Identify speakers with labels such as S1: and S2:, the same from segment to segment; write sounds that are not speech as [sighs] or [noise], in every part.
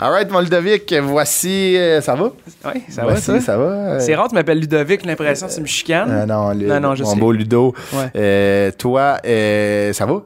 S1: All right, mon Ludovic, voici. euh, Ça va?
S2: Oui, ça
S1: Voici,
S2: va, ça.
S1: Ça va? euh,
S2: C'est rare, tu m'appelles Ludovic, l'impression que tu me chicanes.
S1: Euh, non, le-
S2: Non, non, je
S1: mon
S2: sais.
S1: beau Ludo.
S2: Ouais.
S1: Euh, toi, euh, ça va?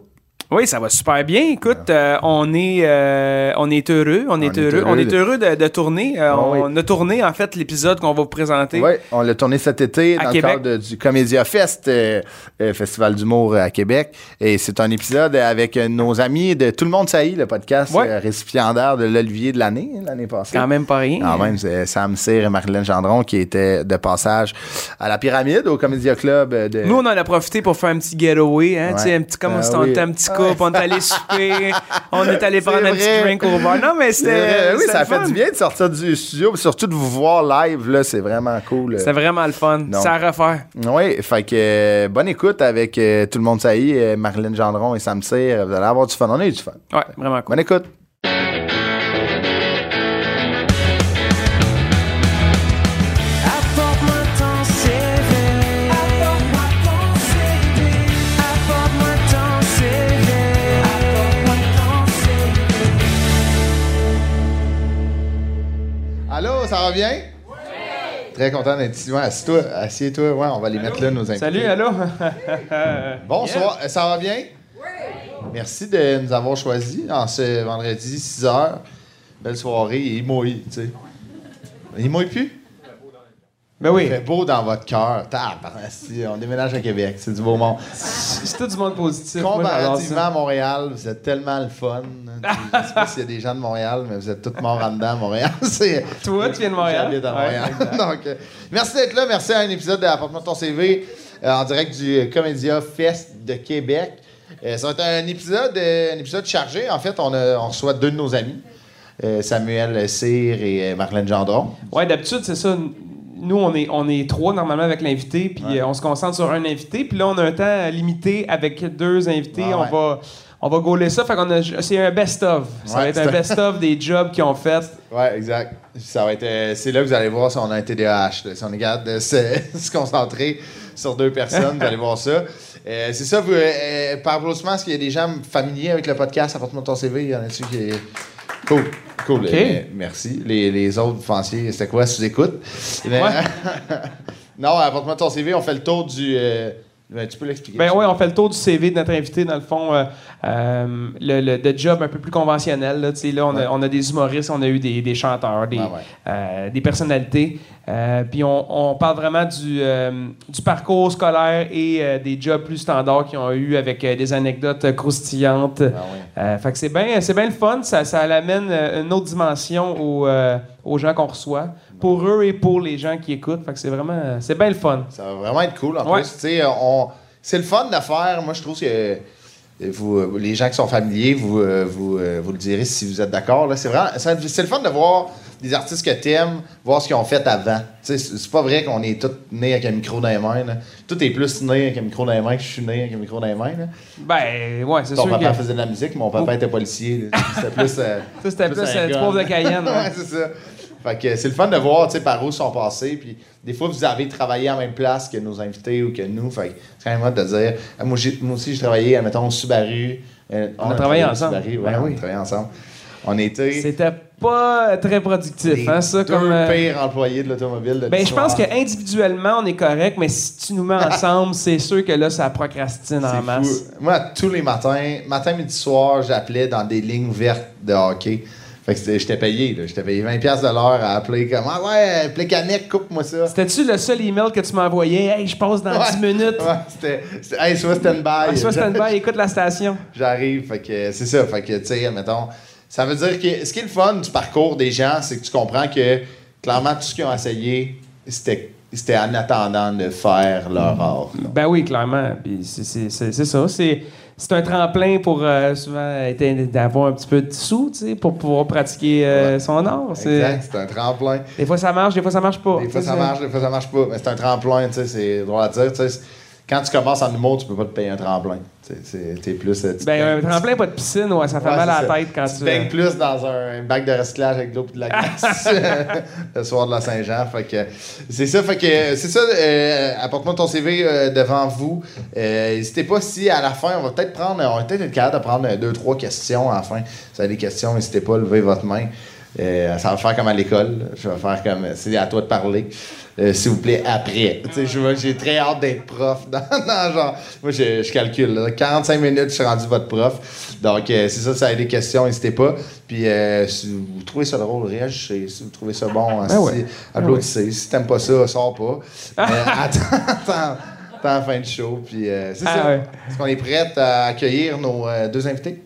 S2: Oui, ça va super bien. Écoute, euh, on, est, euh, on est heureux, on est,
S1: est
S2: heureux,
S1: heureux
S2: on est
S1: de-
S2: heureux de, de tourner. Euh,
S1: Ah oui.
S2: on a tourné, en fait, l'épisode qu'on va vous présenter.
S1: Oui, on l'a tourné cet été
S2: À
S1: dans
S2: Québec.
S1: le cadre de- du Comédia Fest, euh, euh, Festival d'humour à Québec. Et c'est un épisode avec euh, nos amis de Tout le monde saillit, le podcast
S2: Ouais.
S1: euh, récipiendaire de l'Olivier de l'année, hein, l'année passée.
S2: Quand même pas rien.
S1: Quand même, c'est Sam Cyr et Marilyn Gendron qui étaient de passage à la pyramide, au Comédia Club euh, de.
S2: Nous, on en a profité pour faire un petit getaway, hein,
S1: Ouais.
S2: tu sais, un petit, comme
S1: Ah
S2: si on
S1: oui.
S2: était un petit couple, on est allé souper,
S1: [laughs]
S2: on est allé
S1: C'est
S2: prendre un petit
S1: vrai.
S2: drink au bar. Non, mais
S1: C'est vrai,
S2: c'était.
S1: Euh, oui,
S2: c'était
S1: ça a
S2: le
S1: fait
S2: fun.
S1: du bien de sortir du studio, puis surtout de vous voir live, là, c'est vraiment cool.
S2: C'était vraiment le fun.
S1: Non.
S2: Ça à refaire.
S1: Oui, fait que euh, bonne écoute avec euh, tout le monde saillit, euh, Marilyn Gendron et Sam Cyr. Vous allez avoir du fun. On a eu du fun.
S2: Ouais, vraiment cool.
S1: Bonne écoute.
S3: Apporte-moi ton CV. Apporte-moi ton CV. Apporte-moi ton CV. Apporte-moi ton CV.
S1: Allô, ça va bien? Oui! Très content d'être ici. Ouais, Assieds-toi, assieds-toi. Ouais, on va les mettre là, nos invités.
S2: Salut, allô?
S1: Bonsoir, Euh, ça va bien? Oui! Merci de nous avoir choisis en ce vendredi 6 h. Belle soirée, il mouille, tu sais. Il mouille plus?
S2: [laughs] Ben oui,
S1: Il fait beau dans votre cœur. Tabarnak, si, on déménage à Québec, c'est du beau monde.
S2: c'est tout du monde positif. Moi, j'adore ça.
S1: Comparativement à Montréal, vous êtes tellement le
S2: [laughs]
S1: fun. Je sais pas s'il y a des gens de Montréal, mais vous êtes tous morts en dedans à Montréal. [laughs] C'est-
S2: Toi, tu viens de Montréal?
S1: J'habite à
S2: Ouais,
S1: Montréal.
S2: exact.
S1: Donc, euh, merci d'être là. Merci à un épisode de Apporte-moi ton CV euh, en direct du euh, Comédia Fest de Québec. Euh, ça va être un épisode, euh, un épisode chargé. En fait, on, a- on reçoit deux de nos amis, euh, Samuel Cyr et euh, Marlène Gendron.
S2: Ouais, d'habitude, c'est ça. Nous, on est, on est trois normalement avec l'invité, puis euh, on se concentre sur un invité. Puis là, on a un temps euh, limité avec deux invités.
S1: Ah
S2: on
S1: ouais.
S2: va on va gauler ça. Fait qu'on a, c'est un best-of. Ça va
S1: Ouais,
S2: être un
S1: c'est un-
S2: best-of des jobs qu'ils ont fait.
S1: Ouais, exact. Ça va être, euh, c'est là que vous allez voir si on a un TDAH, là, si on est capable de se, se [laughs] concentrer sur deux personnes, vous allez voir ça. Euh, c'est ça, vous, euh, euh, par applaudissement, est-ce qu'il y a des gens familiers avec le podcast? Apporte-moi ton CV, il y en a-tu qui... Cool, cool. euh, merci. Les, les autres fanciers, c'était quoi? Sous-écoute? Mais-
S2: Ouais.
S1: [laughs] non, apporte-moi ton CV, on fait le tour du... euh, ben, tu peux l'expliquer.
S2: Ben ouais, on fait le tour du CV de notre invité, dans le fond, euh, euh, le, le- de job un peu plus conventionnel. Là, Tu sais, là, on,
S1: Ouais.
S2: a, on a des humoristes, on a eu des, des chanteurs, des,
S1: Ouais, ouais.
S2: euh, des personnalités. Euh, Puis on, on parle vraiment du, euh, du parcours scolaire et euh, des jobs plus standards qu'ils ont eu avec euh, des anecdotes euh, croustillantes.
S1: Ah, ouais.
S2: Euh, fait que c'est bien c'est bien le fun, ça, ça amène euh, une autre dimension aux, euh, aux gens qu'on reçoit, pour eux et pour les gens qui écoutent. Fait que c'est vraiment, euh, c'est bien le fun.
S1: Ça va vraiment être cool. En
S2: Ouais.
S1: plus, tu sais, euh, on... c'est le fun d'affaire. Moi, je trouve que vous, euh, les gens qui sont familiers, vous, euh, vous, euh, vous le direz si vous êtes d'accord. là. C'est vraiment, c'est c'est le fun de voir des artistes que t'aimes, voir ce qu'ils ont fait avant. Tu sais, C'est c'est pas vrai qu'on est tous nés avec un micro dans les mains. là. Tout est plus né avec un micro dans les mains que je suis né avec un micro dans les mains. là.
S2: Ben, ouais, c'est
S1: Ton
S2: sûr
S1: papa
S2: que-
S1: faisait de la musique, mon papa
S2: Oh.
S1: était policier. là. C'était plus. euh,
S2: [laughs] Ça, c'était plus,
S1: un
S2: euh, du
S1: gun.
S2: pauvre de Cayenne, ouais.
S1: [laughs] Ouais, c'est ça. Fait que c'est le fun de voir, tu sais, par où ils sont passés. Puis des fois, vous avez travaillé en même place que nos invités ou que nous. Fait que c'est quand même hot de dire. Ah, Moi, j'ai- moi aussi, j'ai travaillé, admettons, au Subaru. Euh,
S2: On a travaillé
S1: au
S2: ensemble.
S1: Subaru, ouais,
S2: Ben
S1: on
S2: oui.
S1: a travaillé ensemble. On était
S2: C'était pas très
S1: les
S2: productif, hein, ça,
S1: deux
S2: comme... euh,
S1: pires employés de l'automobile de
S2: ben, je
S1: l'histoire.
S2: pense que individuellement on est correct, mais si tu nous
S1: [laughs]
S2: mets ensemble, c'est sûr que là, ça procrastine en
S1: C'est
S2: masse.
S1: fou. Moi, tous les matins, matin, midi, soir, j'appelais dans des lignes vertes de hockey. Fait que c'était- j'étais payé, là. J'étais payé 20$ de l'heure à appeler comme Ah ouais, Plécanec, coupe-moi ça.
S2: C'était-tu le seul email que tu m'envoyais? Hey, je passe dans 10
S1: Ouais.
S2: minutes.
S1: Ouais, c'était. c'était- Hey, sois stand-by.
S2: Ah, Sois stand-by, écoute la station.
S1: [laughs] J'arrive, fait que c'est ça. Fait que, tu sais, admettons, ça veut dire que ce qui est le fun du parcours des gens, c'est que tu comprends que clairement, tout ce qu'ils ont essayé, c'était c'était en attendant de faire leur art. là.
S2: Ben oui, clairement. Puis c'est- c'est c'est- c'est ça. C'est c'est un tremplin pour euh, souvent être- d'avoir un petit peu de sous, tu sais, pour pouvoir pratiquer euh, son art. C'est-
S1: Exact, c'est un tremplin.
S2: Des fois ça marche, des fois ça marche pas.
S1: Des fois,
S2: Tu
S1: ça
S2: sais, c'est-
S1: marche, des fois, ça marche pas. Mais c'est un tremplin, tu sais, c'est droit à dire. tu sais, c'est- Quand tu commences en humour, tu peux pas te payer un tremplin. Tu sais, c'est- T'es plus. euh, tu te
S2: Ben, un
S1: baignes-
S2: tremplin, pas de piscine, ouais, ça fait
S1: Ouais,
S2: mal à
S1: c'est
S2: la
S1: ça.
S2: tête quand tu. euh,
S1: Tu baignes plus dans un bac de recyclage avec de l'eau et de la glace
S2: [laughs]
S1: [laughs] le soir de la Saint-Jean. Fait que c'est ça. Fait que c'est ça. euh, Apporte-moi ton CV euh, devant vous. Euh, N'hésitez pas si à la fin, on va peut-être prendre, on va peut-être être capable de prendre euh, deux, trois questions à la fin. Si vous avez des questions, n'hésitez pas à lever votre main. Euh, ça va faire comme à l'école. là. Je vais faire comme euh, c'est à toi de parler. Euh, S'il vous plaît, après. Tu sais, je veux- J'ai très hâte d'être prof. [laughs] Dans, dans genre, moi, je, je calcule. là. 45 minutes, je suis rendu votre prof. Donc, euh, c'est ça, ça a des questions, n'hésitez pas. Puis, euh, si vous trouvez ça drôle, réagissez. Si vous trouvez ça bon, hein, si-
S2: Ben ouais.
S1: applaudissez. Si t'aimes pas ça, sors pas.
S2: [laughs]
S1: Mais attends, attends, attends la fin du show. Puis, euh, c'est
S2: Ah
S1: ça.
S2: ouais.
S1: Est-ce qu'on est prête à accueillir nos euh, deux invités?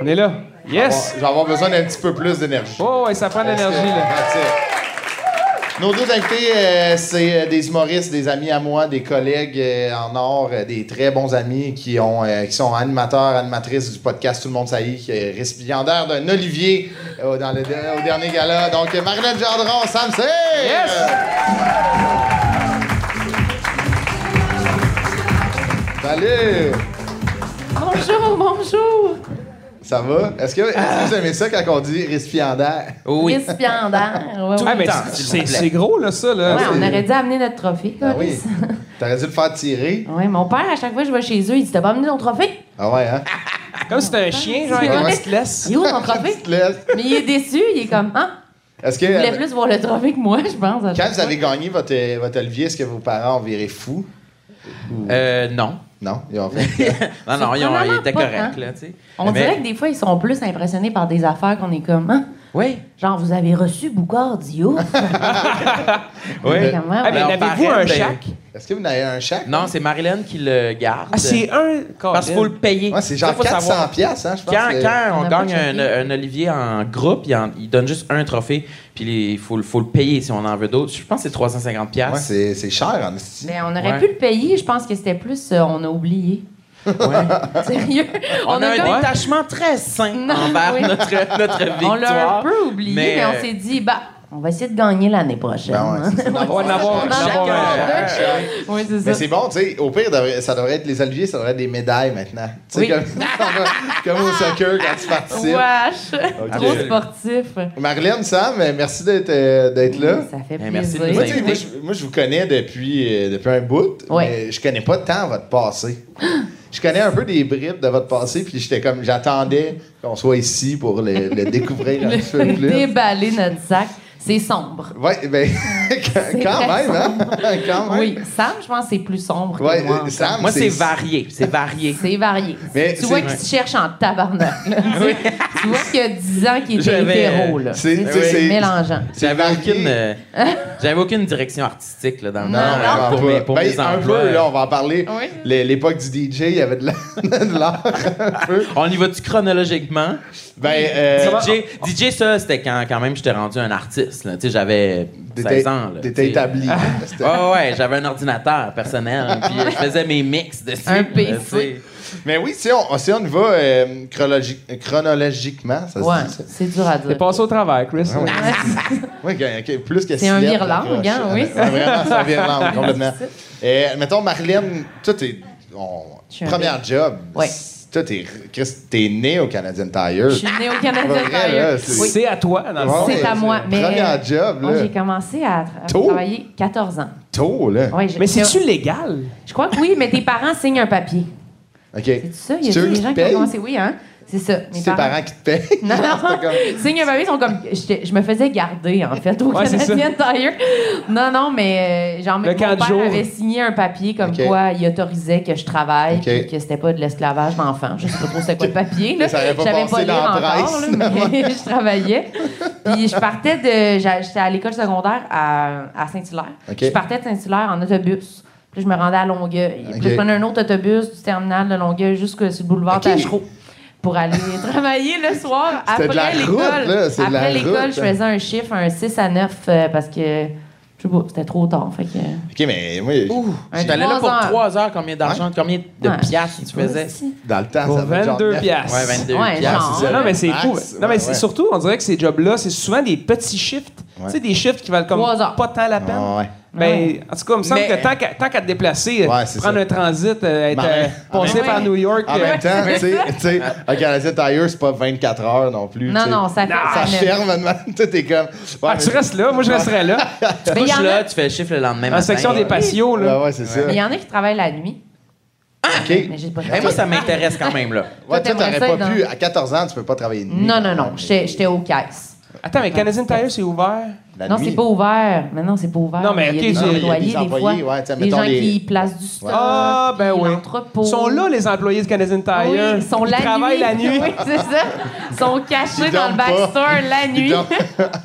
S2: On est là. Yes!
S1: Bon, je vais avoir besoin d'un petit peu plus d'énergie.
S2: Oh, ouais, ça prend de l'énergie, là.
S1: [laughs] That's it. Nos deux invités, euh, c'est euh, des humoristes, des amis à moi, des collègues euh, en or, euh, des très bons amis qui, ont, euh, qui sont animateurs, animatrices du podcast Tout le monde saillit, qui est récipiendaire d'un Olivier euh, dans le, au dernier gala. Donc, euh, Marlène Gendron, Sam Cyr!
S2: Yes!
S1: Salut!
S4: Bonjour, bonjour.
S1: Ça va? Est-ce que, est-ce que vous aimez ça quand on dit récipiendaire?
S5: Oui.
S4: Récipiendaire. Ouais,
S5: Tout
S4: ouais.
S2: Ah, mais
S5: le temps,
S2: c'est-
S5: s'il vous
S2: c'est
S5: plaît.
S2: c'est gros, là, ça, là.
S4: Ouais, on
S1: c'est-
S4: aurait dû amener notre trophée.
S1: Ah oui.
S4: Colis.
S1: T'aurais dû le faire tirer.
S4: [laughs] Ouais, mon père, à chaque fois que je vais chez eux, il dit T'as pas amené ton trophée
S1: Ah ouais, hein?
S2: Comme si c'était un chien, genre, avec une
S4: Ouais.
S2: petite laisse.
S4: Il est où ton trophée
S1: Tu [laughs] te laisses.
S4: Mais il est déçu, il est comme Ah,
S1: Est-ce que. euh,
S4: il voulait plus voir le trophée que moi, je pense. à
S1: Quand
S4: chaque
S1: vous
S4: fois.
S1: avez gagné votre, euh, votre Olivier, est-ce que vos parents ont viré fou?
S5: Euh, non.
S1: Non, ils ont
S2: [laughs]
S1: fait.
S5: Non, non, ils, ont, ils
S4: Surprenamment
S5: étaient
S4: pas,
S5: corrects,
S4: hein.
S5: là, tu sais.
S4: On
S5: Mais-
S4: dirait que des fois, ils sont plus impressionnés par des affaires qu'on est comme Hein
S5: Oui.
S4: Genre, vous avez reçu Boucardio.
S5: Oui.
S4: Comment,
S2: Ah, mais
S5: Ben, on
S2: n'avez-vous un
S5: parraine, ben-
S2: chac?
S1: Est-ce que vous n'avez un chèque?
S5: Non, c'est Marilyn qui le garde.
S2: Ah, c'est un.
S5: Parce qu'il faut le payer.
S1: Ouais, c'est
S5: Ça,
S1: genre
S5: faut
S1: 400
S5: savoir.
S1: piastres, hein, je pense.
S5: Quand,
S1: que-
S5: quand
S4: On a
S5: on
S4: pas
S5: gagne un,
S4: checké.
S5: un Olivier en groupe, il, en- il donne juste un trophée, puis il faut, le- faut le payer si on en veut d'autres. Je pense que c'est 350$.
S1: Ouais,
S5: piastres.
S1: c'est c'est cher en esti.
S4: Mais Ben, on aurait
S5: Ouais.
S4: pu le payer, je pense que c'était plus euh, On a oublié. [laughs]
S5: Ouais.
S4: Sérieux
S5: On, a,
S4: comme-
S5: un détachement très sain
S4: Non,
S5: envers
S4: oui.
S5: notre, notre victoire.
S4: On l'a un peu oublié, mais,
S5: mais-
S4: on s'est dit Bah, on va essayer de gagner l'année prochaine.
S1: Ben ouais,
S4: hein.
S1: c'est ça.
S2: On va en avoir- en avoir un.
S5: Chacun.
S4: Oui, c'est ça.
S1: Mais c'est bon, tu sais. Au pire, devrait- ça devrait être les Oliviers, ça devrait être des médailles maintenant. Tu sais,
S4: Oui.
S1: comme, [laughs] comme au soccer quand tu participes.
S4: Wesh! Trop sportif.
S1: Marlène, Sam, euh, merci d'être euh, d'être là.
S4: Ça fait
S5: Eh,
S4: plaisir.
S5: merci
S1: Moi,
S5: de nous
S1: tu sais, moi, je, moi, je vous connais depuis, euh, depuis un bout,
S4: Ouais.
S1: mais je connais pas tant votre
S4: [gasps]
S1: passé. Je connais un peu des bribes de votre passé, puis j'étais comme, j'attendais qu'on soit ici pour le, le découvrir un
S4: [laughs]
S1: petit peu
S4: Le-
S1: plus.
S4: Déballer notre sac, c'est sombre.
S1: Ouais, ben, [laughs] quand, quand
S4: très
S1: même, hein? [laughs] quand même.
S4: Oui, Sam, je pense que c'est plus sombre
S1: Ouais, euh,
S4: que moi. encore.
S1: Sam,
S5: Moi, c'est varié. C'est varié.
S4: C'est varié.
S1: Mais
S4: tu
S1: c'est-
S4: vois qu'il se cherche en tabarnak.
S1: [laughs]
S4: là. tu vois qu'il y a 10 ans qu'il était
S5: J'avais-
S4: hétéro. là.
S1: c'est-
S4: Tu sais,
S1: c'est- c'est-
S4: mélangeant.
S5: J'avais
S1: varié.
S5: aucune, euh, j'avais aucune direction artistique là, dans le
S4: Non,
S5: dans-
S1: vraiment
S5: hein, pour,
S1: pas.
S5: mes, pour
S1: Ben,
S5: mes
S1: un
S5: emplois.
S1: peu, là, on va en parler.
S4: Oui.
S1: L'é- L'époque du DJ, il y avait de la- [laughs] de l'art.
S5: On y va-tu chronologiquement?
S1: ben, euh,
S5: DJ, DJ, ça, c'était quand, quand même j'étais rendu un artiste. là. Tu sais, J'avais
S1: t'étais
S5: 16 ans. là, tu
S1: t'étais
S5: sais.
S1: établi. C'était-
S5: Ah ouais, j'avais un ordinateur
S1: [laughs]
S5: personnel, puis je faisais mes mix dessus.
S4: Un
S5: là,
S4: PC.
S5: tu sais.
S1: Mais oui, si on, si on y va euh, chronologi- chronologiquement, ça
S4: Ouais,
S1: se dit ça.
S4: c'est dur à
S2: T'es
S4: dire.
S2: passé au travail, Chris.
S1: Ah oui. Oui, que- que- plus que
S4: C'est un
S1: Silette,
S4: virlangue,
S1: là,
S4: hein,
S1: je-
S4: oui.
S1: Ouais, vraiment, c'est un
S4: [laughs]
S1: virlangue, complètement. Et, mettons, Marlène, toi, t'es. on-
S4: Je suis un
S1: Première job.
S4: Ouais.
S1: c'est- Toi, t'es Chris, t'es né au Canadian Tire.
S4: [laughs] Je suis née au Canada.
S1: Pas vrai, là,
S4: Tire.
S1: c'est-
S4: Oui.
S2: C'est à toi, dans le fond.
S1: Ouais,
S4: C'est à moi, mais- euh,
S1: Première job,
S4: Moi,
S1: là.
S4: j'ai commencé à, tra- à
S1: Tôt?
S4: travailler 14 ans.
S1: Tôt, là.
S4: Ouais, j'ai-
S2: Mais c'est-tu légal?
S4: Je crois que oui, mais tes parents signent un papier.
S1: OK.
S4: C'est ça? Il y a
S1: Ceux
S4: des gens qui
S1: payent?
S4: ont commencé. Oui, hein? C'est ça. Mes
S1: C'est tes parents qui te payent. [laughs]
S4: Non, non.
S1: C'était comme-
S4: Signe un papier, ils sont comme. j'étais- Je me faisais garder, en fait, au
S2: Ouais, c'est
S4: Canadian Tire. Non, non, mais euh, genre,
S2: Le
S4: mon
S2: camp de
S4: père
S2: jour.
S4: avait signé un papier comme
S1: Ok.
S4: quoi il autorisait que je travaille,
S1: Ok.
S4: puis que c'était pas de l'esclavage d'enfants. Je sais pas trop c'est quoi le papier. Là.
S1: Ça aurait pas
S4: J'avais
S1: passé
S4: pas lire
S1: dans la
S4: encore,
S1: presse,
S4: là, mais [laughs] je travaillais. Puis je partais de. j'a- J'étais à l'école secondaire à, à Saint-Hilaire.
S1: Ok.
S4: Je partais de Saint-Hilaire en autobus. Puis je me rendais à Longueuil. Puis
S1: Ok.
S4: je prenais un autre autobus du terminal de Longueuil jusqu'au sur le boulevard
S1: Ok.
S4: Tachereau pour aller [laughs] travailler le soir
S1: C'était de la
S4: après
S1: route, là,
S4: l'école.
S1: c'est de la
S4: Après
S1: route,
S4: l'école, je
S1: hein.
S4: faisais un chiffre, un 6 à 9, euh, parce que, je sais pas, c'était trop tard. Fait que,
S1: OK, mais moi,
S5: Je suis allé là pour
S4: trois heures.
S5: 3 heures, combien d'argent, combien de
S4: Ouais,
S5: piastres tu faisais?
S4: Aussi.
S1: dans le temps,
S2: Pour
S1: Ah, ça fait genre
S2: 22
S1: neuf-
S2: piastres.
S5: Ouais, 22
S4: Ouais,
S5: piastres.
S4: genre.
S1: c'est ça.
S2: Non, mais c'est
S1: Max,
S2: fou. Non,
S1: ouais,
S2: mais c'est
S1: ouais.
S2: surtout, on dirait que ces jobs-là, c'est souvent des petits shifts.
S1: Ouais.
S2: Tu sais, des shifts qui valent comme
S4: Trois heures.
S2: pas tant la peine.
S1: Ah ouais.
S2: Ben, en tout cas, il me semble
S5: Mais-
S2: que tant qu'à tant qu'à te déplacer, euh,
S1: Ouais, c'est
S2: prendre
S1: ça. Ah,
S2: un transit, euh,
S1: Mais
S2: être,
S1: en
S2: euh,
S1: même-
S2: passer
S4: en même-
S2: par New York.
S1: En
S2: euh,
S1: même temps, tu sais, tu sais, un Canadian Tire, c'est pas 24 heures non plus. tu
S4: Non,
S1: sais.
S4: non, ça fait
S1: Ça
S4: à neuf.
S1: ferme, man. Toi, t'es comme.
S2: ah, tu restes là, moi je resterais
S1: [laughs]
S2: là.
S4: Mais il y
S5: Couche
S4: en a-
S5: là, tu fais le chiffre le lendemain
S2: en
S5: matin.
S2: section des patios, là.
S1: Ouais, ouais, c'est ça.
S4: mais il y en a qui travaillent la nuit. Mais j'ai
S1: OK.
S4: pas
S5: Eh, moi, ça m'intéresse quand même, là.
S1: Ouais, toi,
S4: t'aimerais
S1: t'aurais
S4: ça
S1: pas
S4: être
S1: pu. À 14 ans, tu peux pas travailler de nuit.
S4: Non, non, non. J'étais j'étais aux caisses.
S2: Attends, mais Canadian Tire, c'est ouvert?
S1: La
S4: Non,
S1: nuit.
S4: c'est pas ouvert. Mais non, c'est pas ouvert.
S2: Non, mais
S4: il y
S2: ok,
S4: a des
S1: il y
S2: j'ai-
S1: a des
S4: employés, des,
S1: employés,
S4: fois.
S1: ouais, tu sais,
S4: des
S1: mettons,
S4: gens
S1: les-
S4: qui placent du stock.
S2: Ah, ben
S4: Euh, puis
S2: oui.
S4: l'entrepôt.
S2: Ils sont là, les employés de Canadian Tire.
S4: Oui, ils sont la
S2: travaillent
S4: nuit.
S2: la nuit.
S4: [laughs] oui, c'est ça. Ils sont cachés
S1: Ils
S4: dans
S1: dorment
S4: le
S1: pas.
S4: backstore la
S1: Puis
S4: nuit.
S1: donc-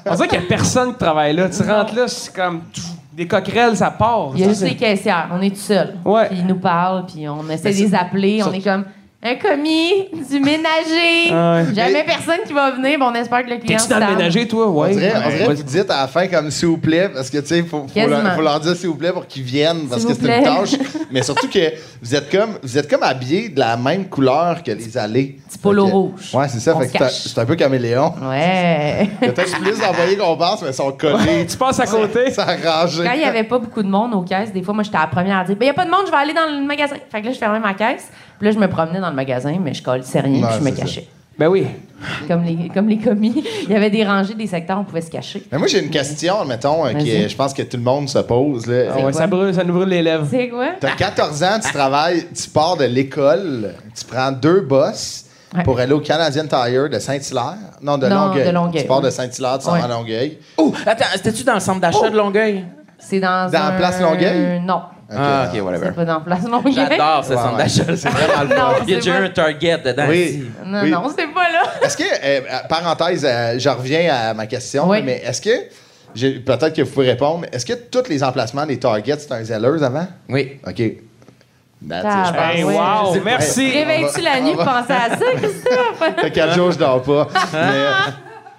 S2: On dirait qu'il n'y a personne qui travaille là. Tu rentres là, c'est comme tout- des coquerelles, ça part.
S4: Il y a
S2: Ça,
S4: juste
S2: c'est-
S4: les caissières. On est tout seul.
S2: Ouais. Ben,
S4: Puis ils nous parlent, puis on essaie
S2: Mais
S4: de les appeler. On
S2: surtout-
S4: est comme un commis, du ménager.
S2: Ah ouais.
S4: Jamais personne qui va venir, mais on espère que le client.
S2: T'es-tu dans le
S4: se
S2: ménager, toi?
S1: On
S2: Ouais.
S1: dirait, on dirait
S2: Ouais.
S1: que vous dites à la fin comme s'il vous plaît, parce que tu sais, faut, faut,
S4: Quasiment.
S1: leur, faut leur dire s'il vous plaît pour qu'ils viennent, parce
S4: S'il
S1: que
S4: vous
S1: c'est une
S4: plaît.
S1: tâche. Mais surtout que vous êtes comme vous êtes comme habillés de la même couleur que les allées.
S4: Petit polo
S1: Fait que-
S4: rouge.
S1: Ouais, c'est ça.
S4: On
S1: Fait
S4: se
S1: que t'as-
S4: cache.
S1: c'est un peu caméléon. [laughs]
S2: [laughs]
S4: Ouais.
S1: Il y a peut-être plus d'employés qu'on pense, mais ils sont collés.
S2: Tu passes à côté.
S1: Ça arrangé.
S4: Quand il n'y avait pas beaucoup de monde aux caisses, des fois, moi, j'étais la première à dire Ben, il n'y a pas de monde, je vais aller dans le magasin. Fait que là, je fermais ma caisse. Puis là, je me promenais dans le magasin, mais je collais rien,
S1: Ouais,
S4: puis je me
S1: c'est
S4: cachais.
S2: Ben oui.
S4: Comme les, comme les commis. Il y avait des rangées, des secteurs, on pouvait se cacher.
S1: Mais moi, j'ai une question, mettons, euh, qui
S4: Vas-y.
S1: est- je pense que tout le monde se pose. Là.
S2: Ah ouais,
S4: quoi?
S2: ça, brûle, ça nous brûle les lèvres.
S4: C'est quoi?
S1: T'as 14 ans, tu travailles, tu pars de l'école, tu prends deux bosses
S4: Ouais.
S1: pour aller au Canadian Tire de Saint-Hilaire. Non, de
S4: Non,
S1: Longueuil.
S4: de Longueuil,
S1: Tu pars de
S4: ouais.
S1: Saint-Hilaire, tu s'en vas à
S4: Ouais.
S1: Longueuil.
S5: Oh, attends, c'était-tu dans le centre d'achat
S1: Oh!
S5: de Longueuil?
S4: C'est dans.
S1: Dans la
S4: un-
S1: place Longueuil?
S4: Non.
S5: Ah, ok,
S2: Eh
S4: C'est
S2: ben.
S5: whatever.
S4: pas dans Place Longueuil.
S5: J'adore ce
S1: Ouais,
S5: centre
S1: ouais.
S5: d'achat. C'est vraiment
S4: [laughs]
S5: le
S4: Non,
S5: fun. Il y a
S4: c'est
S5: déjà
S4: pas-
S5: eu un Target dedans.
S1: Oui.
S5: ici.
S4: Non,
S1: Oui.
S4: non, c'est pas là.
S1: Est-ce que, euh, euh, parenthèse, euh, je reviens à ma question,
S4: Oui.
S1: mais est-ce que, j'ai- peut-être que vous pouvez répondre, mais est-ce que tous les emplacements des Targets, c'est un Zellers avant?
S5: Oui.
S1: OK. That's it, je
S4: Ah,
S1: pense.
S4: ben
S2: Hey,
S4: ouais.
S2: wow, merci.
S4: Réveilles-tu la nuit, penser à ça, Christophe?
S1: Fait quatre jours, je dors pas. mais,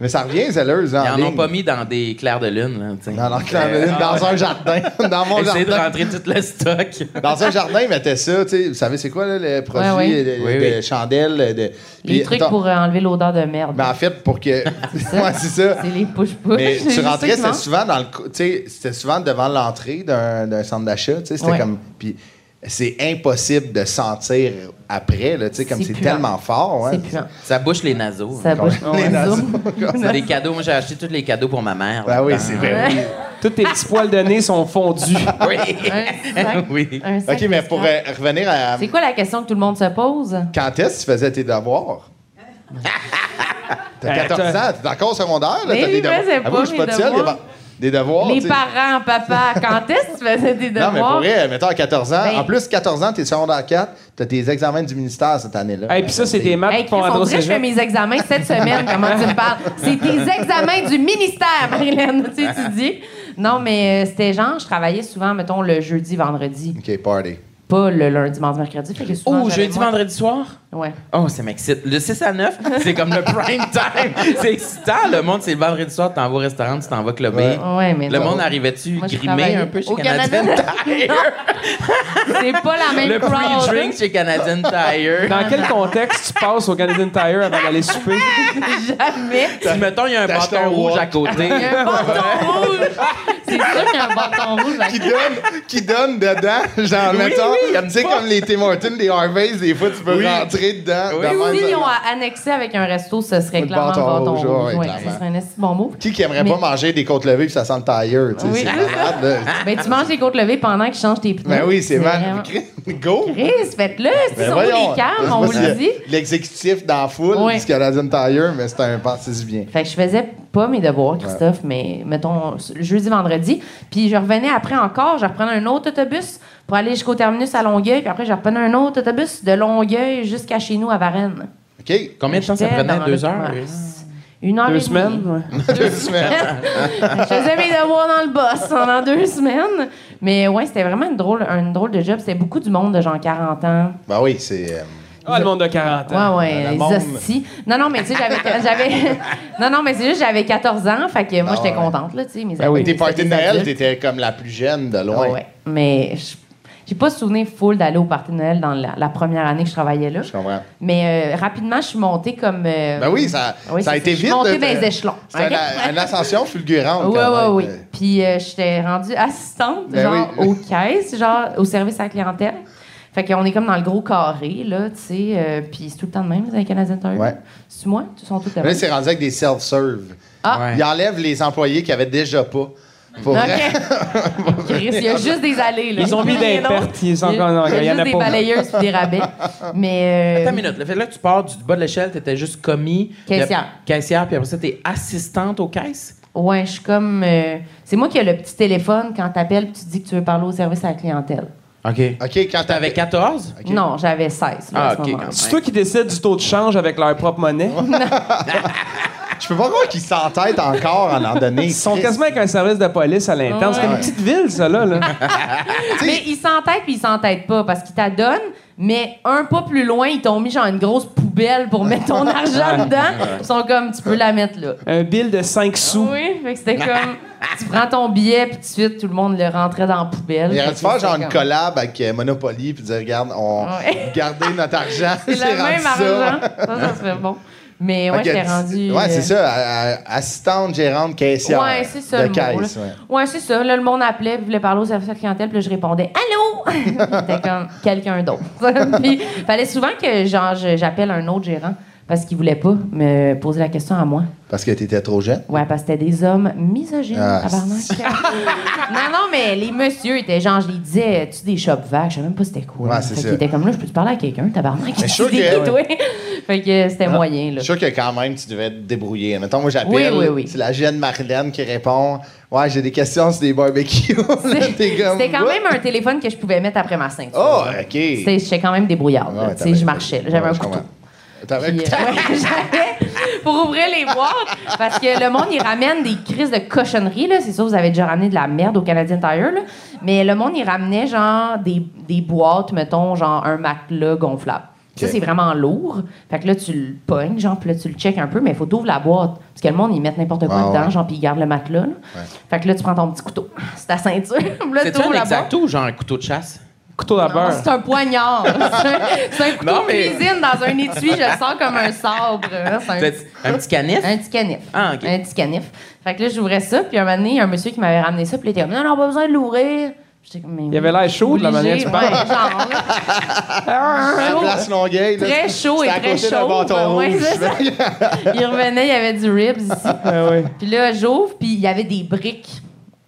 S1: mais ça revient, Zellers, en
S5: Ils en
S1: ligne.
S5: ont pas mis Euh, dans des clairs de lune. Là, tu sais.
S1: Non, non, clairement, dans un
S5: [laughs]
S1: jardin. dans mon
S5: Essayez de
S1: jardin.
S5: rentrer tout le stock.
S1: Dans un jardin, ils mettaient ça, tu sais, vous savez, c'est quoi là, le produit euh,
S4: Ouais, ouais.
S1: De,
S5: Oui,
S1: de
S5: oui.
S1: chandelle? euh, De,
S4: Les
S1: Puis,
S4: trucs
S1: attends,
S4: pour euh, enlever l'odeur de merde.
S1: Mais en fait, pour que...
S4: ça.
S1: Ouais, c'est ça.
S4: [laughs] C'est les push-push.
S1: Mais
S4: les
S1: tu rentrais,
S4: trucs qui
S1: c'était
S4: mangent.
S1: souvent dans le, cou- tu sais, c'était souvent devant l'entrée d'un d'un centre d'achat, tu sais, c'était
S4: Ouais.
S1: comme, puis c'est impossible de sentir après, là, tu sais, comme
S4: C'est
S1: c'est
S4: puant.
S1: tellement fort, hein. ouais.
S4: C'est puant.
S5: Ça bouche les naseaux.
S4: Ça
S1: Comme
S4: bouge pas.
S1: les
S4: ouais,
S1: naseaux.
S4: ça.
S5: C'est des cadeaux. Moi, j'ai acheté tous les cadeaux pour ma mère.
S1: Ben oui, c'est vrai. oui.
S2: Tous tes petits poils de nez sont
S4: [laughs]
S2: fondus.
S5: [laughs] oui.
S1: [laughs]
S4: Un sac.
S5: [laughs] oui.
S4: Un sac
S1: Ok, mais
S4: de
S1: pour
S4: scrap.
S1: euh, revenir à
S4: C'est quoi la question que tout le monde se pose?
S1: quand est-ce que tu faisais tes devoirs? T'as
S2: Ben,
S1: 14
S2: t'as-
S1: ans, t'es encore au secondaire, là,
S4: Mais
S1: t'as
S4: oui,
S1: des
S4: moi,
S1: devoirs.
S4: c'est pas
S1: Avoue, je suis
S4: mes
S1: pas tout seul,
S4: devoirs.
S1: des devoirs. tu
S4: Les
S1: sais.
S4: parents, papa, quand est-ce que tu faisais des
S1: Oh, Non,
S4: devoirs?
S1: mais pour vrai, mettons à 14 ans.
S4: Ben-
S1: En plus, 14 ans, t'es secondaire 4, t'as tes examens du ministère cette année-là.
S2: Et puis ça, c'est des maths qui
S4: Hey, Chris,
S2: font
S4: on
S2: rentrer au
S4: dirait que je fais
S2: cégep.
S4: mes examens cette semaine. Comment tu me parles? C'est tes examens du ministère, Marilyn. Tu étudies? Non, mais euh, c'était genre, je travaillais souvent, mettons, le jeudi, vendredi.
S1: [laughs] OK, party.
S4: Pas le lundi, mardi, mercredi. Fait que souvent,
S5: Oh,
S4: j'avais
S5: jeudi,
S4: moins-
S5: vendredi soir?
S4: Ouais.
S5: Oh, ça m'excite. Le 6
S4: [laughs]
S5: à 9, c'est comme le prime time. C'est excitant. Le monde, c'est le vendredi soir, tu t'en vas au restaurant, tu t'en vas clubber.
S4: Ouais, mais
S5: Le
S4: non.
S5: monde arrivait-tu
S4: Moi, je
S5: grimé un
S4: travaillais
S5: peu chez
S4: au [laughs]
S5: Canadian [laughs]
S4: Canada.
S5: Tire?
S4: C'est pas la même
S5: Le free
S4: crowd.
S5: drink chez Canadian [laughs] Tire.
S2: Dans quel contexte tu passes au Canadian Tire avant d'aller souper?
S1: [laughs]
S4: Jamais.
S5: Si, mettons, il y a un
S1: T'as acheté
S5: bâton
S1: un
S5: rouge
S1: wok.
S5: à côté.
S4: [laughs] Il y a un bâton rouge. C'est sûr qu'il y a un bâton
S1: [laughs]
S4: rouge. ben- là.
S1: qui donne, qui donne dedans, genre, mettons,
S5: oui, comme
S1: tu sais,
S5: pas.
S1: comme les Tim Hortons, les Harveys, des fois, tu peux
S5: Oui.
S1: rentrer dedans. de
S5: Oui,
S1: même,
S4: Si
S1: ça-
S4: ils ont annexé avec un resto, ce serait
S1: Le
S4: clairement le
S1: bâton
S4: bâton
S1: rouge,
S4: rouge.
S1: ouais,
S4: Ouais,
S1: clairement.
S4: ce serait un assez bon mot.
S1: Qui qui aimerait
S4: Mais-
S1: pas manger des côtes levées puis ça sent le tailleur, tu sais,
S4: Oui.
S1: c'est malade. là.
S4: Ben, tu manges les côtes levées pendant qu'ils changent tes pneus.
S1: Ben oui, c'est
S4: vraiment-
S1: mal. Go!
S4: Chris, faites-le.
S1: Ben
S4: Ils sont où les câbles, on vous
S1: C'est
S4: le
S1: pas
S4: dit.
S1: si- L'exécutif dans la foule
S4: Oui.
S1: du Canadian Tire, mais c'est un parti bien.
S4: Fait que je faisais pas mes devoirs, Christophe, mais mettons jeudi, vendredi. Puis je revenais après encore, je reprenais un autre autobus pour aller jusqu'au terminus à Longueuil. Puis après, je reprenais un autre autobus de Longueuil jusqu'à chez nous à Varennes.
S1: OK?
S5: Combien de temps ça
S4: J'étais
S5: prenait?
S4: dans
S5: Deux
S4: le
S5: heures?
S4: commerce. Une heure
S2: Deux
S4: et demie.
S2: semaines? ouais.
S1: Deux semaines.
S4: [laughs] je faisais mes devoirs dans le boss pendant deux semaines. Mais ouais, c'était vraiment une drôle, une drôle de job. C'était beaucoup du monde de genre 40 ans.
S1: Ben oui, c'est. euh,
S2: Ah, le monde de 40 ans.
S4: Ouais, ouais,
S1: Le
S4: les
S1: Euh, monde.
S4: hosties. Non, non, mais tu sais, j'avais- j'avais. [laughs] non, non, mais c'est juste, j'avais 14 ans, fait que moi,
S1: Ah
S4: j'étais
S1: ouais.
S4: contente, là, tu sais. Mes
S2: Ben oui.
S4: amis,
S1: Tes
S4: c'était
S1: parties de
S4: des
S1: Noël,
S4: adultes.
S1: t'étais comme la plus jeune de loin.
S4: Ouais, Mais je- j'ai pas souvenir full d'aller au party de Noël dans la, la première année que je travaillais là.
S1: Je comprends.
S4: Mais euh, rapidement, je suis montée comme. euh,
S1: Ben oui, ça,
S4: oui,
S1: ça a
S4: c'est
S1: été
S4: Je suis
S1: vite. là,
S4: montée dans les
S1: t'as-
S4: échelons.
S1: C'est
S4: ok?
S1: une, une ascension fulgurante.
S4: Oui,
S1: quand
S4: oui,
S1: même.
S4: oui. Puis euh, j'étais rendue assistante,
S1: Ben
S4: genre,
S1: oui.
S4: aux caisses, genre, au service à la clientèle. Fait qu'on est comme dans le gros carré, là, tu sais. euh, puis c'est tout le temps de même, les Canadiens Tire.
S1: Ouais.
S4: C'est moi, ils sont tout le
S1: Là,
S4: même.
S1: c'est rendu avec des self-serve.
S4: Ah,
S5: Ouais.
S1: Ils enlèvent les employés qui avaient déjà pas. Pour vrai. [laughs]
S4: OK. Chris, il y a juste des allées. Là.
S2: Ils ont mis
S4: Il y a
S2: des
S4: rien d'autre.
S2: pertes. Ils sont
S4: Il y a,
S2: encore-
S4: il y a
S2: il y en a
S4: juste des
S2: pas.
S4: balayeuses et des rabais.
S1: [laughs]
S4: Mais. euh,
S5: Attends une minute. Le fait là que tu pars du bas de l'échelle, t'étais juste commis.
S4: Caissière.
S5: Puis- Caissière, puis après ça, t'es assistante aux caisses.
S4: Ouais, je suis comme. euh, c'est moi qui ai le petit téléphone quand t'appelles et tu dis que tu veux parler au service à la clientèle.
S5: OK.
S1: OK, quand t'avais...
S5: T'avais 14?
S1: Ok.
S4: Non, j'avais 16. là,
S5: Ah,
S4: à ce
S5: ok,
S4: moment-là.
S5: quand
S2: C'est toi qui décides du taux de change avec leur propre monnaie.
S1: Je peux pas croire qu'ils s'entêtent encore à
S4: [laughs]
S1: en donner.
S2: Ils sont quasiment avec un service de police à l'interne. C'est comme une petite ville, ça, là. là.
S4: [laughs] Ah, Mais ils s'entêtent puis ils s'entêtent pas parce qu'ils t'adonnent, mais un pas plus loin, ils t'ont mis genre une grosse poubelle pour mettre [laughs] ton argent dedans. Ils sont comme, tu peux la mettre là.
S2: Un bill de 5 sous.
S4: Oui, fait que c'était comme, tu prends ton billet puis tout de suite, tout le monde le rentrait dans la poubelle.
S1: Il aurait
S4: Fait
S1: dû
S4: que
S1: faire genre
S4: c'était
S1: une
S4: comme-
S1: collab avec euh, Monopoly puis dire regarde, on
S4: Ouais.
S1: [laughs] gardez notre argent.
S4: C'est le
S1: rendu
S4: même
S1: ça.
S4: argent. Ça, ça se fait bon. Mais ouais,
S1: Ok,
S4: j'étais
S1: tu-
S4: rendu. euh,
S1: Ouais, c'est ça. à- à- Assistante, gérante, caissière.
S4: Ouais, c'est ça.
S1: De
S4: le mot, là.
S1: caisse, ouais.
S4: ouais, c'est ça. Là, le monde appelait, puis voulait parler au service à la clientèle, puis là, je répondais Allô [laughs] C'était comme quelqu'un d'autre. [laughs] puis, fallait souvent que genre, je- j'appelle un autre gérant parce qu'il voulait pas me poser la question à moi.
S1: Parce que t'étais trop jeune.
S4: Ouais, parce que c'était des hommes misogynes,
S1: Ah,
S4: tabarnak. [laughs] non, non, mais les messieurs étaient genre, je les disais, tu des shops vagues, je sais même pas c'était quoi.
S1: Ouais, c'est
S4: Fait
S1: ça.
S4: qu'ils étaient comme là, je peux te parler à quelqu'un, tabarnak. [laughs]
S1: Mais je suis sûr
S4: Tu dis
S1: que- Ah.
S4: qui, toi? fait que c'était moyen,
S1: Je
S4: là.
S1: suis sûr que quand même, tu devais te débrouiller. Mettons, moi, j'appelle.
S4: Oui, oui, oui.
S1: C'est la jeune Marlène qui répond Ouais, j'ai des questions sur des barbecues. [laughs]
S4: C'est-
S1: T'es comme,
S4: C'était quand
S1: What?
S4: même un téléphone que je pouvais mettre après ma ceinture.
S1: Oh,
S4: là.
S1: OK.
S4: C'était- J'étais quand même débrouillarde. là.
S1: Ouais,
S4: Tu sais,
S1: t'avais-
S4: je marchais. là. J'avais
S1: Ouais,
S4: un
S1: je
S4: couteau.
S1: comprends. T'avais un
S4: Puis, euh,
S1: couteau.
S4: ouais, [laughs] j'avais pour ouvrir les boîtes. Parce que le monde, il ramène des crises de cochonneries. là. C'est sûr, vous avez déjà ramené de la merde au Canadian Tire. là. Mais le monde, il ramenait genre des, des boîtes, mettons, genre un matelas gonflable. Ça,
S1: OK.
S4: c'est vraiment lourd. Fait que là, tu le pognes, genre, puis là, tu le check un peu, mais il faut t'ouvres la boîte. Parce que le monde, ils mettent n'importe quoi
S1: Ah,
S4: dedans,
S1: ouais.
S4: genre, puis ils gardent le matelas. là. Fait que là, tu prends ton petit couteau. [laughs] C'est ta ceinture. Puis là,
S5: C'est-tu
S4: t'ouvres
S5: un
S4: la boîte.
S5: exacto ou genre un couteau de chasse?
S2: Couteau à
S4: Non,
S2: beurre.
S4: C'est un poignard. [laughs] C'est un- c'est un couteau
S5: Non,
S4: de
S5: mais-
S4: cuisine dans un étui. Je le sens comme un sabre. hein. C'est un-
S5: Peut-être Un petit canif?
S4: un petit canif.
S5: Ah, ok.
S4: Un petit canif. Fait que là, j'ouvrais ça, puis un moment donné, il y a un monsieur qui m'avait ramené ça, puis il était comme Non, non, pas besoin de l'ouvrir. J'étais comme, Mais oui,
S2: avait l'air chaud de la
S4: obligé.
S2: manière que tu parles.
S4: Ouais, genre, là.
S2: Ah!
S1: À
S4: [laughs] chaud.
S1: Place Longueuil. là,
S4: Très chaud et
S1: c'était à
S4: très
S1: côté d'un
S4: chaud.
S1: bâton
S4: Ouais,
S1: rouge. [laughs]
S4: c'est ça. Il revenait, il y avait du ribs ici.
S2: Ah oui.
S4: Puis là, j'ouvre, puis il y avait des briques.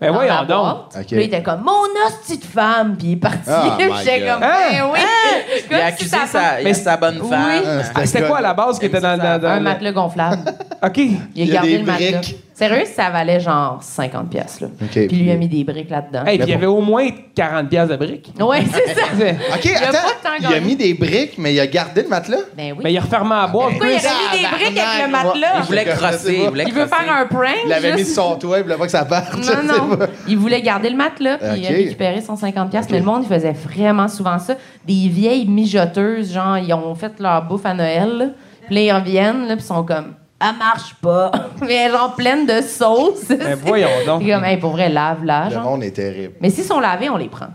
S2: Ben
S4: dans
S2: voyons
S4: la
S2: donc.
S4: boîte.
S1: Ok.
S4: Puis là, il était comme Mon hostie de femme, puis il est parti. [laughs]
S1: Oh my
S4: J'étais
S1: God.
S4: comme Ben oui.
S2: Hein?
S5: Il a
S4: Comme si
S5: accusé
S4: ta femme-
S5: sa, il a
S2: Mais-
S5: sa bonne
S4: Oui.
S5: femme.
S1: Ah,
S2: C'était quoi à la base qui était dans, dans, dans
S4: Un
S2: le-
S4: matelas gonflable.
S2: OK.
S4: Il a
S1: Il y a
S4: gardé
S1: des
S4: le matelas.
S1: briques.
S4: Sérieux, ça valait genre 50 pièces là. Puis lui a mis des briques là-dedans.
S2: Hey, puis il y avait au moins 40 pièces de briques.
S4: Ouais, [laughs] c'est ça.
S2: C'est-
S1: OK,
S4: Euh, a
S1: attends.
S4: pas tant
S1: Il a
S4: gagné.
S1: mis des briques, mais il a gardé le matelas.
S4: Ben oui.
S2: Mais il refermait à boire.
S4: Pourquoi il aurait mis des briques avec le matelas?
S1: Ah,
S5: Il voulait crosser. Il, voulait
S4: Il veut
S5: crosser.
S4: faire un prank.
S1: Il l'avait mis
S4: juste-
S1: sur son toit, il voulait pas que ça parte. je sais
S4: Non, non.
S1: pas.
S4: Il voulait garder le matelas puis
S1: Ok.
S4: récupérer son 50$. piastres. Mais le monde, il faisait vraiment souvent ça. Des vieilles mijoteuses, genre, ils ont fait leur bouffe à Noël. là. Puis là, ils reviennent, là, puis ils sont comme, elle marche pas. [laughs] Mais genre, pleine de sauce.
S2: Ben voyons donc.
S4: [laughs] C'est comme, hey, pour vrai, lave-la.
S1: Le
S4: genre.
S1: monde est terrible.
S4: Mais s'ils sont lavés, on les prend.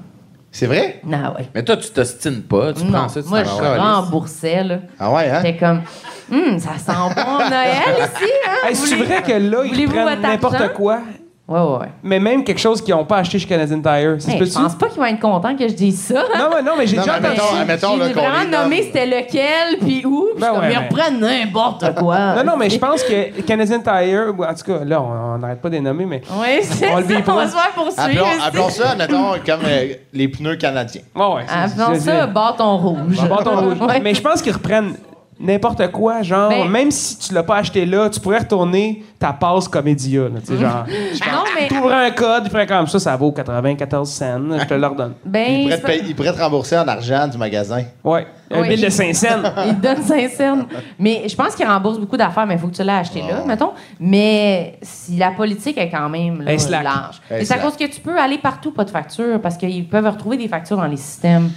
S1: C'est vrai?
S4: Ah ouais.
S5: Mais toi, tu t'ostines pas. Tu prends
S4: Non,
S5: ça, tu
S4: moi, je
S5: t'en
S4: suis
S5: vas.
S4: remboursée, là.
S1: Ah ouais, hein?
S4: J'étais comme, Hum, ça sent bon Noël ici, hein?
S2: Hey, c'est
S4: Voulez-
S2: vrai que là, ils
S4: Voulez-vous
S2: prennent
S4: votre
S2: n'importe
S4: argent?
S2: quoi,
S4: Ouais, ouais, ouais.
S2: mais même quelque chose qu'ils n'ont pas acheté chez Canadian Tire. Ça se
S4: Hey,
S2: peut-tu?
S4: je pense pas qu'ils vont être contents que je dise ça. hein?
S2: Non, mais, non, mais j'ai
S1: Non,
S2: déjà
S1: mais
S2: entendu.
S1: mettons, admettons, là,
S4: J'ai
S1: qu'on les
S4: vraiment
S1: nomme.
S4: nommé c'était lequel, puis où, puis
S2: Ben
S4: je suis
S2: ouais,
S4: comme, ils
S2: mais-
S4: reprennent n'importe quoi.
S2: Non, non, mais je pense que Canadian Tire, ou en tout cas, là, on n'arrête pas de les nommer, mais.
S4: Oui, c'est
S2: On
S4: ça,
S2: le vit
S4: on
S2: pas.
S4: va se faire poursuivre.
S1: Appelons,
S4: ici.
S1: appelons ça, mettons, comme euh, les pneus canadiens.
S2: Ouais, ouais, c'est-
S4: Appelons
S2: c'est-
S4: Ah, ça
S2: c'est-
S4: bâton rouge.
S2: Bâton rouge.
S4: Ouais.
S2: Mais je pense qu'ils reprennent n'importe quoi, genre,
S4: Ben-
S2: même si tu l'as pas acheté là, tu pourrais retourner ta passe comédia, là, tu sais, genre.
S4: [laughs] Non, mais...
S2: Tu un code, tu ferais comme ça, ça vaut 94 cents, je te l'ordonne.
S1: Ils
S4: Ben,
S1: pourraient,
S4: c'est
S1: te
S4: pas-
S1: payer- ils pourraient te rembourser en argent du magasin.
S2: Ouais, un
S4: Ah Oui.
S2: bill de 5 cents.
S4: Il te donne 5 cents. Mais je pense qu'il rembourse beaucoup d'affaires, mais il faut que tu l'aies acheté là, mettons. Mais si la politique est quand même là,
S2: Elle slack.
S4: large.
S1: Elle
S4: Mais c'est à
S1: slack.
S4: cause que tu peux aller partout, pas de facture, parce qu'ils peuvent retrouver des factures dans les systèmes.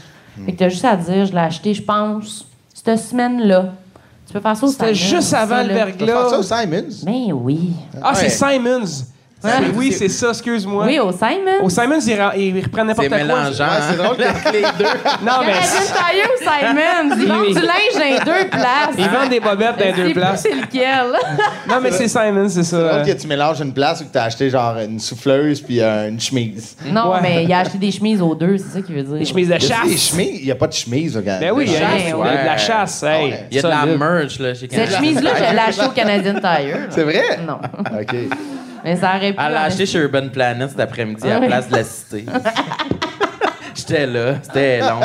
S4: Fait que t'as juste à dire, je l'ai acheté, je pense, cette semaine-là. Tu peux faire ça au
S2: C'était
S4: Simons,
S2: juste
S4: ça,
S2: avant le
S4: là.
S1: Tu vas faire ça
S2: verglas.
S1: au Simons?
S4: Mais oui.
S2: Ah, c'est
S5: Ouais.
S2: Simons.
S4: Ouais.
S2: C'est- Oui, c'est ça, excuse-moi.
S4: Oui, au Simon.
S2: Au Simons, ils, ra- ils reprennent n'importe quoi.
S5: C'est mélangeant.
S1: Ouais, c'est
S5: hein?
S1: drôle
S5: [laughs]
S1: que les deux.
S2: Non, mais
S4: au
S2: [laughs]
S4: Simon. Ils vendent
S2: Oui.
S4: du linge dans deux places.
S2: ils vendent des bobettes dans les
S4: Je sais
S2: deux
S4: plus
S2: places.
S4: C'est lequel?
S2: Non, mais c'est Simons, c'est
S1: C'est
S2: ça.
S1: drôle que tu mélanges une place où tu as acheté genre une souffleuse puis euh, une chemise.
S4: Non,
S2: Ouais.
S4: mais il a acheté des chemises aux deux, c'est ça qu'il veut dire.
S2: Les chemises de
S1: Y a-tu des
S2: chasse.
S1: chemises? Il n'y a pas de chemise, au Canada.
S2: Ben oui, il y a
S4: chasse,
S2: il y a de la
S5: ouais.
S2: chasse.
S1: Ah ouais.
S2: Hey,
S5: Il y a de la
S2: solide.
S5: merch, là, chez
S4: Cette
S1: [laughs]
S5: Canada.
S4: chemise-là, je l'ai achetée au Canadian Tire.
S1: C'est vrai?
S4: Non.
S1: OK.
S4: Mais ça aurait pu.
S5: Elle l'a
S4: en
S5: acheté
S4: effet.
S5: chez Urban Planet cet après-midi à
S4: Ouais.
S5: la place de la cité. J'étais là, c'était long.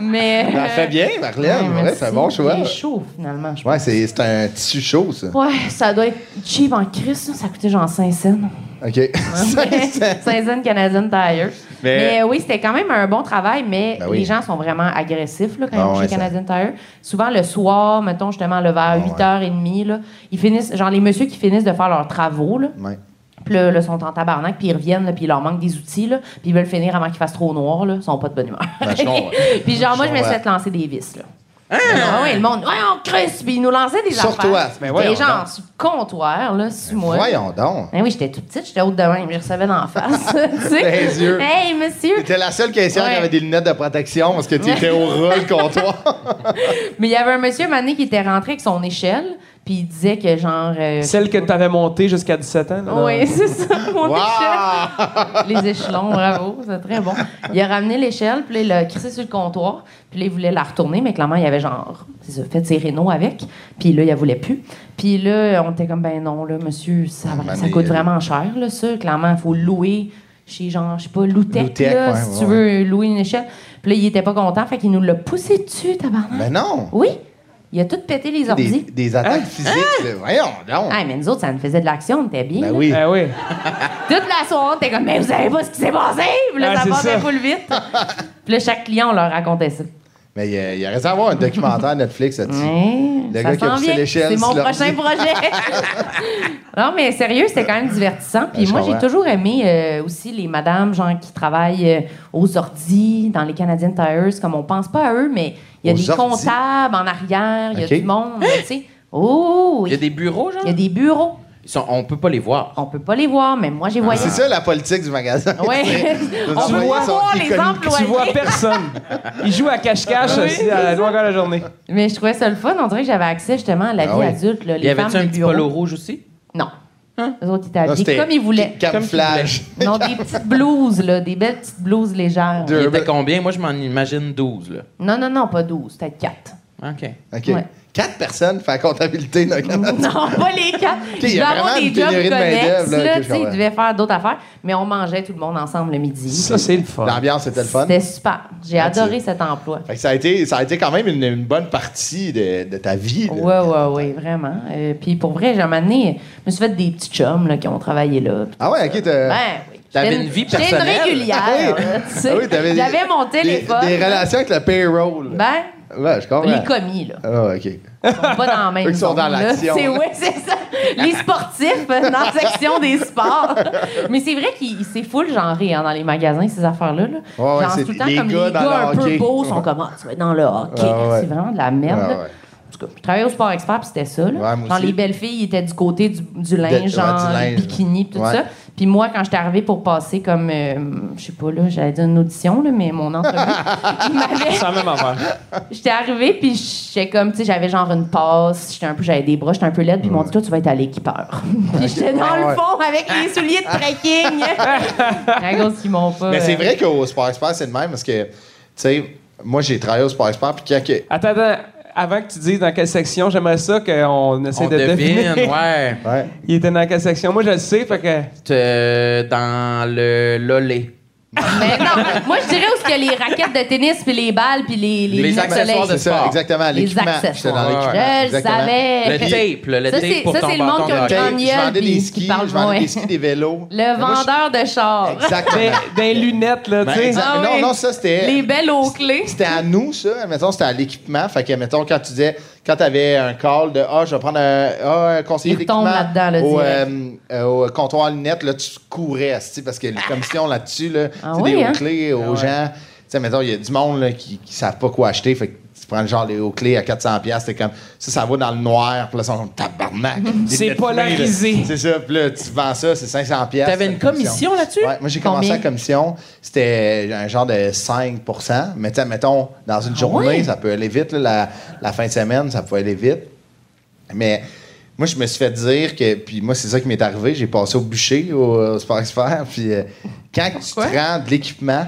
S4: Mais. euh,
S1: Ça fait bien, Marlène.
S4: Ouais,
S1: Ouais, c'est un
S4: merci.
S1: bon choix.
S4: Il est chaud, finalement. je pense.
S1: Ouais, c'est c'est un tissu chaud, ça.
S4: Ouais, ça doit être cheap en crise, ça. Ça coûtait genre 5 cents.
S1: OK. [laughs] Ça,
S4: [laughs]
S1: ça-
S4: 5 cents Canadian Tire. Mais, euh, oui, c'était quand même un bon travail, mais
S1: Ben oui.
S4: les gens sont vraiment agressifs là, quand
S1: Ah
S4: ils vont
S1: ouais,
S4: chez
S1: ça-
S4: Canadian Tire. Souvent, le soir, mettons justement le vers
S1: Ah
S4: 8h30, là, ils finissent, genre les messieurs qui finissent de faire leurs travaux, là,
S1: Ouais.
S4: Puis là, là, sont en tabarnak, puis ils reviennent, là, puis il leur manque des outils, là, puis ils veulent finir avant qu'il fasse trop noir, là. Ils sont pas de bonne humeur.
S1: Ben, je comprends.
S4: [laughs] puis genre, moi, je me suis
S1: Ouais.
S4: fait lancer des vis, là. Ah ouais, le monde, ouais, on crisse, puis ils nous lançaient des
S1: Sur
S4: affaires.
S1: toi, mais voyons
S4: Des gens
S1: donc.
S4: sur le comptoir, là, sur moi.
S1: Voyons donc.
S4: Ben oui, j'étais toute petite, j'étais haute de même, je les recevais d'en face. [laughs] tu sais.
S1: Ben, Les yeux.
S4: Hey, monsieur!
S1: T'étais la seule caissière
S4: Ouais.
S1: qui avait des lunettes de protection parce que tu étais au ras le
S4: [laughs]
S1: comptoir.
S4: Mais il y avait un monsieur, Mané, qui était rentré avec son échelle, puis il disait que genre. euh,
S2: Celle que t'avais montée jusqu'à 17 ans. là, dans-
S4: Oui, [laughs] c'est ça, mon échelle.
S1: Wow!
S4: Les échelons, bravo, c'est très bon. Il a ramené l'échelle, puis là, il l'a crissé sur le comptoir, puis là, il voulait la retourner, mais clairement, il y avait genre, c'est ça, fait ses rénaux avec, puis là, il la voulait plus. Puis là, on était comme, ben non, là, monsieur, ça,
S1: Ah,
S4: ça
S1: mais-
S4: coûte vraiment cher, là, ça. Clairement, il faut louer chez, genre, je sais pas, Loutec,
S1: Loutec,
S4: là,
S1: ouais,
S4: si
S1: ouais,
S4: tu veux louer une échelle. Puis là, il était pas content, fait qu'il nous l'a poussé dessus, tabarnak.
S1: Mais non!
S4: Oui, il a tout pété les ordis.
S1: Ben. Des, des attaques physiques. là. Voyons donc.
S4: Ah, mais nous autres, ça nous faisait de l'action, on était bien.
S1: Ben
S4: là.
S1: oui.
S2: Ah oui.
S4: Toute la soirée, t'es comme, mais vous savez pas ce qui s'est passé? Puis là,
S2: Ah,
S4: ça
S2: c'est
S4: passait
S2: ça.
S4: full vite. Puis là, chaque client, on leur racontait ça.
S1: Mais euh, il reste à avoir un documentaire Netflix là-dessus.
S4: Ouais,
S1: Le
S4: Hein? ça
S1: gars qui a
S4: s'en
S1: poussé
S4: vient.
S1: l'échelle
S4: C'est mon
S1: sur l'ordi.
S4: prochain
S1: [laughs]
S4: projet. non, mais sérieux, c'était quand même divertissant.
S1: Ouais,
S4: Puis
S1: Ben, je
S4: moi, j'ai
S1: comprends.
S4: toujours aimé euh, aussi les madames, genre, qui travaillent euh, aux ordi, dans les Canadian Tires, comme on pense pas à eux, mais il y a
S1: Aux
S4: des
S1: ordi?
S4: comptables en arrière, il y a
S1: OK.
S4: du monde, tu sais. Oh,
S5: Il
S4: oui.
S5: y a des bureaux, genre?
S4: il y a des bureaux.
S5: Ils sont- on peut pas les voir.
S4: On peut pas les voir, mais moi, j'ai
S1: Mais
S4: voyagé.
S1: Ah, C'est ça la politique du magasin.
S4: Ouais.
S1: [laughs] C'est-
S4: On
S1: Tu
S4: peut
S1: vois,
S4: pas
S1: ils sont-
S4: voir
S1: ils
S4: les
S1: connus-
S4: employés.
S2: Tu vois personne. Il joue à cache-cache aussi à la longueur de la journée.
S4: Mais je trouvais ça le fun. On dirait que j'avais accès justement à la
S1: Ah
S4: vie
S1: oui.
S4: adulte. Là, les
S5: Il y avait
S4: femmes
S5: un
S4: de
S5: petit
S4: bureau.
S5: polo rouge aussi?
S4: Non.
S5: Hein?
S4: Les autres, ils étaient
S1: Non,
S4: habillés
S1: Ah, c'était
S4: comme ils voulaient.
S1: Camouflage.
S4: Non, des petites blouses, là, des belles petites blouses légères.
S1: Deux.
S5: Il était combien? Moi, je m'en imagine 12, là.
S4: Non, non, non, pas 12, peut-être 4.
S5: OK.
S1: OK.
S4: Ouais.
S1: Quatre personnes font la comptabilité d'un Canadien.
S4: [laughs] [laughs] non, pas les 4.
S1: il y a vraiment une pénurie de main-d'œuvre, là, que je
S4: tu sais, ils
S1: comprends.
S4: devaient faire d'autres affaires. Mais on mangeait tout le monde ensemble le midi.
S2: Ça, c'est le fun.
S1: L'ambiance c'était le fun.
S4: C'était super. J'ai
S1: Ah,
S4: adoré
S1: tu-
S4: cet emploi.
S1: Fait que ça, a été, ça a été quand même une, une bonne partie de, de ta vie. là.
S4: Ouais, ouais, ouais, vraiment. Euh, puis pour vrai, j'ai un moment donné, je me suis fait des petits chums là, qui ont travaillé là.
S1: Ah ouais, OK. t'as-
S4: Ben oui.
S5: T'avais
S4: J'étais
S5: une vie
S4: j'étais
S5: personnelle.
S4: une régulière.
S1: Ah oui.
S4: là, tu sais.
S1: Ah oui, t'avais des-
S4: J'avais mon
S1: des-
S4: téléphone.
S1: Des, relations avec le payroll.
S4: Ben,
S1: ouais, je comprends.
S4: les commis, là.
S1: Ah ouais, OK.
S4: Ils sont pas dans la
S1: [laughs]
S4: même
S1: Eux qui sont
S4: zone,
S1: dans
S4: là.
S1: l'action,
S4: C'est
S1: là.
S4: ouais, c'est ça. Les sportifs euh, dans la section des sports. Mais c'est vrai qu'il c'est full genré hein, dans les magasins ces affaires-là. là.
S1: Ouais, ouais,
S4: Genre
S1: c'est
S4: tout le temps
S1: les
S4: comme
S1: gars
S4: les
S1: dans
S4: gars
S1: le
S4: un peu
S1: hockey.
S4: beaux sont comme ah, tu vas dans le hockey,
S1: Ah ouais.
S4: c'est vraiment de la merde.
S1: Ah
S4: là.
S1: ouais.
S4: En tout cas, je travaillais au sport expert, puis c'était ça. Là.
S1: Ouais, moi
S4: Genre,
S1: aussi.
S4: les belles filles étaient du côté du, du linge,
S1: ouais, du
S4: genre, les
S1: linge.
S4: bikinis, puis tout
S1: Ouais.
S4: ça. Puis moi, quand j'étais arrivée pour passer comme, euh, je sais pas, là, j'allais dire une audition, là, mais mon entrevue,
S1: [laughs]
S4: il m'avait.
S2: C'est la même affaire.
S4: J'étais arrivée, puis j'étais comme, tu sais, j'étais comme, tu sais, j'avais genre une passe, j'étais un peu, j'avais des bras, j'étais un peu laide, puis ils m'ont dit, toi, tu vas être à l'équipeur. [laughs] puis j'étais dans
S1: Ah ouais.
S4: le fond avec les souliers de
S1: [laughs]
S4: trekking. La grosse, ils m'ont pas.
S1: Mais c'est
S4: euh,
S1: vrai qu'au Sport Expert, c'est le même parce que, tu sais, moi, j'ai travaillé au Sport Expert, puis quand que-
S2: Attends, attends. Avant que tu dises dans quelle section, j'aimerais ça qu'on essaie
S5: On
S2: de
S5: devine,
S2: deviner.
S5: ouais.
S1: Ouais.
S2: [laughs] Il était dans quelle section? Moi, je le sais, fait que...
S5: Euh, dans le lolé.
S4: Mais non, moi, je dirais où il y a les raquettes de tennis, puis les balles, puis les, les,
S5: Les
S4: lunettes
S5: accessoires
S4: soleil.
S5: de
S1: C'est ça,
S5: sport.
S1: exactement.
S4: Les
S1: L'équipement.
S4: accessoires.
S1: J'étais dans l'équipement.
S5: Ouais,
S4: Je le
S1: exactement.
S5: Le
S4: savais.
S5: tape, là, le
S4: Ça,
S5: tape
S4: c'est-
S5: pour
S4: ça,
S5: ton
S4: c'est le monde
S5: bâton
S4: qui a
S5: de
S4: le
S5: hockey.
S1: Ok,
S4: Daniel
S1: je vendais des
S4: Bee
S1: skis,
S4: qui parle
S1: je vendais
S4: moins.
S1: des skis, des vélos.
S4: Le
S1: Mais moi, je-
S4: vendeur de char.
S2: Des,
S1: Exactement.
S2: des lunettes,
S5: Ben,
S2: là, tu sais.
S1: Exact.
S4: Ah
S1: non,
S4: oui.
S1: non, ça, c'était...
S4: Les belles aux clés.
S1: C'était à nous, ça. Mettons, c'était à l'équipement. Fait que, mettons, quand tu disais, quand t'avais un call de Ah, je vais prendre un, ah, un conseiller
S4: Il retombe
S1: d'équipement
S4: là-dedans, là,
S1: au,
S4: direct.
S1: euh, euh, au comptoir lunettes, là, tu courais, tu sais, parce que les commissions là-dessus, là,
S4: Ah
S1: c'est
S4: oui,
S1: des
S4: hein?
S1: hauts-clés aux gens. Tu sais, mettons, il y a du monde là, qui ne savent pas quoi acheter. Fait que tu prends le genre les hauts-clés à 400$, t'es comme ça, ça va dans le noir. Puis là, ils sont comme, tabarnak.
S2: [laughs] C'est
S1: Des lunettes
S2: polarisé.
S1: fumées, là. C'est ça. Puis là, tu vends ça, c'est 500$.
S5: T'avais
S1: c'est
S5: une commission là-dessus?
S1: Ouais, moi, j'ai commencé
S4: Combien?
S1: à commission. C'était un genre de 5 Mais tu sais, mettons, dans
S5: Ah
S1: une journée,
S4: ouais?
S1: ça peut aller vite. là, la, la fin de semaine, ça peut aller vite. Mais moi, je me suis fait dire que... Puis moi, c'est ça qui m'est arrivé. J'ai passé au bûcher, au, au Sport Expert. Puis euh, quand tu te rends de l'équipement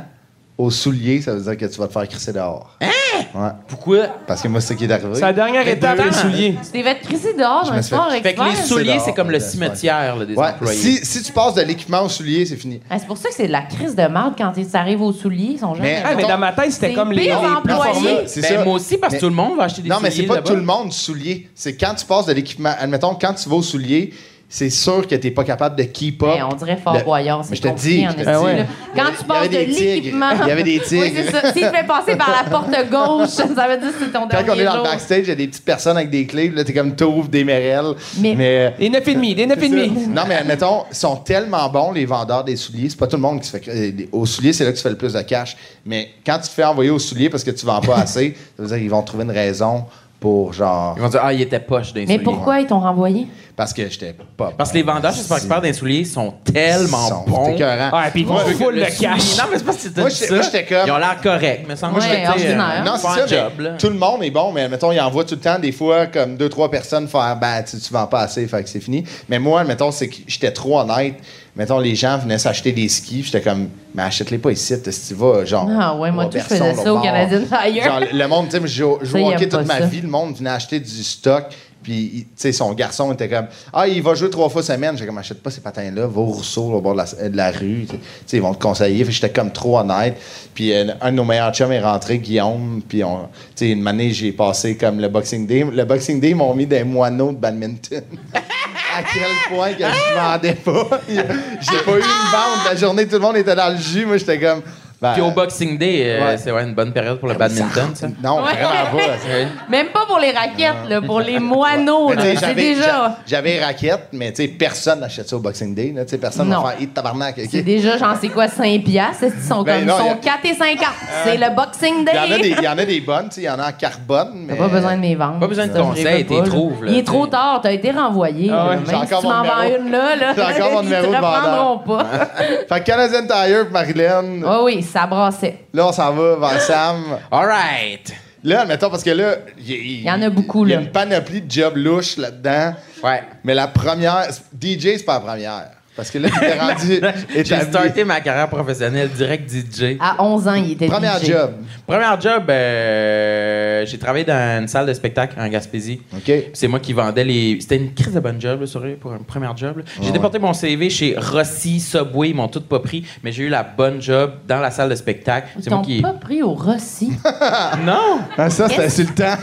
S1: au soulier, ça veut dire que tu vas te faire crisser dehors.
S5: Hein?
S1: Ouais.
S5: Pourquoi?
S1: Parce que moi, c'est ce qui est arrivé.
S2: C'est la dernière
S5: Mais
S2: étape,
S5: deux-
S2: les souliers.
S4: Tu devais te crisser dehors
S1: Je
S4: dans
S1: me
S4: un
S1: suis fait-
S4: sport
S5: Fait que les
S4: expert.
S5: souliers,
S1: dehors,
S5: c'est comme le
S1: ouais, c'est
S5: cimetière là, des
S1: Ouais.
S5: employés.
S1: Si, si tu passes de l'équipement au soulier, c'est fini.
S4: Ah, c'est pour ça que c'est de la crise de marde quand ils arrivent aux souliers. Ils sont jamais.
S1: Mais-
S2: Ah, mais
S1: Mettons,
S2: dans ma tête, c'était
S4: les
S2: comme les, les
S4: pires
S2: plus
S4: employés.
S2: formels.
S1: C'est
S5: Ben,
S1: ça.
S5: Moi aussi, parce que
S1: Mais-
S5: tout le monde va acheter des
S1: Non, mais c'est
S5: souliers
S1: pas
S5: là-bas.
S1: tout le monde soulier. C'est quand tu passes de l'équipement. Admettons, quand tu vas au soulier, c'est sûr que t'es pas capable de keep up.
S4: Mais Ben, on dirait Fort
S1: Le-
S4: Boyard,
S1: Mais
S4: c'est
S1: je te
S4: compliqué
S1: dis,
S4: en
S1: je te
S2: dis.
S4: esti, là. Quand tu
S1: Il y
S4: passes
S1: avait
S4: de
S1: des tigres.
S4: l'équipement...
S1: Il y avait des tigres.
S4: [laughs] Oui, c'est ça. S'il te fait passer par la porte gauche, ça veut dire que c'est ton
S1: Quand
S4: dernier
S1: on est dans le
S4: jour.
S1: backstage, il y a des petites personnes avec des clés, puis là, t'es comme t'ouvres des merelles.
S4: Mais-
S1: mais euh,
S2: Les 9,5, les
S1: C'est ça.
S2: 9,5.
S1: Non, mais admettons, ils sont tellement bons, les vendeurs des souliers. C'est pas tout le monde qui se fait. euh, les- Au soulier, c'est là que tu fais le plus de cash. Mais quand tu te fais envoyer au soulier parce que tu vends pas
S4: [laughs]
S1: assez, ça veut dire qu'ils vont trouver une raison pour genre.
S5: Ils vont dire, ah, il était poche d'un
S4: Mais pourquoi ils t'ont renvoyé?
S1: Parce que j'étais pas.
S5: Parce que les vendeurs chez Spark Expert d'un soulier sont tellement
S1: Ils sont
S5: bons.
S1: écœurants.
S2: Ouais, puis ils font
S1: Moi,
S2: full
S5: Le
S2: le cash.
S5: soulier- Non, mais c'est pas si
S1: Moi, j'étais- moi, j'étais comme- euh,
S5: Ils ont l'air corrects, mais sans
S4: Moi, j'étais ordinaire.
S1: Non, c'est ça, mais
S5: job, là.
S1: tout le monde est bon, mais mettons, il envoie tout le temps des fois comme deux, trois personnes faire ben tu, tu vends pas assez, fait que c'est fini. Mais moi, mettons, c'est que j'étais trop honnête. Mettons, les gens venaient s'acheter des skis, puis j'étais comme mais achète-les pas ici, t'es- si tu vas, genre.
S4: Ah ouais, moi,
S1: au
S4: tout, je
S1: Berson,
S4: faisais ça
S1: bar.
S4: au Canadian Tire.
S1: Genre, le- le monde, tu sais, je jou- je
S4: Ça,
S1: jouais au
S4: ils
S1: hockey
S4: aiment
S1: toute
S4: pas
S1: ma
S4: ça.
S1: vie, le monde venait acheter du stock. Puis, il- tu sais, son garçon était comme Ah, il va jouer trois fois semaine. J'ai comme, achète pas ces patins-là, va au Rousseau, là, au bord de la, de la rue. Tu sais, ils vont te conseiller. Fait que j'étais comme trop honnête. Puis, euh, un de nos meilleurs chums est rentré, Guillaume. Puis, on- tu sais, une année, j'ai passé comme le Boxing Day. Le Boxing Day, ils m'ont mis des moineaux de badminton. [laughs] à quel point que je vendais pas. [laughs] J'ai pas eu une vente. La journée, tout le monde était dans le jus. Moi, j'étais comme. ben,
S5: Puis au hein? Boxing Day, euh,
S1: Ouais.
S5: c'est ouais, une bonne période pour le badminton, ça.
S1: Non,
S4: Ouais.
S1: vraiment pas.
S4: Même pas pour les raquettes, là, pour les moineaux.
S1: Mais
S4: là.
S1: tu sais,
S4: C'est
S1: j'avais- j'a-
S4: déjà...
S1: J'avais raquette, mais tu sais, personne n'achète ça au Boxing Day. Là, Tu sais, personne
S4: Non.
S1: va faire Hit tabarnak. ok?
S4: C'est déjà, j'en sais quoi, 5 piastres. Est-ce qu'ils sont
S1: Ben
S4: comme...
S1: non,
S4: ils
S1: y a- Euh,
S4: sont 4 et 50. C'est le Boxing
S1: Il y, en a des,
S4: Day.
S1: il y en a des bonnes, tu sais, il y en a en carbone.
S4: T'as
S1: Mais...
S4: pas besoin de mes ventes.
S5: Pas besoin de
S4: Ça, je les
S5: conseils,
S4: veux pas,
S5: t'es
S4: là.
S5: trouve,
S4: Il
S5: là, t'sais.
S4: est trop tard, t'as été renvoyé.
S2: Ah ouais,
S4: là.
S1: j'ai
S4: Même si
S1: encore
S4: tu
S1: mon
S4: m'en vends
S1: numéro.
S4: une là, là,
S1: J'ai
S4: [laughs]
S1: encore mon
S4: ils
S1: numéro
S4: te
S1: de vendeur.
S4: reprendront
S1: [laughs]
S4: pas.
S1: [laughs] Fait que Canadian Tire, puis Marilyn,
S4: Ah oui, ça brassait.
S1: là, on s'en va vers Sam.
S5: All right.
S1: Là, admettons, parce que là, il il-
S4: Il y en a beaucoup,
S1: Il y a
S4: là.
S1: une panoplie de jobs louches là-dedans.
S5: Ouais.
S1: Mais la première, DJ, c'est pas la première. Parce que là, tu
S4: [laughs]
S1: t'es rendu.
S5: J'ai
S1: établi.
S5: starté ma carrière professionnelle direct DJ.
S4: À 11 ans, il était
S1: Première
S4: DJ.
S1: job.
S5: Premier job, euh, j'ai travaillé dans une salle de spectacle en Gaspésie.
S1: OK.
S5: C'est moi qui vendais les. C'était une crise de bonne job, là, sérieux, pour un premier job. là. J'ai déporté mon CV chez Rossi, Subway, ils m'ont tout pas pris, mais j'ai eu la bonne job dans la salle de spectacle.
S4: Ils
S5: C'est moi
S4: t'ont
S5: qui.
S4: pas pris au Rossi. [laughs]
S5: Non!
S1: Ah, ça, c'est
S4: Qu'est-ce-
S1: insultant.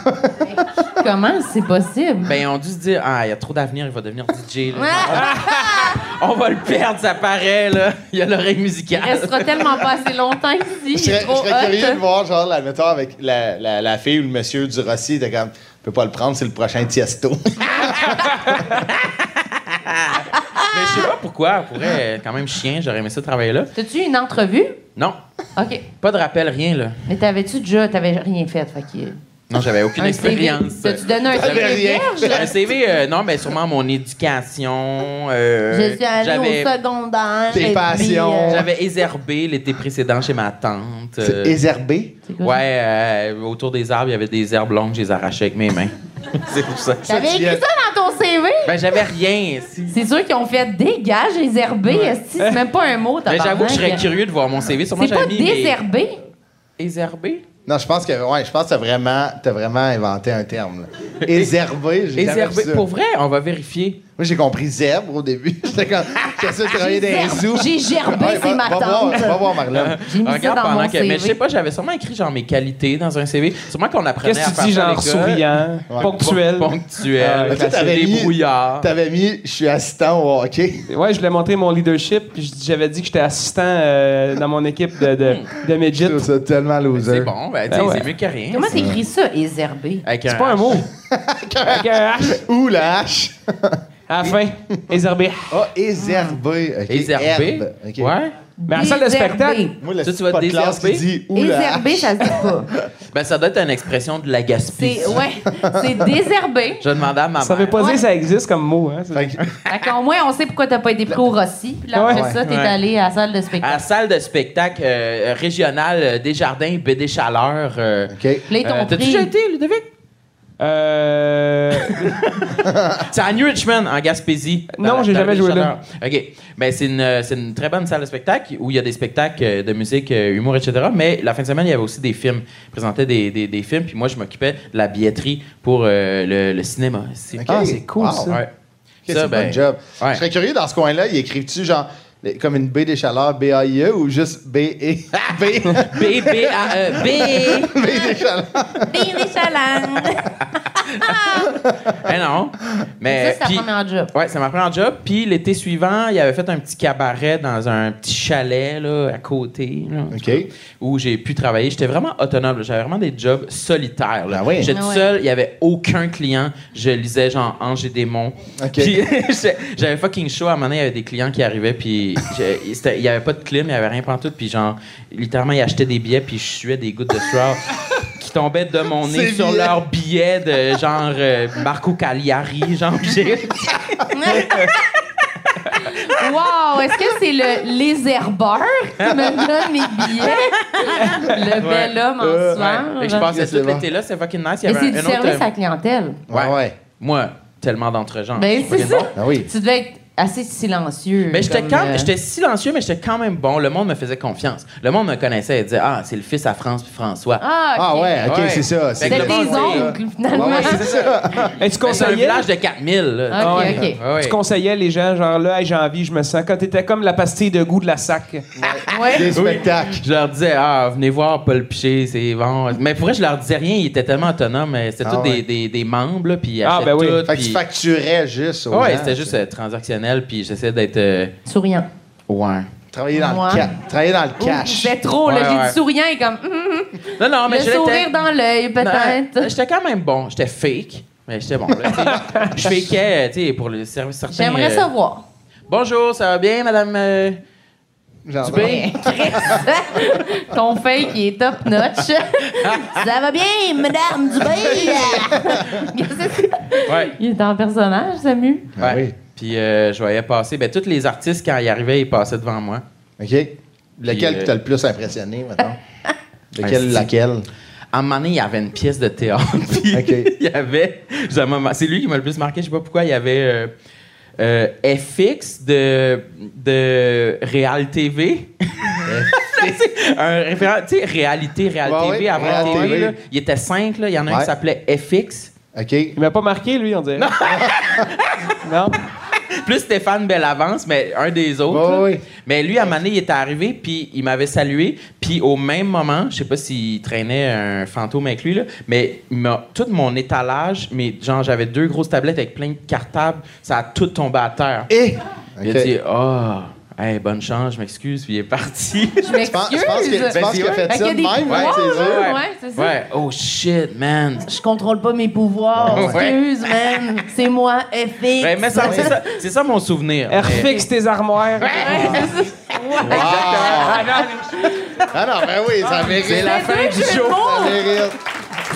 S4: Comment c'est possible?
S5: Ben, on dû se dire, ah, il y a trop d'avenir, il va devenir DJ. là. on va le perdre, ça paraît, là. Il y a l'oreille musicale.
S4: Il restera tellement pas assez longtemps ici.
S1: Je
S4: il est
S1: serais, je
S4: trop
S1: serais
S4: hot.
S1: curieux de voir, genre, la, mettons, avec la, la, la fille ou le monsieur du Rossi, t'es comme, je peux pas le prendre, c'est le prochain Tiesto.
S4: Ah,
S1: [laughs]
S5: Mais je sais pas pourquoi, pour vrai, quand même chien, j'aurais aimé ça travailler là.
S4: T'as-tu une entrevue?
S5: Non,
S4: OK.
S5: pas de rappel, rien, là.
S4: Mais t'avais-tu déjà... T'avais rien fait, fait que...
S5: Non, j'avais aucune
S4: Un CV.
S5: expérience.
S4: T'as-tu donné un
S1: J'avais
S4: CV
S1: rien.
S4: vierge?
S5: Un CV, euh, non, mais sûrement mon éducation. euh,
S4: Je suis allée
S5: j'avais-
S4: au secondaire.
S1: Tes
S4: et puis,
S1: passions.
S4: euh,
S5: J'avais éserbé l'été précédent chez ma tante. euh,
S1: C'est Ézerbé.
S4: c'est quoi ça?
S5: ouais, euh, autour des arbres, il y avait des herbes longues, je les arrachais avec mes mains. [laughs] C'est pour ça.
S4: T'avais
S1: tu
S4: écrit
S1: viens-
S4: ça dans ton CV?
S5: Ben, j'avais rien ici.
S4: C'est sûr qu'ils ont fait dégage les herbés. esti, C'est même pas un mot,
S5: Mais Ben, j'avoue que je serais
S4: tabarnak.
S5: curieux de voir mon CV. Sûrement,
S4: C'est pas
S5: j'avais mis mes-
S4: désherbé?
S5: Éserbé?
S1: Non, je pense que, ouais, je pense que t'as vraiment, t'as vraiment inventé un terme, là. Ézerbé, j'ai jamais vu
S5: Éserbé.
S1: ça.
S5: Pour vrai, on va vérifier.
S1: Moi, j'ai compris zèbre au début. [laughs] J'étais comme, qu'est-ce que tu travaillais dans les
S4: J'ai
S1: zoos?
S4: j'ai gerbé,
S1: Ouais,
S4: c'est
S1: va-
S4: ma
S1: va
S4: tante.
S1: voir- Va voir, Marlène.
S4: J'ai mis ça
S5: Regarde
S4: dans
S5: pendant
S4: mon
S5: que. Mais je sais
S4: CV.
S5: pas, j'avais sûrement écrit genre mes qualités dans un CV. Sûrement qu'on apprenait
S2: Qu'est-ce
S5: à
S2: que tu
S5: faire
S2: dis,
S5: ça à
S2: genre
S5: l'école.
S2: souriant, Ah, ponctuel?
S5: Ponctuel.
S2: Ouais.
S1: Tu sais, t'avais mis-
S5: débrouillard.
S1: T'avais mis, je suis assistant au hockey. [laughs]
S2: Ouais, je voulais montrer mon leadership, puis je- j'avais dit que j'étais assistant euh, dans mon équipe de, de, de midget.
S1: Je trouve ça tellement loser.
S5: C'est bon, ben, tu sais,
S2: Ah ouais.
S5: c'est mieux que rien.
S4: Comment t'écris ça, ézerbé?
S5: Avec
S2: C'est pas un
S5: [laughs]
S2: mot. Avec un H
S1: Ou la hache.
S2: à la fin, éserbé.
S1: Ah, ézerbé. ok,
S5: Éserbé.
S1: herbe, ok.
S5: Ouais.
S2: Mais à la salle de
S4: Désherbé.
S2: spectacle,
S1: Moi, le
S5: Ça, tu vas
S1: pas de classe qui
S5: désherber?
S1: dit ou la hache.
S4: Ézerbé, ça se dit pas.
S1: [laughs]
S5: Ben, ça doit être une expression de la gaspille.
S4: C'est ouais, c'est désherbé.
S5: Je demandais à ma
S2: ça veut
S5: mère.
S2: pas dire
S4: Ouais.
S2: que ça existe comme mot. Hein?
S1: Fait que-
S4: Fait qu'au moins, on sait pourquoi t'as pas été pris au Rossi. Puis là,
S2: Ouais.
S4: après ça, t'es
S5: Ouais. Ah,
S4: allé à la salle de
S5: À la
S4: spectacle.
S5: salle de spectacle euh, régionale euh, Desjardins, BD Chaleur. euh,
S1: OK.
S4: Puis Là, ils
S5: euh,
S4: t'ont
S5: T'as-tu
S4: pris.
S5: déjà été, Ludovic?
S2: Euh,
S5: C'est à New Richmond, en Gaspésie. Dans
S2: Non,
S5: la-
S2: j'ai
S5: dans
S2: jamais
S5: les
S2: joué là.
S5: chanteurs. OK. Ben, c'est une, euh, c'est une très bonne salle de spectacle où il y a des spectacles euh, de musique, euh, humour, etc. Mais la fin de semaine, il y avait aussi des films. Ils présentaient des, des- des films, puis moi, je m'occupais de la billetterie pour euh, le, le cinéma. C'est
S1: Ok.
S2: Ah, c'est cool,
S1: Wow.
S2: ça.
S5: Ouais.
S1: Ok,
S5: Ça,
S1: c'est
S5: ben,
S1: un bon job.
S5: ouais.
S1: Je serais curieux, dans ce coin-là, ils écrivent-tu genre les- comme une B des chaleurs, B-A-I-E, ou juste B-E? [laughs] B,
S5: B, B, A, E,
S1: [laughs]
S5: B.
S1: B des chaleurs.
S4: Billy Chaland.
S5: Euh, Ben non. Mais,
S4: Ça, c'est ta
S5: puis-
S4: première job. [laughs]
S5: Ouais, c'est ma première job. Puis l'été suivant, il avait fait un petit cabaret dans un petit chalet là, à côté. là,
S1: OK.
S5: tu vois, Où j'ai pu travailler. J'étais vraiment autonome. là. J'avais vraiment des jobs solitaires. là.
S1: Ah oui?
S5: J'étais
S4: Ah
S5: tout
S4: ouais.
S5: seul. Il n'y avait aucun client. Je lisais genre Ange et Démon.
S1: OK.
S5: Puis [laughs] j'étais- j'avais fucking chaud. À un moment donné, il y avait des clients qui arrivaient. Puis je- c'était- il n'y avait pas de clim. Il n'y avait rien pantoute. Puis genre, littéralement, ils achetaient des billets. Puis je suais des gouttes de
S1: [laughs]
S5: sueur qui tombaient de mon nez
S1: Ces
S5: sur
S1: billets.
S5: leurs billets de genre euh, Marco Cagliari. Genre, j'ai.
S4: Wow, est-ce que c'est le léserbeur qui me donne mes billets? Le bel homme en
S1: Euh,
S4: sueur.
S5: Fait que je passais
S1: Ouais, c'est
S5: tout
S1: bon.
S5: l'été là, c'est fucking nice. Il y
S4: Mais
S5: avait
S4: c'est
S5: un
S4: du
S5: autre,
S4: service
S5: euh,
S4: à la clientèle.
S1: Ouais, ouais.
S5: Moi, tellement d'entre-gens.
S4: Ben,
S5: Je
S4: c'est
S5: suis pas
S4: ça.
S5: bon.
S1: Ah oui.
S4: Tu devais être assez silencieux.
S5: Mais j'étais
S4: comme,
S5: quand-
S4: euh,
S5: j'étais silencieux, mais j'étais quand même bon. Le monde me faisait confiance. Le monde me connaissait et disait Ah, c'est le fils à France puis François.
S4: Ah,
S1: Ah
S4: ok.
S1: ouais, OK,
S5: Ouais.
S1: c'est ça. C'est
S5: Fait
S4: C'était
S5: que
S1: le euh,
S5: le
S4: tes
S5: monde,
S1: bon,
S4: oncles,
S1: là.
S4: finalement.
S1: Ouais, ouais, c'est [laughs] ça.
S2: Et tu
S5: Ben, [laughs] c'est un
S2: conseillais,
S5: village de 4000. là.
S4: Ah, ok,
S5: Ah ouais.
S4: ok.
S5: Ah ouais.
S2: tu conseillais les gens, genre là, Hey, j'ai envie, je me sens. Quand t'étais comme la pastille de goût de la sac.
S4: Ouais.
S1: Des spectacles.
S5: Je leur disais, ah, venez voir Paul Piché, c'est bon. Mais pour vrai, je leur disais rien, ils étaient tellement autonomes. euh, C'était
S1: Ah
S5: tous des-
S1: ouais.
S5: des, des membres, là, puis ils
S2: Ah,
S5: achetaient
S2: ben oui.
S1: Fait
S5: tout,
S1: que
S5: puis-
S1: tu facturais juste. aux
S5: Ouais,
S1: gens,
S5: c'était
S1: tu
S5: juste
S1: sais.
S5: euh, transactionnel, puis j'essayais d'être. euh,
S4: Souriant.
S5: Ouais.
S1: Travailler dans
S4: Moi.
S1: le ca- travailler dans le
S4: Ouh,
S1: cash.
S4: C'était trop,
S5: Ouais,
S4: là. J'ai
S5: ouais.
S4: du souriant et comme. hum, hum.
S5: Non,
S1: Ah,
S5: non, mais
S4: le
S5: je l'étais.
S4: sourire dans l'œil,
S1: Ben,
S5: Non, euh,
S4: peut-être.
S5: J'étais quand même bon. J'étais fake. Mais j'étais bon. Là,
S4: [laughs]
S5: tu sais. je fakeais, tu sais, pour le service certain.
S4: J'aimerais
S5: euh,
S4: savoir.
S5: Bonjour, ça va bien, madame euh,
S1: Genre,
S5: Dubé?
S4: Ben, [laughs] Ton fake, il est top
S1: [laughs]
S4: notch. Ça va bien, Madame Dubé? Qu'est-ce que c'est ça?
S5: Ouais.
S4: il est en personnage, Samu.
S1: Ah
S5: Ouais.
S1: oui.
S5: Puis euh, je voyais passer. Ben, tous les artistes, quand ils arrivaient, ils passaient devant moi.
S1: OK. Lequel
S5: Puis, euh, Ah,
S1: t'as le plus impressionné,
S5: [laughs]
S1: maintenant? Lequel,
S5: si.
S1: laquelle?
S5: À un moment donné, il y avait une pièce
S1: [laughs]
S5: de théâtre. puis
S1: OK.
S5: il y avait. j'ai un moment- C'est lui qui m'a le plus marqué. Je sais pas pourquoi. Il y avait euh, euh, FX de, de Real TV. [laughs] C'est un référent. Tu sais, réalité, Real
S1: Ouais,
S5: TV,
S1: ouais,
S5: avant
S1: Real
S5: TV.
S1: TV.
S5: là. Il était cinq. Là. Il y en a un
S1: Ouais.
S5: qui s'appelait FX.
S1: OK.
S2: Il m'a pas marqué, lui, on dirait. [laughs] non?
S5: plus Stéphane Bellavance, mais un des autres.
S1: Ouais,
S5: là.
S1: ouais.
S5: Mais lui, à un moment donné, il était arrivé, puis il m'avait salué. Puis au même moment, je sais pas s'il traînait un fantôme avec lui, là, mais il m'a- tout mon étalage, mais genre j'avais deux grosses tablettes avec plein de cartables, ça a tout tombé à terre.
S1: Et?
S5: Il a dit Ah, hey, bonne chance, je m'excuse, puis il
S4: [laughs]
S5: est parti.
S4: Je
S1: Je pense, je
S4: m'excuse.
S1: pense que- je
S5: Ben,
S1: pense
S5: c'est
S1: qu'il a
S5: vrai.
S1: fait
S4: Fait qu'il y
S1: ça
S4: a
S1: de
S4: des
S1: même,
S4: poids,
S1: ouais, c'est sûr.
S4: ouais, c'est ça.
S5: Ouais, oh shit, man.
S4: Je contrôle pas mes pouvoirs.
S5: Ouais.
S4: Excuse, man. C'est moi, FX.
S5: Ouais, mais ça, c'est ça, c'est ça mon souvenir. Mais-
S2: Refixe tes armoires.
S1: Ah Ah non, ben oui, ça mérite.
S5: C'est la
S4: C'est
S5: fin
S4: deux
S5: du
S4: jeux de
S5: show.
S4: mots.
S1: Ça mérite.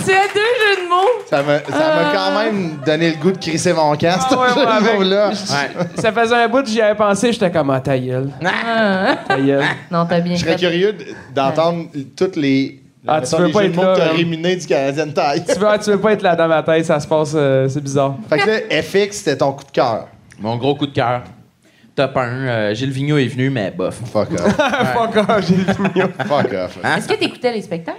S4: C'est deux jeux de mots.
S1: Ça m'a ça m'a quand même donné le goût de crisser mon casque,
S2: Ah ouais,
S1: ce
S2: ouais, avec-
S1: là
S5: Ouais.
S2: Ça faisait un bout que j'y avais pensé, j'étais comme ah, ta gueule.
S5: Ah.
S2: Ta gueule.
S4: Non, t'as bien
S1: Je serais
S4: fait.
S1: curieux d- d'entendre toutes les.
S2: Ah,
S1: mettons,
S2: tu veux
S1: les
S2: pas
S1: jeux
S2: être
S1: de mots que
S2: là,
S1: t'as
S2: hein.
S1: réminé du Canadien Taille.
S2: tu, veux, ah, tu veux pas être là dans ma tête, ça se passe, euh, c'est
S5: [laughs]
S2: bizarre.
S1: fait que là, FX, c'était ton coup de cœur.
S5: Mon gros coup de cœur. Top 1. Gilles Vigneault est venu, mais bof.
S1: Fuck off.
S2: Fuck off, j'ai le mignon.
S1: Fuck off.
S4: Est-ce que t'écoutais les spectacles?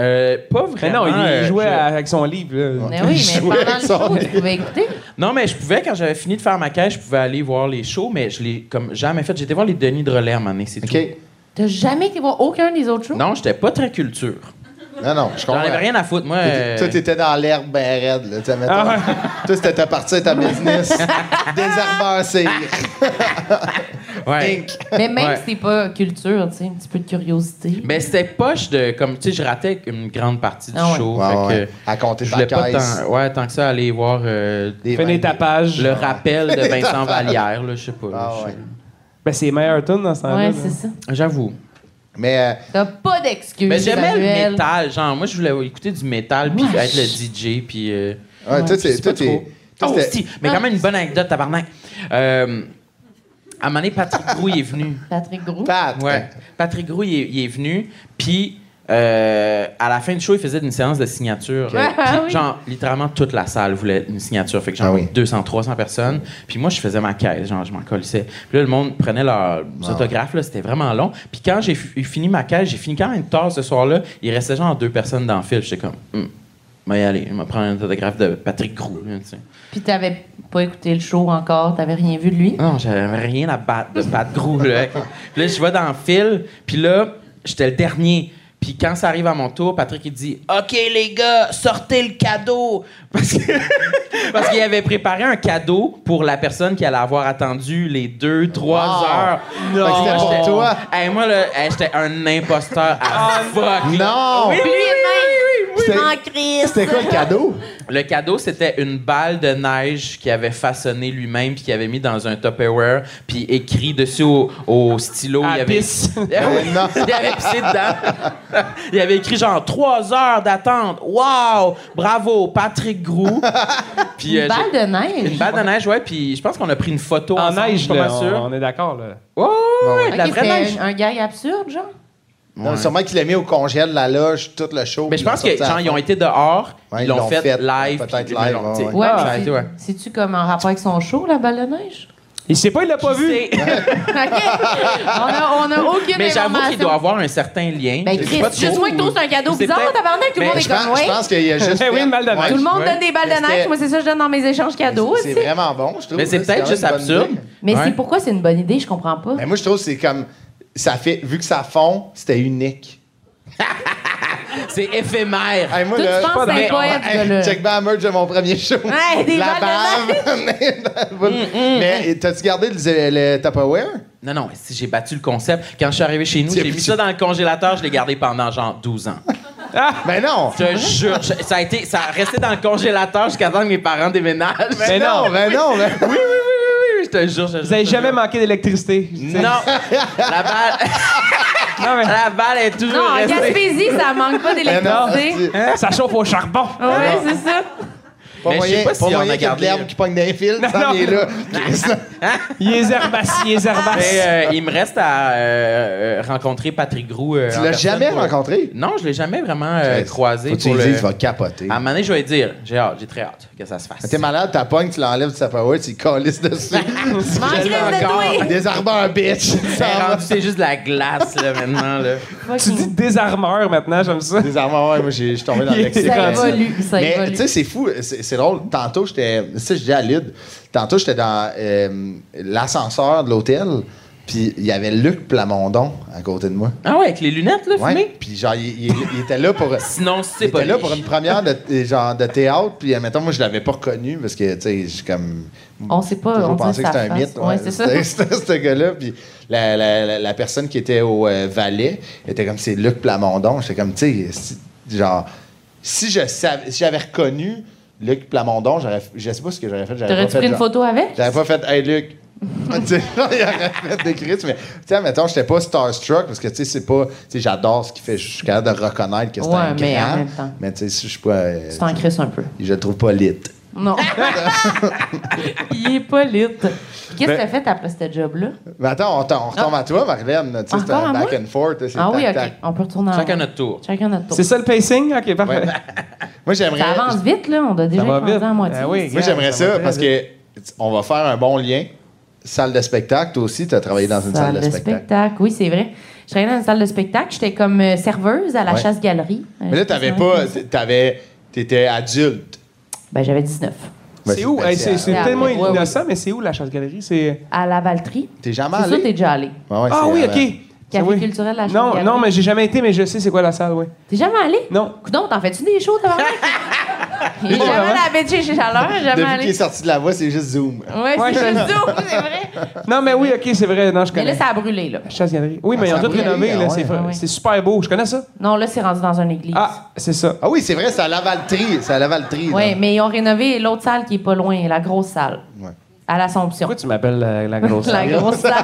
S5: Euh, pas
S2: Mais
S5: vraiment.
S2: non, il, il
S5: euh,
S2: jouait
S5: je-
S2: à- avec son livre. là.
S4: Mais Ben oui, mais
S1: jouais
S4: pendant le
S1: ça.
S4: show, tu pouvais écouter.
S5: Non, mais je pouvais, quand j'avais fini de faire ma caisse, je pouvais aller voir les shows, mais je l'ai comme jamais fait. J'étais voir les Denis de Relais à un moment donné, c'est
S1: OK.
S4: T'as jamais été voir aucun des autres shows?
S5: tout. Non, j'étais pas très culture.
S1: Non, non, je
S5: J'en
S1: comprends.
S5: avais rien à foutre, moi. euh,
S1: Toi, t'étais dans l'herbe ben raide, là. tu sais, mettons.
S2: Ah
S1: Toi, c'était ta partie de ta business. Désherbeur, c'est.
S5: ouais.
S1: Inc.
S4: Mais même
S5: Ouais.
S4: si c'est pas culture, tu sais, un petit peu de curiosité.
S5: Mais c'était poche de. Comme, tu sais, je ratais une grande partie du
S4: Ah ouais.
S5: show.
S1: Ouais,
S5: fait
S1: ouais.
S5: que
S1: À compter
S5: je
S1: ta
S5: voulais pas
S1: caisse.
S5: tant, ouais, tant que ça aller voir euh,
S1: Des
S2: Fais des
S1: vingt-
S2: tapages.
S5: le rappel
S1: [laughs]
S5: de Vincent Vallière, là, je sais pas.
S1: Ah,
S5: je sais
S1: ouais.
S2: Ben, c'est meilleur tune dans ce temps-là.
S4: ouais,
S2: là.
S4: c'est ça.
S5: pas. J'avoue.
S1: Mais euh,
S4: T'as pas d'excuses.
S5: Mais j'aimais le
S4: Samuel.
S5: métal. Genre, moi, je voulais écouter du métal, puis
S4: Ouais.
S5: être le DJ, puis. euh,
S1: euh, ouais, toi,
S5: Je
S1: t'es-
S5: sais
S1: toi,
S5: pas
S1: t'es.
S5: trop.
S1: toi,
S5: Oh,
S1: c'était-
S5: si, mais quand même une bonne anecdote, tabarnak. Euh, à un moment donné, Patrick Grouille est venu.
S4: Patrick Gros.
S1: Pat.
S5: Ouais. Patrick Grouille, il est, il est venu, puis euh, à la fin du show, il faisait une séance de signature.
S4: Ouais,
S5: Puis,
S4: ah oui.
S5: Genre, littéralement, toute la salle voulait une signature. Fait que genre
S1: Ah oui.
S5: 200, 300 personnes. Puis moi, je faisais ma caisse. Genre, je m'en colissais. Puis là, le monde prenait leurs autographes. là, C'était vraiment long. Puis quand j'ai fi- fini ma caisse, j'ai fini quand même tard ce soir-là. Il restait genre deux personnes dans le fil. J'étais comme, hum, je vais y aller. Je vais prendre un autographe de Patrick Groux. là, tu sais.
S4: Puis t'avais pas écouté le show encore, t'avais rien vu de lui.
S5: Non, j'avais rien à battre de battre gros. Là, Puis là je vais dans le fil, puis là, j'étais le dernier. Puis quand ça arrive à mon tour, Patrick, il dit « OK, les gars, sortez le cadeau! » [laughs] Parce que- parce qu'il avait préparé un cadeau pour la personne qui allait avoir attendu les deux, trois
S1: Wow.
S5: heures.
S1: Non.
S5: Fait que
S1: C'était pour
S5: j'étais-
S1: toi. Ah,
S5: Hey, moi, là, hey, j'étais un imposteur à fuck.
S1: Non!
S5: Oui, oui,
S4: Puis
S5: oui, oui, oui.
S1: C'était-
S4: En crise!
S1: C'était quoi le cadeau?
S5: Le cadeau, c'était une balle de neige qu'il avait façonnée lui-même, puis qu'il avait mis dans un Tupperware, puis écrit dessus au, au stylo.
S2: À
S5: [laughs] il avait...
S2: pisse.
S5: Oui,
S1: non.
S5: il avait
S1: [laughs]
S5: pissé dedans. il avait écrit genre trois heures d'attente. Wow! Bravo,
S2: [laughs]
S5: Patrick Groux. Puis, euh,
S4: Une balle de
S5: j'ai-
S4: neige?
S5: Une balle de neige, ouais. Puis je pense qu'on a pris une photo
S2: En
S5: ensemble,
S2: neige,
S5: je suis pas
S2: là,
S5: mal
S2: on,
S5: sûr.
S2: on est d'accord. là.
S5: Ouais, ouais, ouais, de la
S4: Ok,
S5: vraie
S4: c'était
S5: neige.
S4: Un, un gag absurde, genre?
S1: Non, sûrement qu'il l'a mis au congé de la loge, tout le show.
S5: Mais je
S1: puis
S5: pense
S1: il
S5: que
S1: est sorti à
S5: genre,
S1: la
S5: ils ont
S1: fin.
S5: été dehors,
S1: Ouais,
S5: ils l'ont fait, live.
S1: peut-être
S5: puis ils
S1: live,
S5: l'ont-
S1: ouais, ouais.
S4: Ouais,
S5: Ah,
S4: mais
S5: ouais.
S4: c'est- c'est-tu comme en rapport avec son show, la balle de neige?
S5: [laughs]
S2: Il sait pas, il l'a pas vu.
S5: C'est-
S4: OK. On a, on a aucune
S5: Mais j'avoue
S4: information.
S5: qu'il doit avoir un certain lien.
S4: Ben,
S5: Je sais
S4: Chris,
S5: pas
S4: juste
S5: trop.
S4: moi que trouve, c'est un cadeau
S5: C'est
S4: bizarre,
S5: peut-être-
S4: tabarnak. Tout le
S5: Mais
S4: monde est
S1: Je pense,
S4: comme,
S1: je
S4: ouais.
S1: pense qu'il y a
S5: [laughs] Ben
S1: juste.
S2: Eh oui,
S1: fait-
S2: le mal de
S1: Ouais.
S4: Tout le monde donne des balles
S1: Mais
S4: de neige.
S1: c'était-
S4: Moi, c'est ça que je donne dans mes échanges cadeaux.
S1: C'est
S4: tu sais.
S1: vraiment bon, je trouve.
S5: Mais c'est
S1: là,
S5: peut-être
S1: quand même
S5: juste
S1: une bonne
S5: absurde.
S1: idée.
S4: Mais
S5: Ouais.
S4: c'est pourquoi c'est une bonne idée, je comprends pas.
S1: Mais moi, je trouve que c'est comme. Ça fait, vu que ça fond, c'était unique.
S5: C'est éphémère.
S1: Hey, moi,
S4: Toi,
S1: là,
S4: tu
S1: je-
S4: penses que c'est
S5: mais-
S1: [laughs]
S4: un poète,
S1: Hey,
S4: ce gars-là.
S1: check back merch de mon premier show.
S4: Ouais, des
S1: la [laughs]
S4: balles Mm,
S1: bave. Mais t'as-tu gardé le, le Tupperware?
S5: Non, non, si j'ai battu le concept. Quand je suis arrivé chez nous,
S1: C'est
S5: j'ai mis
S1: petit.
S5: ça dans le congélateur, je l'ai gardé pendant genre 12 ans.
S4: Ah
S2: Ah!
S1: Mais non!
S5: Je te jure, je- ça a été, ça a resté dans le congélateur jusqu'à temps que mes parents déménagent.
S1: Mais non, mais non, mais
S5: Oui, oui, oui, oui, oui, je te jure. je- je
S2: Vous
S5: te
S2: avez
S5: jure.
S2: jamais manqué d'électricité.
S5: Non, Ah. la
S1: [laughs]
S5: balle,
S2: Non, mais-
S5: la balle est toujours
S4: Non, en
S5: restée.
S4: Gaspésie, ça manque pas d'électricité.
S1: Ben non. Ben
S2: Hein? Ça chauffe au charbon.
S4: Ouais, c'est
S1: [laughs]
S4: ça.
S1: Pas
S5: Mais je sais
S1: moyen,
S5: pas si
S1: pas
S5: on a
S1: moyen qu'il y a de
S5: gardé,
S1: l'herbe
S5: euh,
S1: qui pogne dans les fils, ça,
S2: non.
S1: il est
S5: [laughs]
S1: là.
S2: Il est herbace, il est herbace.
S5: Mais, euh, il me reste à euh, euh, rencontrer Patrick Groux. euh,
S1: Tu
S5: en
S1: l'as
S5: personne
S1: jamais
S5: pour-
S1: rencontré?
S5: Non, je l'ai jamais vraiment euh, croisé.
S1: Faut que tu
S5: pour
S1: lui
S5: le-
S1: dises, il va capoter.
S5: À un moment donné, je vais lui dire, j'ai hâte, j'ai très hâte que ça se fasse.
S1: Ah, T'es malade, t'as pogne, tu l'enlèves du Tupperware, tu le calisses
S5: [laughs]
S1: dessus.
S4: Manque
S5: l'ai
S4: de
S5: encore.
S4: douille.
S1: Désarmeur, bitch!
S5: C'est rendu, c'est juste de la glace, là, maintenant, là.
S4: euh,
S2: Tu dis désarmeur maintenant, j'aime ça.
S1: Désarmeur, ouais, moi, j'ai- je suis
S5: [laughs]
S1: tombé dans le lexique.
S4: Ça
S1: là-dessus.
S4: évolue, ça
S1: Mais
S4: évolue.
S1: tu sais, c'est fou, c'est c'est drôle. Tantôt, j'étais. Tu sais, je dis à Lyd, tantôt, j'étais dans euh, l'ascenseur de l'hôtel, puis il y avait Luc Plamondon à côté de moi.
S5: Ah ouais, avec les lunettes, là,
S1: Ouais.
S5: fumées?
S1: Puis genre, il, il- il était
S4: [laughs]
S1: là pour.
S5: Sinon,
S1: Il
S5: c'est
S1: était
S5: pas
S1: là
S5: lui.
S1: pour une première de, euh, genre, de théâtre, puis admettons, moi, je l'avais pas reconnu parce que, tu sais, je suis comme.
S4: On sait pas,
S1: toujours
S4: on
S1: pensé
S4: dirait
S1: que
S4: que
S1: c'était
S4: ça
S1: un
S4: fasse.
S1: mythe.
S4: Ouais, c'est ça.
S1: C'était- [laughs] C'était ce gars-là, puis la, la- la- la personne qui était au euh, Valet était comme, c'est Luc Plamondon. J'étais comme, tu sais, si- genre, si je savais, si j'avais reconnu Luc Plamondon, j'aurais, f- je sais pas ce que j'aurais fait. j'aurais pas
S4: T'aurais-tu
S1: fait,
S4: pris une
S1: genre-
S4: photo avec?
S1: J'avais pas fait Hey
S2: [laughs]
S1: Luc. Tu sais, [laughs] il aurait fait des crises, mais tu sais, mettons, j'étais pas starstruck parce que tu sais, c'est pas. Tu sais, j'adore ce qu'il fait. Je suis capable de reconnaître que c'est
S4: Ouais,
S1: un
S4: mais
S1: grand,
S4: en même temps.
S1: Mais tu sais, si je suis pas. euh,
S4: Tu t'en crisses un peu.
S1: je le trouve pas lit.
S4: Non. [laughs] Il est pas lit.
S1: Ben-
S4: Qu'est-ce que t'as fait après ce job-là?
S1: Mais attends, on, t- on retombe à toi, Marlène. Tu sais, c'est
S4: Encore
S1: un
S4: à
S1: back
S4: moi?
S1: and forth. là, c'est
S4: Ah oui,
S1: tac,
S4: OK.
S1: tac.
S4: On peut retourner en...
S5: Chacun notre tour.
S4: Chacun notre tour.
S2: C'est ça le pacing? Ok, parfait.
S1: [laughs] Moi, j'aimerais.
S4: Ça avance vite, là. On a déjà
S2: va
S4: commencé
S2: vite.
S4: à moitié.
S2: Ah oui.
S1: Moi, j'aimerais
S2: Ça
S1: ça,
S2: va très
S1: parce que t- on va faire un bon lien. Salle de spectacle, toi aussi, tu as travaillé dans une salle, de spectacle.
S4: Oui, c'est vrai. Je travaillais dans une salle de spectacle. J'étais comme euh, serveuse à la
S1: Ouais.
S4: chasse-galerie. Euh,
S1: Mais là,
S4: je sais
S1: t'avais
S4: si on
S1: pas.
S4: a fait ça.
S1: T'avais. T'étais adulte.
S4: Ben, j'avais 19.
S1: Ben,
S2: C'est où?
S1: ben,
S2: Hey, c'est c'est
S4: à-
S2: tellement
S4: Ouais, ouais.
S2: innocent, mais c'est où la chasse-galerie? C'est...
S4: À la Valtrie.
S1: T'es jamais
S4: C'est sûr que t'es
S1: allé?
S4: déjà allé.
S1: Ouais, ouais,
S2: ah
S1: c'est
S2: oui,
S1: avant.
S2: ok.
S4: Café
S2: Oui.
S4: culturel de la
S2: Non,
S4: Chasse-Galerie.
S2: non, mais j'ai jamais été, mais je sais c'est quoi la salle, oui.
S4: T'es jamais allé?
S2: Non.
S4: Coudon, t'en fais-tu des shows,
S1: [laughs]
S4: tabarnak? J'ai jamais
S2: Vraiment?
S4: allé à la chez Chaleur, j'ai jamais
S1: Depuis qu'il est
S4: allé.
S1: sorti de la voix, c'est juste Zoom.
S4: Ouais,
S2: Ouais,
S4: c'est
S2: je- [laughs]
S4: juste Zoom, c'est vrai.
S2: Non, mais oui, ok, c'est vrai, non, je
S4: Mais
S2: connais.
S4: là, ça a brûlé, là.
S2: La chasse-galerie. Oui,
S1: Ah,
S2: mais ils
S1: ça
S2: ont tout
S1: brûle,
S2: rénové,
S1: ah
S2: là,
S1: ouais.
S2: c'est,
S4: Ah ouais.
S2: c'est super beau, je connais ça.
S4: Non, là, c'est rendu dans une église.
S2: Ah, c'est ça.
S1: Ah oui, c'est vrai, c'est à Lavaltrie. C'est à Lavaltrie.
S4: Oui,
S1: là.
S4: mais ils ont rénové l'autre salle qui est pas loin, la grosse salle.
S1: Ouais.
S4: À l'Assomption.
S2: Pourquoi tu m'appelles euh, la grosse
S4: [laughs] La
S2: salle?
S4: grosse salle.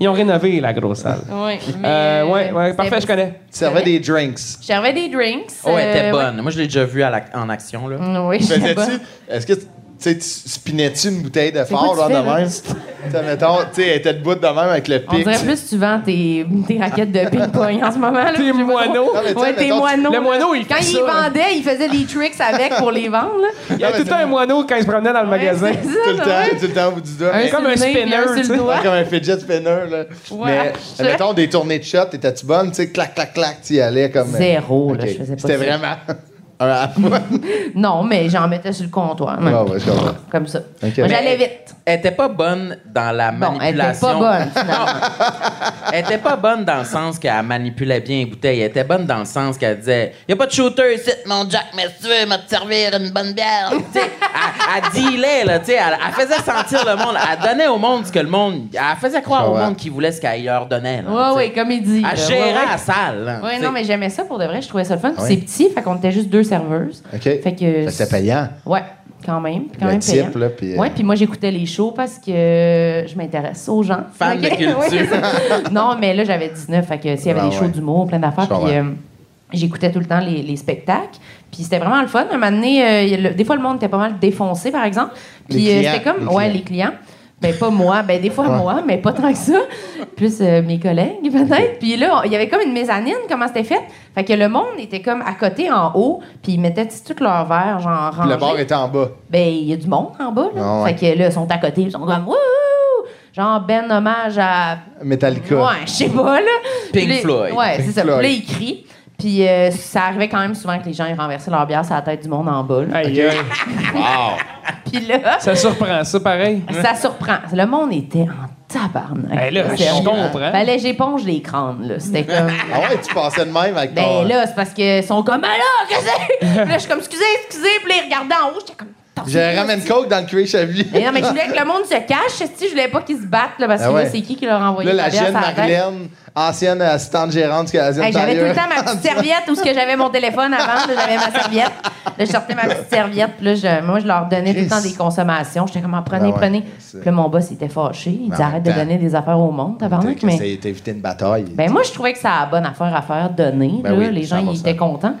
S2: Ils ont rénové la grosse salle.
S4: oui.
S2: [laughs]
S4: mais,
S2: Euh, ouais, ouais,
S4: c'était-
S2: parfait, je connais.
S1: Tu servais des drinks.
S4: Je servais des drinks.
S5: Oh, elle était
S4: euh,
S5: bonne. Moi, je l'ai déjà vu à la- en action, là.
S4: ouais. [laughs] Mm, Oui, j'étais bonne.
S1: Faisais-tu. Est-ce que. Tu sais, tu spinais-tu une bouteille de
S4: C'est quoi
S1: fort,
S4: tu
S1: genre de
S4: fais, là?
S1: même? T'sais, mettons, tu sais, elle était debout de même avec le pic.
S4: On dirait
S1: t'sais.
S4: plus tu vends tes, tes raquettes de ping-pong en ce moment. là.
S2: Tes
S4: Je sais pas
S2: moineaux.
S4: trop.
S1: Non, mais tu sais,
S4: Ouais, tes
S1: mettons, tu-
S4: moineaux.
S2: le
S4: là.
S2: moineau, il fait
S4: Quand
S2: ça,
S4: il
S2: là.
S4: vendait, il faisait les tricks avec pour les vendre. Là.
S2: Il y
S1: Non,
S2: a tout
S1: mais
S2: le temps
S1: Ah c'est-
S2: un moineau quand il se promenait dans le magasin.
S4: Ouais, c'est
S1: Tout
S4: ça,
S1: le
S4: ouais.
S1: temps, tout le temps au bout du doigt.
S4: Un
S1: mais-
S2: comme un
S4: sur le nez, puis
S2: spinner,
S4: sur le
S2: tu sais.
S4: doigt.
S1: comme un fidget spinner, là.
S4: Ouais.
S1: Mais, mettons, des tournées de shot, t'étais-tu bonne? Tu sais, clac, clac, clac, t'y allais comme... euh,
S4: Zéro, là,
S1: ok.
S4: je faisais pas
S1: C'était
S4: ça.
S1: vraiment... [laughs] un à la [laughs] fois.
S4: Non, mais j'en mettais sur le comptoir. même.
S1: Ouais, ouais, je comprends.
S4: Comme ça.
S1: Ok.
S4: Moi,
S1: Mais-
S4: J'allais vite.
S5: Elle était pas bonne dans la
S4: Bon, elle était
S5: manipulation.
S4: pas bonne,
S1: [laughs]
S4: finalement.
S5: Elle était pas bonne dans le sens qu'elle manipulait bien les bouteilles. Elle était bonne dans le sens qu'elle disait Y a pas de shooter ici, mon Jack, mais si tu veux, m'a te servir une bonne bière. Tu sais, elle, elle dealait, là, tu sais. Elle, elle faisait sentir le monde. Elle donnait au monde ce que le monde. Elle faisait croire au
S1: Ouais.
S5: monde qui voulait ce qu'elle leur donnait. là,
S4: Ouais,
S5: tu sais.
S4: ouais, comme il dit. là,
S5: Elle gérait
S4: ouais, ouais.
S5: la salle. là,
S4: Ouais,
S5: tu sais.
S4: non, mais j'aimais ça pour de vrai. Je trouvais ça le fun. Puis
S1: Ah
S4: c'est
S1: ouais.
S4: petit, fait qu'on était juste deux serveuses.
S1: OK.
S4: Fait que.
S1: C'était payant.
S4: Ouais, quand même. Quand
S1: Le
S4: même
S1: type,
S4: payant.
S1: là, puis, euh,
S4: Ouais, puis moi, j'écoutais les shows parce que euh, je m'intéresse aux gens.
S5: Fan de
S4: Ok? [laughs]
S5: culture.
S4: Ouais, c'est ça. non, mais là, j'avais 19, fait que s'il y avait
S1: Ah
S4: des shows
S1: ouais.
S4: d'humour, plein d'affaires,
S1: Je comprends.
S4: puis euh, j'écoutais tout le temps les, les spectacles. Puis c'était vraiment le fun. Un moment donné, euh, il y a le- des fois, le monde était pas mal défoncé, par exemple. Puis
S1: Les
S4: euh,
S1: clients,
S4: c'était comme,
S1: les
S4: ouais,
S1: clients.
S4: les clients. Ben, pas moi. Ben, des fois,
S1: Ouais.
S4: moi, mais pas tant que ça. Plus euh, mes collègues, peut-être. Puis là, on- il y avait comme une mezzanine, comment c'était fait. Fait que le monde était comme à côté, en haut, puis ils mettaient tout leur verre, genre
S1: Puis Le
S4: rangé.
S1: bar était en bas.
S4: Ben, il y a du monde en bas, là.
S1: Ah ouais.
S4: Fait que là, ils sont à côté, ils sont comme Wouhou! Genre, ben, hommage à.
S1: Metallica.
S4: Ouais, je sais pas, là. Puis là-
S5: Floyd.
S4: Ouais,
S1: Pink
S4: c'est ça. Puis
S1: Floyd.
S4: là, ils crient. Puis euh, ça arrivait quand même souvent que les gens ils renversaient leur bière sur la tête du monde en bas, là.
S2: Aïe, aïe.
S1: Wow!
S4: Puis là,
S2: Ça surprend ça, pareil.
S4: ça surprend. Le monde était en tabarnak.
S2: Ben là,
S4: C'est-
S2: je comprends.
S4: Fallait que j'éponge les crânes, là. C'était comme.
S1: Ah ouais, tu passais de même avec ton...
S4: Ben là, c'est parce qu'ils sont comme, ah là, qu'est-ce que c'est? Puis là, je suis comme, excusez, excusez. Puis là, ils regardaient en haut, j'étais comme,
S1: Je ramène Coke dans le cuir chevelu.
S4: Mais non, mais je
S1: [laughs]
S4: voulais que le monde se cache, si je voulais pas qu'ils se battent, là, parce que
S1: Ah ouais.
S4: là, c'est qui qui leur a envoyé
S1: Là, la
S4: sa bière
S1: jeune
S4: sur la tête?
S1: Marlène, ancienne assistante gérante du Canadien
S4: Hey, j'avais tout le
S1: Tire.
S4: temps ma petite serviette où ce que j'avais mon téléphone avant, là, j'avais ma serviette. Là, je sortais ma petite serviette, puis là, je- moi, je leur donnais tout le temps
S1: Chris.
S4: des consommations. J'étais comme, Ah, prenez,
S1: Ben ouais,
S4: prenez.
S1: c'est-
S4: Puis là, mon boss, il était fâché. Il
S1: Ben,
S4: dit,
S1: en
S4: arrête de
S1: même temps.
S4: donner des affaires au monde, tabarnak, mais...
S1: T'as t'as évité une bataille.
S4: Ben moi, je trouvais que ça a la bonne affaire à faire donner.
S1: Ben
S4: là.
S1: oui,
S4: les gens, ils
S1: 100%.
S4: étaient contents.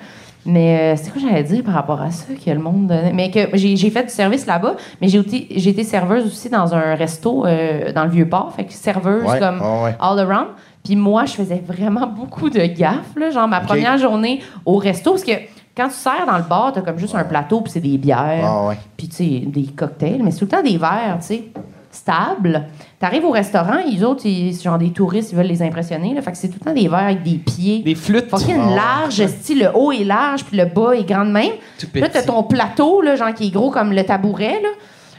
S4: Mais euh, c'est quoi j'allais dire par rapport à ça que le monde donnait? Mais que j'ai j'ai fait du service là-bas, mais j'ai outi- j'ai été serveuse aussi dans un resto euh, dans le Vieux-Port. Fait que serveuse
S1: Ouais,
S4: comme
S1: ouais, ouais.
S4: all around. Puis moi, je faisais vraiment [laughs] beaucoup de gaffes. là. genre ma première journée au resto, parce que quand tu sers dans le bar, t'as comme juste un plateau, puis c'est des bières,
S1: Ah ouais.
S4: puis tu sais, des cocktails, mais c'est tout le temps des verres, tu sais, stables. T'arrives au restaurant, ils autres, ils, c'est genre des touristes, ils veulent les impressionner, là, fait que c'est tout le temps des verres avec des pieds.
S2: Des flûtes.
S4: Fucking
S1: Ah,
S4: large, style le haut est large, puis le bas est grand de même.
S5: Tout
S4: Puis Là, t'as
S5: petit.
S4: ton plateau, là, genre qui est gros comme le tabouret, là.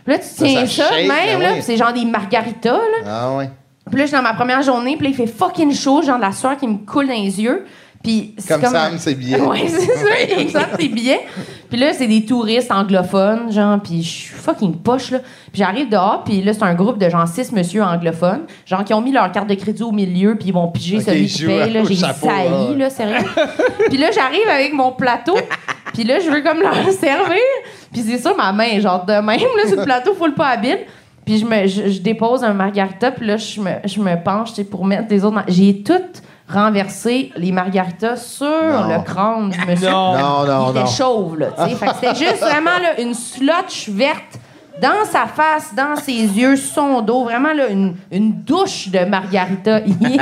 S4: Puis Là, tu tiens
S1: ça
S4: ça, de
S1: shake,
S4: même,
S1: ben
S4: là,
S1: oui.
S4: puis c'est genre des margaritas, là.
S1: Ah ouais.
S4: Puis là, je suis dans ma première journée, puis là, il fait fucking chaud, genre de la sueur qui me coule dans les yeux. Puis c'est
S1: Comme Sam, ses billets.
S4: [laughs] Ouais, c'est
S1: [laughs]
S4: ça, comme Sam, ses billets. Puis là, c'est des touristes anglophones, genre, puis je suis fucking poche, là. Puis j'arrive dehors, puis là, c'est un groupe de genre six monsieur anglophones, genre qui ont mis leur carte de crédit au milieu, puis ils vont piger
S1: Ok,
S4: celui
S1: ils
S4: qui
S1: jouent
S4: paye, là.
S1: au
S4: J'ai
S1: chapeau, hein,
S4: sailli,
S1: ouais.
S4: là, sérieux. puis là, j'arrive avec mon plateau, puis là, je veux comme leur [laughs] servir. Puis c'est ça, ma main, est genre de même, là, sur le plateau, faut le pas habile. Puis je, me, je, je dépose un margarita, puis là, je me, je me penche tu sais, pour mettre les autres. mar- J'ai toutes renversé les margaritas sur le crâne du monsieur.
S2: Non.
S1: Non, non,
S4: Il
S1: non.
S4: était chauve, là, tu sais. Fait que c'était juste vraiment là, une slotch verte dans sa face, dans ses yeux, sur son dos. Vraiment, là, une, une douche de
S1: [laughs]
S4: margarita. [laughs] Il est-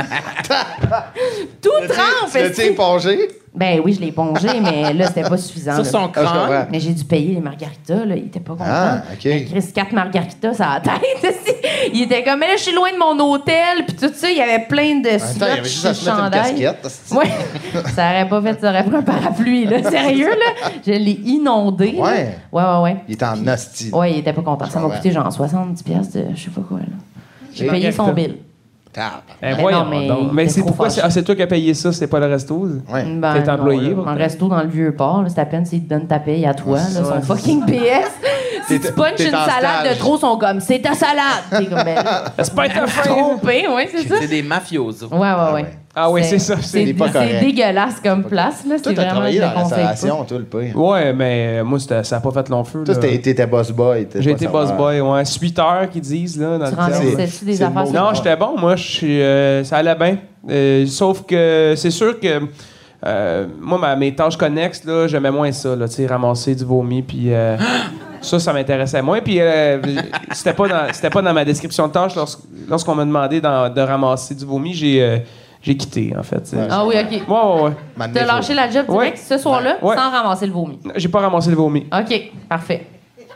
S4: Tout trempe.
S1: Tu l'as-tu
S4: est-ce que-
S1: épongé?
S4: Ben oui, je l'ai pongé, mais là, c'était pas suffisant.
S5: Sur
S4: là.
S5: son
S1: Ah, je
S5: crâne.
S1: comprends.
S4: Mais j'ai dû payer les margaritas, là. Il était pas content.
S1: Ah, OK.
S4: Ben, Chris, quatre margaritas à la tête. [laughs] aussi. il était comme, mais là, je suis loin de mon hôtel, puis tout ça. Il y avait plein de
S1: En même temps, il y avait
S4: sluts
S1: juste
S4: sur
S1: à
S4: le
S1: se mettre une
S4: chandail.
S1: casquette. c'est-
S4: Ouais, ça aurait pas fait, ça aurait pris un parapluie,
S1: [laughs]
S4: là. Sérieux, là. Je l'ai inondé. là.
S1: Ouais.
S4: Ouais, ouais, ouais.
S1: Il était en hostie.
S4: Ouais, il était pas content. Ça m'a
S1: comprends.
S4: coûté genre 70$ piastres de je sais pas quoi, là. J'ai
S2: Les
S4: payé son
S2: margaritas.
S4: bill.
S1: Tap.
S2: Ben,
S4: Ben
S2: voyons
S4: non, mais
S2: donc.
S4: il
S2: Mais
S4: était
S2: c'est
S4: trop
S2: pourquoi
S4: fâché.
S2: c'est ah, c'est toi qui as payé ça, c'est pas le resto.
S1: Ouais.
S4: Ben,
S2: T'es employé,
S4: non, là.
S2: pourtant.
S4: Un resto dans le vieux port, là, c'est à peine s'ils te donnent ta paye à toi, là, son
S1: [laughs]
S4: fucking PS. si
S1: T'es-
S4: tu punches
S1: t'es
S4: une
S1: en
S4: salade
S1: stage.
S4: de trop, ils sont comme c'est ta salade. T'es comme
S2: [laughs]
S4: ben, là,
S2: C'est pas ta faute.
S4: trompé, ouais, c'est ça.
S5: C'est des mafiosos.
S4: Ouais, ouais, ouais.
S1: ouais.
S2: Ah ouais, c'est ça, c'est-
S1: Il est
S4: C'est
S1: pas
S4: c'est
S1: correct.
S4: dégueulasse comme place, là.
S1: Toi, t'as
S4: C'est vraiment
S1: travaillé
S4: je
S1: dans la
S4: le conseille pas.
S1: restauration, toi, le pire.
S2: Ouais, mais euh, moi, c'était- ça a pas fait long feu.
S1: Toi,
S2: là.
S1: t'étais t'étais boss boy. t'étais
S2: J'ai
S1: pas
S2: été boss
S1: serveur.
S2: boy, ouais. Suiteur, qu'ils disent, là, dans
S4: Tu
S2: le terme.
S4: renversais-tu des
S1: c'est le
S4: affaires
S1: mot.
S4: sur-
S2: Non, j'étais bon, moi. je suis, euh, ça allait bien. Euh, sauf que c'est sûr que euh, moi, ma- mes tâches connexes, là, j'aimais moins ça, là, tu sais, ramasser du vomi,
S1: [gasps]
S2: puis euh, ça, ça m'intéressait moins. Puis euh, c'était pas dans, c'était pas dans ma description de tâches. Lorsqu- Lorsqu'on m'a demandé d'en- de ramasser du vomi, j'ai, euh, j'ai quitté, en fait.
S1: Ouais.
S4: Ah oui, OK.
S2: Ouais, ouais, ouais.
S1: Maintenant,
S4: T'as
S1: faut-
S4: lâché la job
S2: Ouais.
S4: direct ce soir-là
S2: Ouais.
S4: sans ramasser le vomi.
S2: J'ai pas ramassé le vomi.
S4: OK, parfait.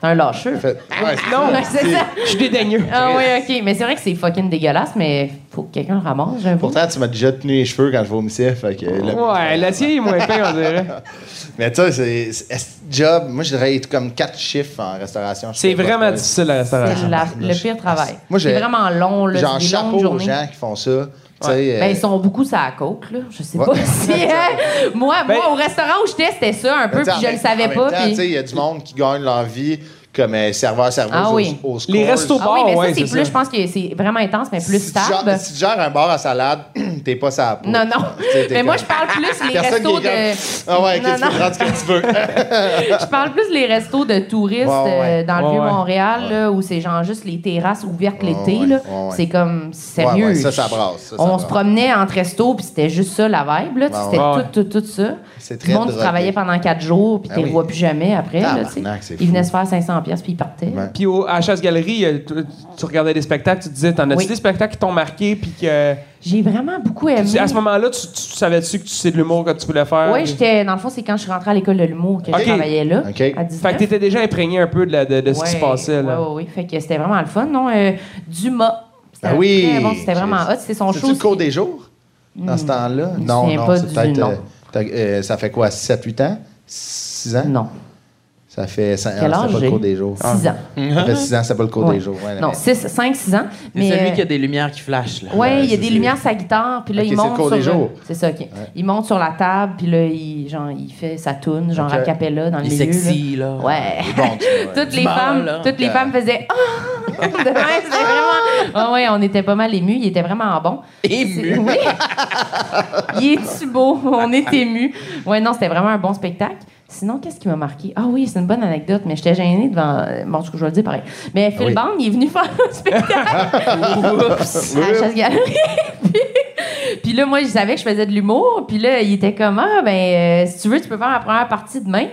S4: T'es un lâcheux.
S1: Fait- ouais, c'est-
S2: Non,
S4: Ouais, c'est ça.
S2: je
S1: [laughs]
S2: suis dédaigneux.
S4: Ah oui, OK. Mais c'est vrai que c'est fucking dégueulasse, mais faut que quelqu'un le ramasse, j'avoue.
S1: Pourtant, tu m'as déjà tenu les cheveux quand je vomissais. Fait que, le-
S2: Ouais, l'acier est moins pire, on dirait.
S1: Mais tu sais, c'est- c'est est- job. Moi, je dirais comme quatre chiffres en restauration. Je
S2: C'est
S1: sais pas,
S2: vraiment
S1: ouais.
S2: difficile, la
S4: C'est
S2: restauration.
S4: la- le pire travail.
S1: Moi, j'ai-
S4: c'est vraiment long, là.
S1: Genre,
S4: c'est des longues
S1: chapeau aux
S4: journées.
S1: gens qui font ça. Tu sais, euh,
S4: Ben, ils sont beaucoup sur la coke, là. Je sais
S1: Ouais.
S4: pas
S1: [laughs]
S4: si. hein. Moi,
S2: Ben-
S4: moi, au restaurant où j'étais, c'était ça un peu,
S1: mais euh, tu sais, en
S4: puis je le
S1: même-
S4: savais
S1: en même
S4: pas.
S1: temps,
S4: puis-
S1: tu sais, Il y a du monde qui gagne leur vie comme euh, serveur, serveuse
S4: Ah
S1: au-
S4: oui.
S1: au,
S2: Les
S1: Scores.
S2: restos-
S4: Ah oui, mais
S2: Bon, ouais,
S4: ça, c'est
S2: c'est
S4: plus,
S2: ça.
S4: je pense que c'est vraiment intense, mais plus
S1: si tu gères-
S4: stable.
S1: si tu gères un bar à salade, [clears throat] t'es pas sa peau.
S4: Non, non.
S1: Tu sais, t'es
S4: Mais moi,
S1: comme-
S4: je parle plus
S1: [laughs]
S4: les
S1: Personne
S4: restos
S1: qui est
S4: de.
S1: comme, Ah ouais, ok,
S4: Non,
S1: tu peux
S4: non.
S1: prendre ce que tu veux.
S4: Je parle plus les restos de touristes
S1: Ouais, ouais.
S4: euh, dans le
S2: Ouais,
S4: vieux
S2: ouais.
S4: Montréal, là, où c'est genre juste les terrasses ouvertes
S1: Ouais,
S4: l'été.
S1: ouais.
S4: là.
S1: Ouais, ouais.
S4: C'est comme sérieux.
S1: Ouais, ouais, ça, ça brasse, ça, ça
S4: On
S1: brasse.
S4: se promenait entre restos, puis c'était juste ça la vibe. là. Tu sais,
S1: Ouais,
S4: C'était
S2: ouais.
S4: tout, tout, tout ça.
S1: C'est
S4: Tout le
S1: très
S4: monde qui
S1: drogué.
S4: travaillait pendant quatre jours, puis
S1: Ah
S4: tu ne
S1: oui.
S4: vois plus jamais après. là, tu sais.
S1: Tabarnak, c'est
S4: Ils venaient
S1: fou.
S4: se faire 500$, piastres, puis ils partaient.
S1: Ouais.
S2: Puis au, à la chasse-galerie, euh, tu, tu regardais des spectacles, tu te disais, t'en as-tu
S4: Oui.
S2: des spectacles qui t'ont marqué, puis que...
S4: J'ai vraiment beaucoup aimé.
S2: À ce moment-là, tu, tu- tu savais-tu que tu sais de l'humour que tu voulais faire?
S4: Oui, j'étais. Dans le fond, c'est quand je suis rentrée à l'école de l'humour que
S2: Ok.
S4: je travaillais là.
S1: Ok.
S4: À 19.
S2: Fait que t'étais déjà imprégné un peu de, la- de- de ce qui se
S4: Ouais,
S2: passait, là.
S4: ouais, ouais, ouais. Fait que c'était vraiment le fun, non? Euh, Dumas. C'était
S1: Ah oui!
S4: très bon, c'était vraiment hot. C'était son
S1: C'est-tu
S4: show. Hmm.
S1: le cours des jours? Dans ce temps-là?
S4: me
S1: Non,
S4: souviens
S1: non,
S4: pas
S1: c'est
S4: du
S1: peut-être.
S4: nom.
S1: euh, t'as- euh, ça fait quoi, 7-8 ans? 6 ans?
S4: Non.
S1: Ça fait 5
S4: Quel
S1: ans,
S4: âge
S1: c'était pas
S4: j'ai?
S1: le cours des jours. Ah.
S4: 6 ans.
S1: Ça fait 6 ans, c'était pas le cours
S4: Ouais.
S1: des jours. ouais,
S4: non,
S1: mais-
S4: 6, 5, 6 ans.
S5: C'est
S4: Mais
S5: celui
S4: euh,
S5: qui a des lumières qui flashent, là.
S4: Ouais, il y
S1: c'est
S4: a des
S1: celui-
S4: lumières sur sa guitare, puis là,
S1: Ok,
S4: il
S1: c'est le
S4: monte
S1: cours
S4: sur
S1: des
S4: le-
S1: jours.
S4: C'est ça, OK. Il monte sur la table, puis là, il, genre, il fait sa tune, genre
S1: Ok.
S4: a cappella dans le
S5: Il est
S4: milieu.
S5: sexy, là.
S4: Ouais.
S1: Bon, tu vois,
S4: [laughs]
S1: ouais.
S4: toutes les
S5: Bon,
S4: femmes,
S5: là.
S4: toutes les
S1: Euh.
S4: femmes faisaient ah!
S1: [laughs]
S4: De même, c'était vraiment. Ah ouais, on était pas mal émus. Il était vraiment bon.
S5: Ému.
S4: C'est- Oui. Il est-tu beau? On est ému. Ouais, non, c'était vraiment un bon spectacle. Sinon, qu'est-ce qui m'a marqué? Ah oui, c'est une bonne anecdote, mais j'étais gênée devant. Bon, en tout cas, je vais le dire pareil. Mais Phil
S1: Ah Oui.
S4: Bond, il est venu faire un spectacle.
S1: Ah,
S4: Oups! À la chasse-galerie. [laughs] Puis- Puis là, moi, je savais que je faisais de l'humour. Puis là, il était comme, ah, ben, euh, si tu veux, tu peux faire la première partie demain.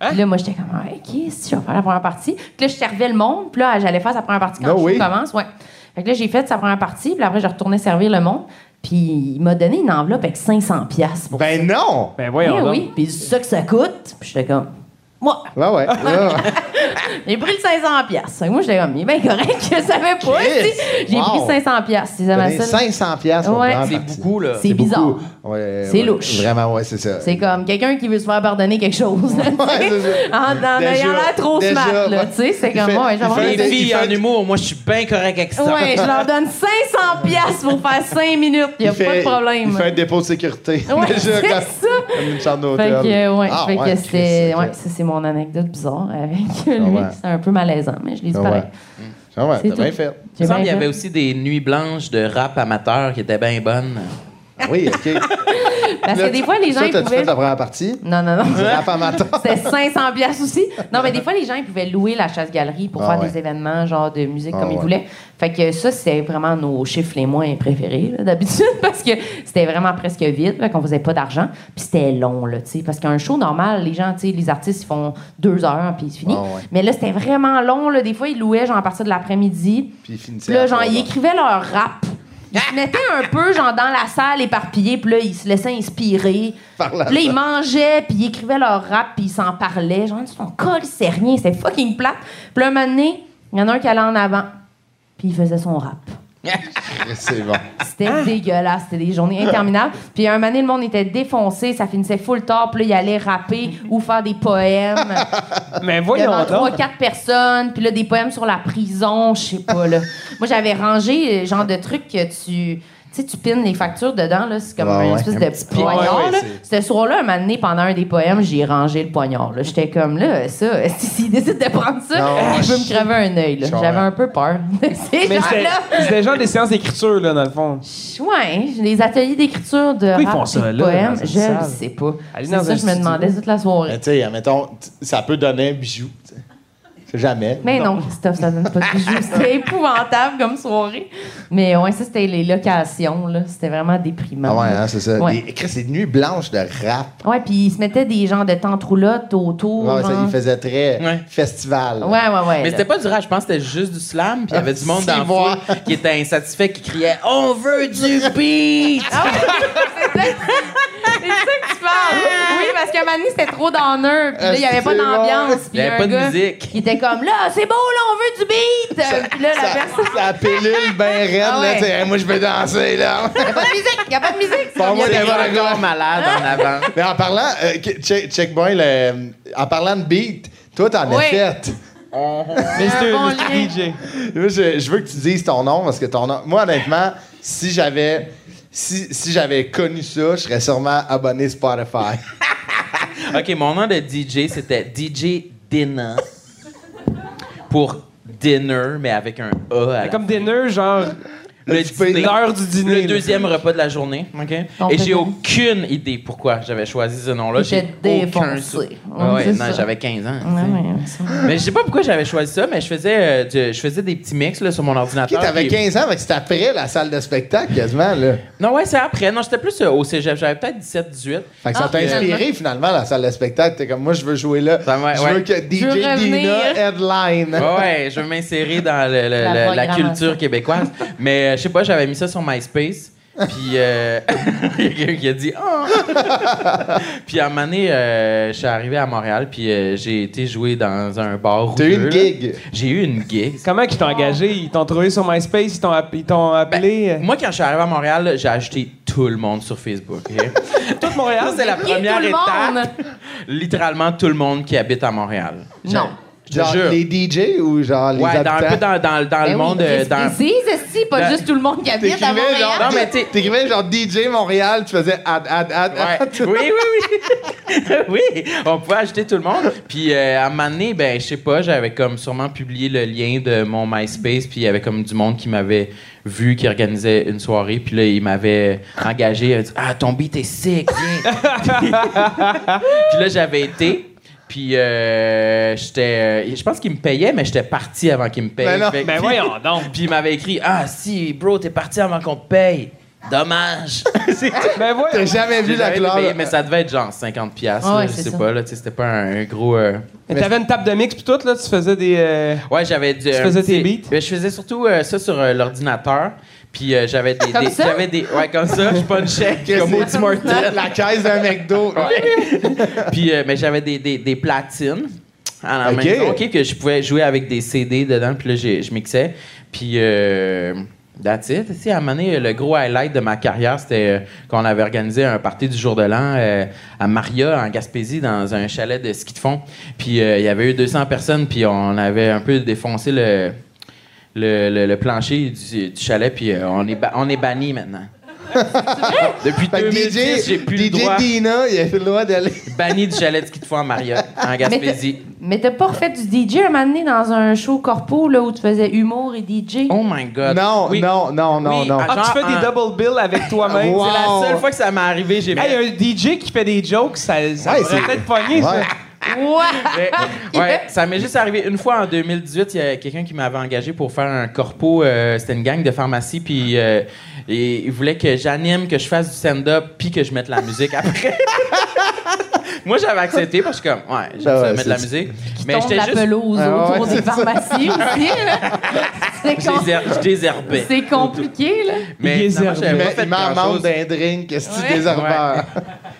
S1: Hein?
S4: Puis là, moi, j'étais comme, ah, OK, si je vais faire la première partie. Puis là, je servais le monde. Puis là, j'allais faire sa première partie quand
S1: No
S4: je
S1: way.
S4: commence. Ouais. Fait que là, j'ai fait sa première partie. Puis après, je retournais servir le monde. Puis il m'a donné une enveloppe avec 500 pièces pour
S1: Ben non!
S2: Ben
S4: Eh
S2: voyons donc.
S4: oui, puis c'est ça que ça coûte. Puis j'étais comme, moi,
S1: Ouais, ouais. ouais.
S4: j'ai pris le 500 pièces. Moi, j'étais comme, mais ben correct, je savais pas.
S1: Chris!
S4: tu sais. J'ai
S1: Wow!
S4: pris 500 pièces. C'est ça, ma
S1: Donner
S4: seule-
S1: 500 piastres pour
S4: Ouais.
S1: prendre
S5: C'est
S1: partie.
S5: beaucoup, là.
S4: C'est bizarre.
S1: beaucoup. Ouais,
S4: C'est
S1: ouais.
S4: louche.
S1: Vraiment, ouais, c'est ça.
S4: C'est comme quelqu'un qui veut se faire pardonner quelque chose. [laughs] tu sais.
S1: Ouais, c'est ça.
S4: en en
S1: Déjà,
S4: ayant l'air trop
S1: déjà,
S4: smart, là.
S1: ouais.
S4: Tu sais, c'est
S1: Il
S4: comme,
S1: fait-
S4: ouais,
S1: il fait des-
S4: j'aimerais
S5: Les
S1: il
S5: filles
S1: fait-
S5: en humour, moi, je suis bien correct avec ça.
S4: Ouais, je leur donne 500 pièces pour faire 5 minutes, il
S1: Il
S4: a pas
S1: fait-
S4: de problème.
S1: Il fait un dépôt de sécurité. [laughs]
S4: Ouais,
S1: Déjà,
S4: c'est
S1: comme-
S4: ça.
S1: Comme une chambre
S4: Fait
S1: d'hôtel.
S4: que, euh, ouais,
S1: Ah,
S4: fait que
S1: ouais,
S4: c'était-
S1: Chris, ok.
S4: ouais, ça c'est mon anecdote bizarre avec lui.
S1: Ah, ouais.
S4: C'était un peu malaisant, mais je l'ai dit
S1: Ah,
S4: pareil.
S1: ouais. Ah, ouais,
S4: C'est
S1: t'as bien
S4: tout.
S1: fait.
S5: Il
S4: J'ai
S5: me semble
S4: bien
S5: qu'il y
S4: fait.
S5: avait aussi des nuits blanches de rap amateur qui étaient bien bonnes.
S1: Ah Oui, [laughs] OK.
S4: Parce que
S1: Là,
S4: des fois, les gens,
S1: ça,
S4: ils
S1: t'as-tu fait
S4: pouvaient...
S1: la première partie?
S4: Non, non,
S1: [laughs]
S4: non.
S1: Du rap amateur.
S4: C'était 500 pièces aussi. Non, mais des fois, les gens, ils pouvaient louer la chasse-galerie pour
S1: Ah
S4: faire
S1: ouais.
S4: des événements, genre de musique,
S1: Ah
S4: comme ils
S1: ouais.
S4: voulaient. Fait que ça, c'est vraiment nos chiffres les moins préférés, là, d'habitude, [laughs] parce que c'était vraiment presque vide, là, qu'on faisait pas d'argent. Puis c'était long, là, tu sais. Parce qu'un show normal, les gens, tu sais, les artistes, ils font deux heures, puis c'est fini.
S1: Ah ouais.
S4: Mais là, c'était vraiment long, là. Des fois, ils louaient, genre, à partir de l'après-midi.
S1: Puis il finissait
S4: Puis là,
S1: à
S4: genre,
S1: trois
S4: ils
S1: heures.
S4: écrivaient leur rap. Ils
S1: Ah!
S4: se mettaient un peu, genre, dans la salle éparpillée, puis là, ils se laissaient inspirer.
S1: Par la
S4: Puis là, ils mangeaient, puis ils écrivaient leur rap, puis ils s'en parlaient. Genre, ils sont cols, c'est rien, c'était fucking plate. Puis là, un moment donné, il y en a un qui allait en avant, puis il faisait son rap.
S1: [laughs] C'est bon.
S4: C'était dégueulasse, c'était des journées interminables. Puis un moment donné, le monde était défoncé, ça finissait full tard, puis là, il allait rapper ou faire des
S1: [laughs]
S4: poèmes.
S2: Mais
S4: Il y
S2: Ben, voyons
S4: avait trois,
S2: donc.
S4: quatre personnes, puis là, des poèmes sur la prison, je sais
S1: [laughs]
S4: pas, là. Moi, j'avais rangé le genre de trucs que tu... Tu sais, tu pines les factures dedans, là. C'est comme
S1: Ouais,
S4: une
S1: ouais.
S4: espèce
S1: Un
S4: de
S1: petit
S4: petit poignard,
S1: Ouais, ouais,
S4: là.
S1: c'est-
S4: Ce soir-là, un moment donné, pendant un des poèmes, j'ai rangé le poignard, là. J'étais comme, là, ça, [laughs] si- s'il décide de prendre ça,
S1: Non,
S4: il peut me
S1: je-
S4: crever un œil, là.
S1: Je comprends.
S4: J'avais un peu peur [laughs] de ces
S2: Mais c'était
S4: gens-là.
S2: c'était genre des séances d'écriture, là, dans le fond.
S4: Ouais, j'ai des ateliers d'écriture de
S2: Pourquoi ils
S4: rap
S2: font
S4: et
S2: ça,
S4: de
S2: là,
S4: poèmes.
S2: dans une
S4: Je le
S2: salle?
S4: sais pas.
S2: Allez
S4: C'est
S2: dans un
S4: ça, je me
S2: studio.
S4: demandais toute la soirée.
S1: Mais tu sais, admettons, t- ça peut donner un bijou. tu sais. Jamais.
S4: Mais non, Christophe, ça donne pas de
S5: [laughs]
S4: joues. C'était épouvantable comme soirée. Mais ouais, ça, c'était les locations, là. C'était vraiment
S1: Ah
S4: déprimant.
S1: ouais, hein, c'est ça.
S4: Ouais.
S1: Des- Chris, c'est une nuit blanche de rap.
S4: Ouais, puis ils se mettaient des genres de tentes roulottes autour.
S1: Ouais, ça,
S4: genre.
S1: il faisait très
S5: Ouais.
S1: festival.
S4: Ouais, ouais, ouais.
S5: Mais
S4: là.
S5: c'était pas du rap, je pense que c'était juste du slam, puis il y avait du monde
S1: Ah,
S5: dans
S1: si,
S5: le
S1: moi.
S5: foule qui était insatisfait, qui criait « On veut du beat!
S4: Ah oui, c'est ça, c'est ça que tu parles. Oui, parce qu'à un moment donné, c'était trop downer. Puis là, il n'y avait pas
S1: Est-ce que Ah,
S4: d'ambiance.
S1: c'est
S4: Puis
S5: Il y avait
S4: un
S5: pas de
S4: gars
S5: musique.
S4: Qui était comme là, c'est beau, là, on veut du beat. Puis là, la
S1: Ça, [laughs]
S4: personne.
S1: ça pilule ben raide,
S4: Ah
S1: là,
S4: ouais.
S1: tu sais, Hey, moi je vais danser, [laughs] là.
S4: Il n'y a pas de musique, il n'y a pas de musique.
S1: Pas moi,
S4: Il y
S1: les
S4: avait-
S1: voir.
S5: T'es encore malade en avant.
S1: Mais en parlant, euh, que- check, check boy, le- en parlant de beat, toi, t'en as
S4: Ouais.
S1: fait.
S2: Mr.
S4: bon
S2: Mr. DJ.
S1: Moi, je, je veux que tu dises ton nom parce que ton nom. Moi, honnêtement, si j'avais. Si, si j'avais connu ça, je serais sûrement abonné
S5: [laughs]
S1: Spotify.
S5: [laughs] OK, mon nom de DJ, c'était DJ Dinner. Pour dinner, mais avec un A à la
S2: Comme des nœuds, genre
S5: Le
S1: Occupé.
S5: dîner.
S2: l'heure du dîner.
S5: Le deuxième repas de la journée. OK?
S4: On
S5: Et
S4: peut
S5: j'ai
S4: dire.
S5: aucune idée pourquoi j'avais choisi ce nom-là.
S4: J'étais
S5: J'ai aucun
S4: défoncé.
S5: sou-
S4: On
S5: Ouais,
S4: dit
S5: non,
S4: ça.
S5: j'avais 15 ans.
S4: Ouais,
S5: tu sais.
S4: ouais, ça.
S5: Mais je sais pas pourquoi j'avais choisi ça, mais je faisais, euh, du- je faisais des petits mix là, sur mon
S1: Tu
S5: ordinateur.
S1: t'avais
S5: puis-
S1: 15 ans, fait que c'était après la salle de spectacle, quasiment, là.
S5: Non, ouais, c'est après. Non, j'étais plus euh, au cégep. J'avais peut-être 17, 18.
S1: Fait que ça
S4: Ah,
S1: t'a inspiré, finalement, la salle de spectacle. T'es comme, moi, je veux jouer là.
S5: Ça, ouais,
S1: je
S5: ouais.
S1: veux que
S4: Je veux
S1: DJ Dina
S4: revenir.
S1: headline.
S5: Ouais,
S1: [laughs]
S5: ouais, je veux m'insérer dans le-
S4: La
S5: le- le- la
S4: programmation.
S5: culture québécoise. Mais euh, je sais pas, j'avais mis ça sur MySpace. Puis euh, [laughs] il y a quelqu'un qui a dit Ah! Puis à un moment donné, euh, je suis arrivé à Montréal, puis euh, j'ai été jouer dans un bar.
S1: T'as eu une
S5: rouleux, là.
S1: gig.
S5: J'ai eu une gig.
S2: Comment ils t'ont engagé? Ils t'ont trouvé sur MySpace, ils t'ont app- ils t'ont
S5: Ben,
S4: euh.
S2: appelé.
S5: moi, quand je suis arrivé à Montréal, là, j'ai acheté tout le monde sur Facebook. ok?
S4: [laughs]
S2: Tout Montréal, [laughs]
S5: Ça, c'est la
S4: Qui est
S5: première
S4: tout le monde?
S5: étape. Littéralement, tout le monde qui habite à Montréal.
S4: Non.
S5: Je te
S1: Genre
S5: jure.
S1: les DJ ou genre les
S5: Ouais, dans,
S1: habitants?
S5: un peu dans, dans- dans
S4: Ben
S5: le
S4: oui,
S5: monde. euh,
S4: Chris,
S5: dans-
S4: précise, esti, pas
S5: dans-
S4: juste tout le monde qui habite à
S1: T'écrivais genre,
S4: Montréal.
S5: Non, mais t'sais-
S1: t'écrivais genre DJ Montréal, tu faisais ad, ad, ad,
S5: Ouais.
S1: ad. [laughs]
S5: Oui, oui, [laughs] oui. oui, on pouvait acheter tout le monde. Puis euh, à un moment donné, ben, je sais pas, j'avais comme sûrement publié le lien de mon MySpace, puis il y avait comme du monde qui m'avait vu, qui organisait une soirée, puis là, il m'avait engagé. Il avait dit, ah, ton beat est sick, viens. [laughs] puis là, j'avais été. Puis euh, j'étais. euh, je pense qu'il me payait, mais j'étais parti avant qu'il me paye.
S1: Ben non.
S5: Fait que-
S2: Ben voyons
S5: [laughs]
S2: donc.
S5: Puis il m'avait écrit Ah, si, bro, t'es parti avant qu'on te paye. Dommage. C'est tout.
S2: Ben voyons.
S1: T'as jamais vu
S5: J'ai
S1: la
S5: jamais
S1: couleur.
S5: payé, mais ça devait être genre 50 piastres,
S4: Ah
S5: là,
S4: ouais,
S5: je
S4: c'est
S5: sais
S4: ça.
S5: pas là, tu sais, c'était pas un, un gros euh,
S2: Mais t'avais une table de mix puis tout là, tu faisais des. euh,
S5: Ouais, j'avais du Tu
S2: faisais tes beats?
S5: je faisais surtout euh, ça sur euh, l'ordinateur, puis euh, j'avais des,
S4: [laughs] Comme
S5: des-
S4: ça?
S5: j'avais des ouais comme ça, je
S4: [laughs]
S5: punchais
S1: Que
S5: comme
S1: c'est-
S5: Audie Morton.
S1: La caisse d'un McDo.
S5: Puis euh, mais j'avais des, des, des platines à la
S1: Ok.
S5: maison, OK, que je pouvais jouer avec des CD dedans, puis là j'ai- je mixais. Puis euh, That's it. Tu sais, à un moment donné, le gros highlight de ma carrière, c'était euh, qu'on avait organisé un party du jour de l'an euh, à Maria, en Gaspésie, dans un chalet de ski de fond. Puis euh, il y avait eu 200 personnes, puis on avait un peu défoncé le, le, le- le plancher du, du chalet, puis euh, on est, ba- on est banni maintenant. Depuis
S1: Fait que
S5: 2010, j'ai plus le
S1: DJ,
S5: droit
S1: DJ Dina, il a fait le droit d'aller.
S5: banni du chalet de ski de fond à Maria, en
S4: Mais t'as-
S5: Gaspésie.
S4: Mais t'as pas refait du DJ un moment donné dans un show corpo là, où tu faisais humour et DJ?
S5: Oh my God.
S1: Non,
S5: Oui.
S1: non, non, non,
S5: Oui,
S1: non.
S5: à-
S2: Ah, tu fais des
S5: Genre
S2: double bills avec
S5: [laughs]
S2: toi-même.
S1: Wow.
S5: C'est la seule fois que ça m'est arrivé, j'ai
S2: Hey, un DJ qui fait des jokes, ça, ça
S1: Ouais,
S2: pourrait
S1: c'est-
S2: peut-être pogné,
S1: Ouais.
S2: ça.
S4: Ah! Ouais.
S5: Mais- ouais, ça m'est juste arrivé une fois en 2018, il y a quelqu'un qui m'avait engagé pour faire un corpo, euh, c'était une gang de pharmacie, puis euh, et il voulait que j'anime, que je fasse du stand-up, puis que je mette la musique après. [laughs] Moi, j'avais accepté parce que, comme, ouais, j'aime
S1: Ben
S5: ça,
S1: ouais,
S5: mettre de la musique. Mais
S4: Tombe
S5: j'étais
S4: la
S5: juste.
S4: pelouse
S1: Ah ouais,
S4: autour
S1: c'est
S4: des
S1: ça.
S4: pharmacies aussi. là.
S1: [laughs]
S4: C'est
S5: Je
S4: con-
S5: désher- je désherbais.
S4: C'est compliqué, là.
S5: Mais,
S2: Il
S5: finalement, j'avais
S2: désherbait.
S5: pas
S1: Mais
S5: fait
S1: il m'en manque
S5: grand-chose.
S1: d'un drink, qu'est-ce que
S4: Ouais.
S1: tu désherbeur?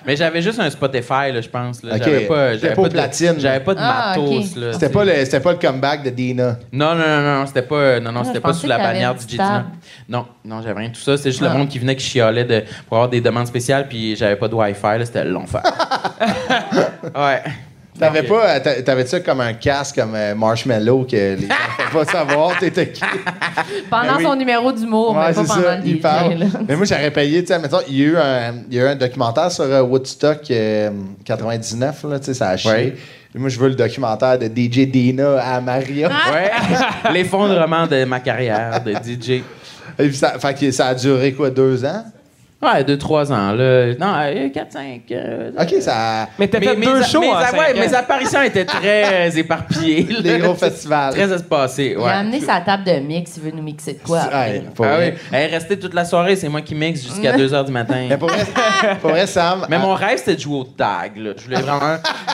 S5: Mais j'avais juste un Spotify, là, je pense. là.
S1: Ok.
S5: J'avais pas,
S1: C'était
S5: j'avais
S1: pas
S5: de-
S1: platine.
S5: J'avais pas de
S4: Ah, ok.
S5: matos. là,
S1: C'était
S5: tu
S1: pas,
S5: sais.
S1: le, c'était pas le comeback de Dina.
S5: Non, non, non, non, c'était pas, euh, non, non,
S4: Ah,
S5: c'était
S4: je
S5: pas
S4: pensais
S5: sous la
S4: que t'avais
S5: bannière
S4: une
S5: du
S4: petite
S5: Jetina.
S4: table.
S5: Non, non, j'avais rien de tout ça. C'est juste
S4: Ah.
S5: le monde qui venait qui chialait de, pour avoir des demandes spéciales, puis j'avais pas de Wi-Fi, là,
S1: [laughs]
S5: c'était l'enfer. ouais.
S1: T'avais
S5: Donc,
S1: pas, euh, t'a- t'avais ça comme un casque comme euh, Marshmallow que les gens pouvaient pas savoir t'étais qui.
S4: Pendant
S1: Ben oui.
S4: son numéro d'humour, mais pas pendant le
S1: il
S4: DJ.
S1: parle.
S4: là.
S1: Mais moi, j'aurais payé, tu sais, admettons, il y, a eu un, il y a eu un documentaire sur euh, Woodstock euh, 99, là, tu sais, ça a chié.
S5: Ouais.
S1: Et Moi, je veux le documentaire de DJ Dina à Maria.
S5: euh, Ouais. [laughs] L'effondrement de ma carrière de DJ.
S1: Et puis ça, fait que ça a duré, quoi, deux ans?
S5: Ouais, 2-3 ans, là. Non, euh, 4-5.
S1: OK, ça.
S2: Mais t'as fait deux shows
S5: mes,
S2: en
S5: ah,
S2: cinq
S5: ouais,
S2: ans.
S5: mes apparitions étaient
S1: [laughs]
S5: très éparpillées. là.
S1: Des gros festivals.
S5: Très espacées,
S4: Il
S5: ouais.
S4: a amené sa table de mix, il veut nous mixer de quoi.
S1: Ouais, pour
S5: Ah oui.
S1: vrai.
S5: Elle est restée toute la soirée, c'est moi qui mixe jusqu'à 2h du matin.
S1: Mais pour vrai, pour vrai, Sam.
S5: [laughs]
S1: ah,
S5: Mais
S1: à-
S5: mon rêve, c'était de jouer au tag. Là. Je voulais vraiment [laughs]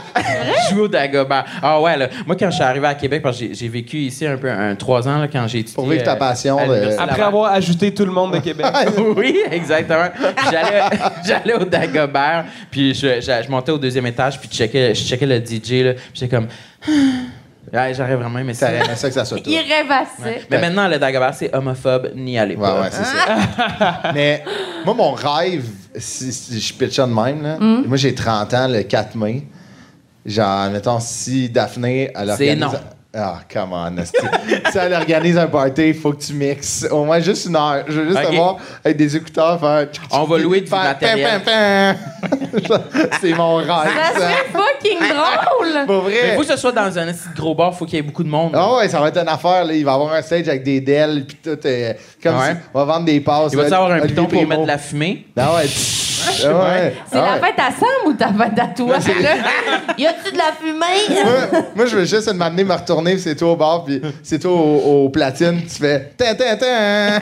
S5: jouer au dagobah. Ah ouais, là. moi, quand je suis arrivé à Québec, parce que j'ai- j'ai vécu ici un peu un, trois ans là, quand j'ai étudié...
S1: Pour vivre ta
S5: euh,
S1: passion,
S5: à
S1: euh,
S5: l'Université
S2: Après
S5: Laval.
S2: avoir ajouté tout le monde de Québec.
S5: [laughs] oui, exactement. Puis J'allais,
S1: [laughs]
S5: j'allais au Dagobert, puis je, je- je montais au deuxième étage, puis je checkais, je checkais le DJ, là, puis j'étais comme... [sighs] Ah, j'aurais vraiment aimé ça.
S1: T'aurais aimé ça que ça soit tout.
S4: Il rêvassait.
S5: [laughs] Mais maintenant, le Dagobert, c'est homophobe, n'y allez
S1: Ouais,
S5: pas.
S1: ouais, c'est ça. Mais moi, mon rêve, si, si je pitch ça de même, là, moi, j'ai 30 ans le 4 mai. Genre, mettons, si Daphné, elle organise...
S5: non.
S1: Ah, come on, esti. Si elle organise un party, il faut que tu mixes au moins juste une heure. Je veux juste
S5: Ok.
S1: avoir avec des écouteurs, faire... tchou, tchou,
S5: On va louer du
S1: faire pim,
S5: matériel.
S1: pim, pim. [laughs] c'est mon
S4: Ça
S1: rêve, ça.
S4: serait fucking drôle!
S1: Pour vrai.
S5: Mais faut que ce soit dans un petit gros bar, faut qu'il y ait beaucoup de monde.
S1: Ah ouais, ça va être une affaire, là. Il va avoir un stage avec des Dell, puis tout. euh, comme
S5: Ouais.
S1: si on va vendre des passes. euh,
S5: Il va y
S1: là,
S5: avoir un
S1: Olivier
S5: piton pour y
S1: Primo.
S5: mettre de la fumée.
S1: Ah ouais. Ah ouais.
S4: C'est
S1: Ah
S4: la
S1: ouais.
S4: fête à Sam ou ta fête à toi?
S1: [laughs]
S4: là? y a-tu de la fumée?
S1: Moi, moi, je veux juste m'amener, me retourner, puis c'est toi au bar, puis c'est toi au, au platine, tu fais tin, tin, tin.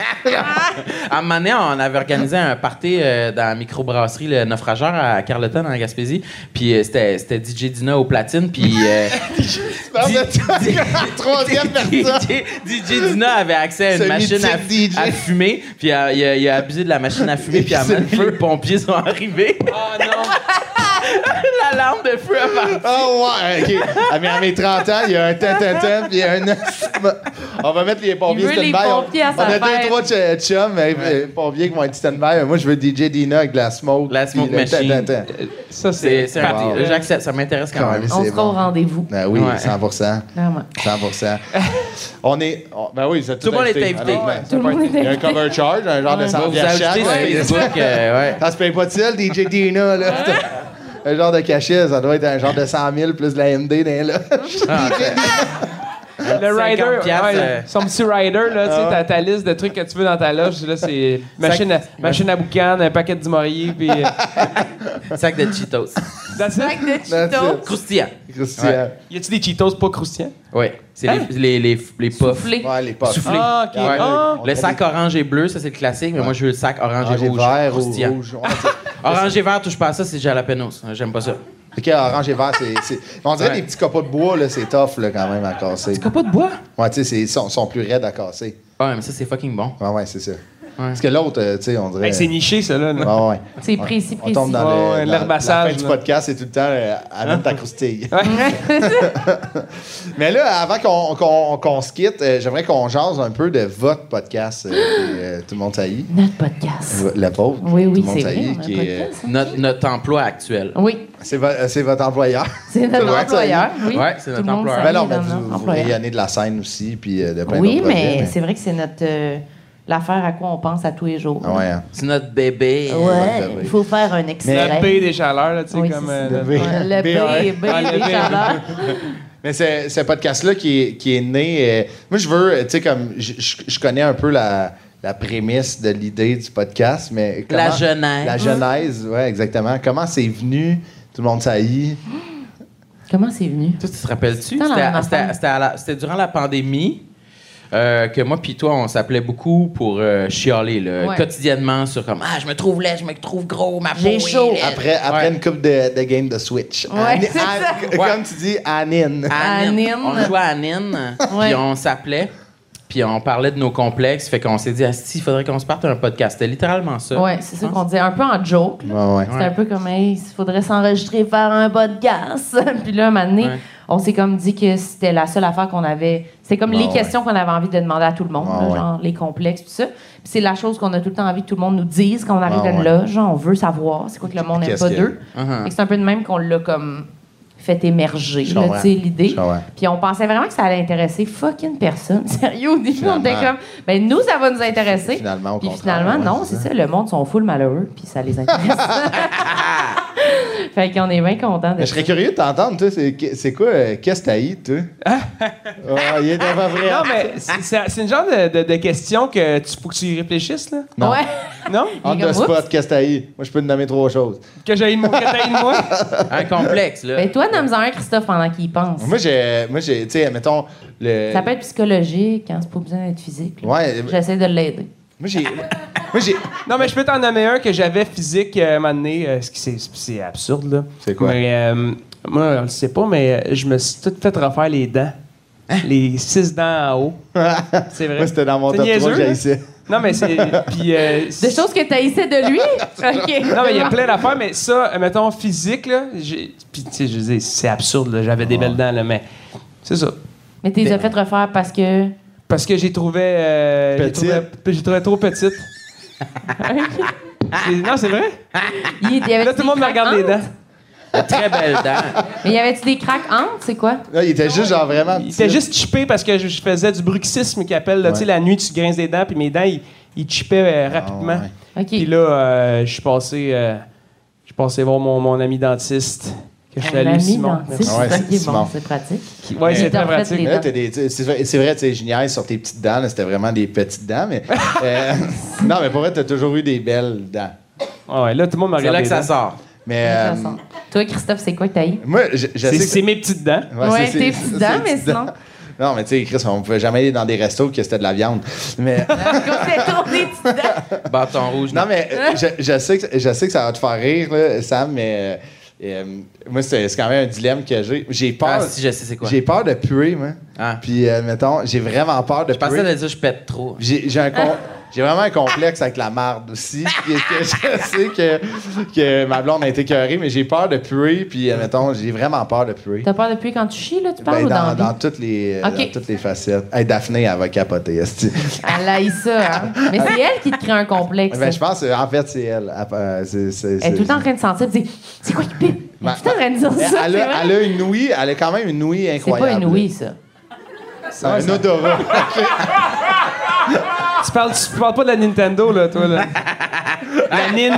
S5: À un moment donné, on avait organisé un party euh, dans la microbrasserie Le Naufrageur à Carleton, en Gaspésie. Puis euh, c'était c'était DJ Dina au platine. Puis euh,
S1: Tu parles de toi,
S5: [laughs]
S1: troisième personne.
S5: DJ, DJ Dina avait accès à
S1: Ce
S5: une machine à,
S1: mythique DJ.
S5: à fumer. Puis euh, il, a, il a abusé de la machine à
S1: [laughs]
S5: fumer. Puis à un moment donné, les pompiers sont arrivés.
S2: Ah
S5: [laughs]
S2: non!
S5: la lampe de feu a parti.
S1: Oh ouais, ok. À mes, à mes 30 ans, il y a un tin, tin, tin, puis il y a un. [laughs] On va mettre les pompiers
S4: Il veut les
S1: stand-by. On-
S4: pompiers à
S1: On,
S4: sa
S1: a deux,
S4: fête.
S1: trois ch- chums, euh, euh, pompiers qui vont être stand-by. Moi, je veux DJ Dina avec de la smoke.
S5: La
S1: puis
S5: smoke
S1: le tin,
S5: machine. Euh,
S1: tin, tin.
S2: Ça, c'est.
S5: C'est c'est un
S1: Wow.
S5: deal. J'accepte, ça m'intéresse quand même.
S1: Caliste,
S4: On
S1: c'est
S4: sera au
S1: bon.
S4: rendez-vous.
S1: Ben oui,
S5: Ouais.
S1: 100
S4: Clairement.
S5: [laughs]
S1: 100 On est. on- ben oui, vous êtes
S5: Tout le monde est
S1: invités.
S5: invité.
S1: honnêtement.
S4: Tout le monde est
S1: Il y a un
S4: invité.
S1: cover charge, un genre de
S5: On va
S1: 100
S5: vous ajouter
S1: chaque. Ouais.
S5: sur Facebook. euh, ouais.
S1: Ça se paye pas de seul, DJ Dina, là. C'est [laughs] Un genre de cachet, ça doit être un genre de 100 000 plus de la MD dans là. [laughs]
S5: Ah,
S2: Le
S5: c'est- 50
S2: rider,
S5: piastres,
S2: ouais,
S5: euh.
S2: son petit rider, là, tu sais, t'as ta liste de trucs que tu veux dans ta loge, là, c'est machine à, machine à boucan, un paquet de Maurier, puis... euh,
S5: Sac de Cheetos.
S2: that's it.
S4: Sac de
S1: That's
S4: Cheetos.
S1: it.
S5: Croustillant.
S1: Croustillant.
S2: Y a-tu des Cheetos pas croustillants?
S5: Oui. C'est
S2: Hein?
S5: les, les, les, les puffs.
S4: Soufflé.
S1: Ouais, les potes.
S5: Soufflé.
S2: Ah, ok.
S5: Ouais.
S2: Ah.
S5: Le sac orange et bleu, ça c'est le classique, mais moi je veux le sac orange
S1: Orange
S5: et
S1: et
S5: rouge.
S1: vert
S5: croustillant.
S1: ou rouge. Ouais, c'est-
S5: Orange et vert, touche pas à ça, c'est jalapenos. J'aime pas ça.
S1: ok, orange et vert, c'est. c'est- On dirait
S5: Ouais.
S1: des petits copeaux de bois, là, c'est tough, là, quand même, à casser.
S5: T'as pas de bois?
S1: Ouais, tu sais, c'est- ils sont, sont plus raides à casser.
S5: Ah, mais ça c'est fucking bon.
S1: Ouais, ouais, c'est ça. Parce que l'autre, euh, tu sais, on
S5: Ben,
S1: dirait.
S2: Hey, c'est niché, ça, là. là.
S1: Ouais, ouais.
S4: C'est précis,
S1: On
S4: précis.
S1: tombe dans
S2: Ouais,
S1: le-
S2: ouais,
S1: dans
S2: l'herbassage,
S1: La fin du
S2: là.
S1: podcast, c'est tout le temps euh,
S5: Hein?
S1: amène ta croustille.
S2: [laughs]
S4: Ouais.
S1: Mais là, avant qu'on qu'on- qu'on se quitte, euh, j'aimerais qu'on jase un peu de votre podcast, euh, qui est, euh, Tout le monde saillit.
S4: Notre podcast.
S1: La vôtre.
S4: Oui,
S1: Tout
S4: oui,
S1: le monde
S4: c'est
S1: saillit,
S4: vrai. on a un
S1: qui est,
S4: podcast, hein.
S5: Notre, notre emploi actuel.
S4: Oui,
S1: C'est vo- euh, c'est votre employeur.
S4: [laughs]
S1: [laughs]
S4: c'est
S1: Tout le
S4: notre
S1: monde
S4: employeur.
S1: saillit.
S4: Oui,
S5: Ouais, c'est notre
S4: Tout le monde
S5: employeur.
S1: Ben
S4: saillit
S1: non,
S4: dans
S1: mais
S4: notre
S1: vous, vous
S4: employeur.
S1: rayonnez de la scène aussi, puis euh, de plein
S4: Oui,
S1: d'autres projets,
S4: mais c'est vrai que c'est notre euh, l'affaire à quoi on pense à tous les jours.
S1: Ah ouais, hein.
S5: C'est notre bébé.
S1: Ouais,
S4: Ouais, il faut faire un extrait.
S2: Le P des chaleurs, là, tu sais,
S4: Oui,
S2: comme...
S4: c'est
S2: euh,
S4: ça.
S1: le
S2: le-
S1: B.
S4: Ouais, Le
S1: B1.
S4: B, B,
S2: Ah, le
S4: les
S2: B.
S4: chaleurs.
S1: Mais c'est- ce podcast-là qui est, qui est né. euh, moi, je veux, euh, tu sais, comme je- je je connais un peu la, la prémisse de l'idée du podcast, mais.
S5: La genèse.
S1: La genèse, ouais, exactement. Comment c'est venu? Tout le monde saillit.
S4: Comment c'est venu?
S5: Toi, tu te rappelles-tu?
S4: Dans la
S5: C'était-
S4: même
S5: c'était-
S4: affaire.
S5: C'était à la- c'était durant la pandémie euh, que moi puis toi, on s'appelait beaucoup pour euh, chialer là,
S4: Ouais.
S5: quotidiennement sur comme Ah, je me trouve laid, je me trouve gros, ma peau
S4: J'ai
S5: est
S4: chaud.
S5: laide.
S1: Après, après
S5: Ouais.
S1: une coupe de, de game de Switch.
S4: Ouais,
S1: Anne-
S4: c'est
S1: Anne-
S4: ça.
S1: [laughs] Comme
S5: Ouais.
S1: tu dis, Anine.
S5: Anine.
S4: Anine.
S5: On jouait à Anine,
S4: [laughs] Ouais.
S5: puis on s'appelait, puis on parlait de nos complexes. Fait qu'on s'est dit, Asti, il faudrait qu'on se parte un podcast. C'était littéralement ça.
S4: Ouais, c'est ça qu'on disait, un peu en joke. là.
S1: Ouais, ouais.
S4: C'était un peu comme, hey, il faudrait s'enregistrer, faire un podcast. [laughs] Puis là, un moment donné,
S5: Ouais.
S4: on s'est comme dit que c'était la seule affaire qu'on avait. C'est comme
S1: Ouais,
S4: les
S1: Ah, ouais. Ah,
S4: questions qu'on avait envie de demander à tout le monde,
S1: Ouais,
S4: là,
S1: ouais.
S4: genre les complexes, tout ça. Puis c'est la chose qu'on a tout le temps envie que tout le monde nous dise quand on arrive
S1: Ouais,
S4: dans
S1: Ah, ouais.
S4: une loge. Genre, on veut savoir c'est quoi que le monde n'aime
S1: Qu'est-ce
S4: pas
S1: que-
S4: d'eux.
S5: Uh-huh.
S4: Fait que C'est un peu de même qu'on l'a comme fait émerger,
S1: Je
S4: là,
S1: comprends.
S4: tu sais, l'idée.
S1: Je comprends.
S4: Puis on pensait vraiment que ça allait intéresser fucking personne. [laughs] Sérieux, au début, on était
S1: Finalement.
S4: comme, ben nous, ça va nous intéresser.
S1: Finalement, au
S4: Puis
S1: contraire,
S4: finalement,
S1: ouais,
S4: non,
S1: c'est [laughs]
S4: c'est ça. le monde sont full malheureux, puis ça les intéresse. Fait qu'on est bien contents de
S1: Mais je serais curieux de t'entendre, tu sais, c'est- c'est quoi, euh, qu'est-ce que t'as eu, tu sais? Ah, il est dans ma vraie.
S2: Non,
S1: [laughs]
S2: mais c'est- c'est c'est une genre de, de- de question que tu faut que tu y réfléchisses, là.
S1: Non.
S4: Ouais.
S2: Non?
S1: On
S4: Il est
S1: the
S4: comme,
S1: spot, qu'est-ce que t'as eu? Moi, je peux te nommer trois choses.
S2: Que j'ai une que t'as une moi?
S5: Un complexe, là.
S4: Ben, toi, nomme-en un, Christophe, pendant qu'il y pense.
S1: Moi, j'ai, moi, j'ai, tu sais, mettons, le.
S4: Ça peut être psychologique, hein, c'est pas besoin d'être physique. là.
S1: Ouais, euh,
S4: J'essaie de l'aider.
S1: moi, j'ai. moi, j'ai.
S2: Non, mais je peux t'en nommer un que j'avais physique euh, un moment donné, euh, ce qui c'est- c'est absurde, là.
S1: C'est quoi?
S2: Mais, euh, moi, on le sait pas, mais euh, je me suis tout fait refaire les dents. Les six dents en
S1: [laughs]
S2: haut. C'est vrai.
S1: Hein? Moi, c'était dans mon
S2: C'est
S1: top 3
S2: niaiseux,
S1: que j'ai
S2: là.
S1: ici.
S2: Non, mais c'est. Puis. euh,
S4: [laughs] Des choses que t'as essayé de
S1: [laughs]
S4: lui? OK.
S2: Non, mais il y a plein d'affaires, mais ça, euh, mettons, physique, là. j'ai- Puis, tu sais, je dis, c'est absurde, là. J'avais
S1: Ah.
S2: des belles dents, là, mais. C'est ça.
S4: Mais t'es déjà fait refaire parce que.
S2: Parce que j'ai trouvé. euh, j'ai
S1: Petite.
S2: trouvé- J'ai trouvé trop petite. C'est- non, c'est vrai?
S4: Il y avait Ah,
S2: Là, tout le monde me regarde les dents.
S5: Très belle
S4: [laughs]
S5: dent.
S4: Mais y avait-tu des craques hantes? C'est quoi?
S1: Là, il était juste, genre, vraiment.
S2: Il
S1: petit.
S2: était juste chippé parce que je, je faisais du bruxisme qui appelle. là, Tu sais,
S1: Ouais.
S2: la nuit, tu grinces des dents, puis mes dents, ils, ils chippaient euh, rapidement.
S1: ouais.
S4: OK.
S2: Puis là, euh, je suis passé, euh, je suis passé voir mon, mon ami dentiste. Que je
S4: Un
S2: salue,
S4: ami
S2: Simon.
S4: dentiste.
S1: Ah Ouais, c'est
S4: OK, bon,
S1: Simon.
S4: c'est pratique.
S2: Merci. Ouais, c'est
S4: Il t'a
S2: très
S4: refait
S2: pratique.
S1: Mais Là, t'as des, tu sais, c'est vrai- c'est vrai, tu sais, je niaise sur tes petites dents, là, c'était vraiment des petites dents,
S4: [laughs]
S1: mais. euh, [laughs] non, mais pour vrai, t'as toujours eu des belles dents.
S2: Ah ouais, là, tout le monde me
S5: C'est
S2: regarde.
S5: là
S2: les
S5: que ça
S2: dents.
S5: sort.
S1: Mais.
S4: De
S1: euh,
S4: toute façon. Toi, Christophe, c'est quoi que t'as eu?
S1: moi, je, je
S2: C'est
S1: sais que-
S2: c'est mes petites dents.
S1: Ouais,
S4: Ouais,
S1: c'est-
S4: tes
S1: c'est-
S4: petits
S1: c'est-
S4: dents,
S1: c'est-
S4: mais
S1: c'est-
S4: sinon- [laughs]
S1: Non, mais tu sais, Chris, on pouvait jamais aller dans des restos que c'était de la viande.
S4: [laughs]
S1: Mais.
S4: C'était trop des petits dents.
S5: Bâton rouge.
S1: Non, mais euh, je, je sais que, je sais que ça va te faire rire, là, Sam, mais euh, euh, moi, c'est c'est quand même un dilemme que j'ai. J'ai
S5: Ah,
S1: peur,
S5: si, je sais c'est quoi.
S1: j'ai peur de puer, moi.
S5: Ah.
S1: Puis, euh, mettons, j'ai vraiment peur de
S5: Je pensais
S1: puer.
S5: de dire je pète trop.
S1: J'ai j'ai un
S4: [laughs]
S1: con- j'ai vraiment un complexe avec la marde aussi. puis que je [laughs] sais que, que ma blonde a été cœurée, mais j'ai peur de puer. Puis, euh, mettons, j'ai vraiment peur de puer.
S4: T'as peur depuis quand tu chies, là, tu parles
S1: Ben,
S4: ou dans,
S1: dans,
S4: la vie?
S1: dans toutes les, euh,
S4: Ok.
S1: dans toutes les facettes. Hey, Daphné, elle va capoter. esti.
S4: Elle haït ça, hein? Mais c'est elle qui te crée un complexe.
S1: Ben, je pense, euh, en fait, c'est elle. Elle, euh, c'est- c'est-
S4: elle est tout le
S1: c'est-
S4: temps en train de sentir, de dire C'est quoi qui pipe? Elle est tout le temps en train de dire
S1: Mais
S4: ça. c'est
S1: elle,
S4: vrai.
S1: a, elle a une ouïe, elle a quand même une ouïe
S4: C'est pas
S1: incroyable.
S4: une oui, ça.
S1: C'est un odorat. [laughs]
S2: Tu parles, tu parles pas de la Nintendo, là, toi, là. la Nin.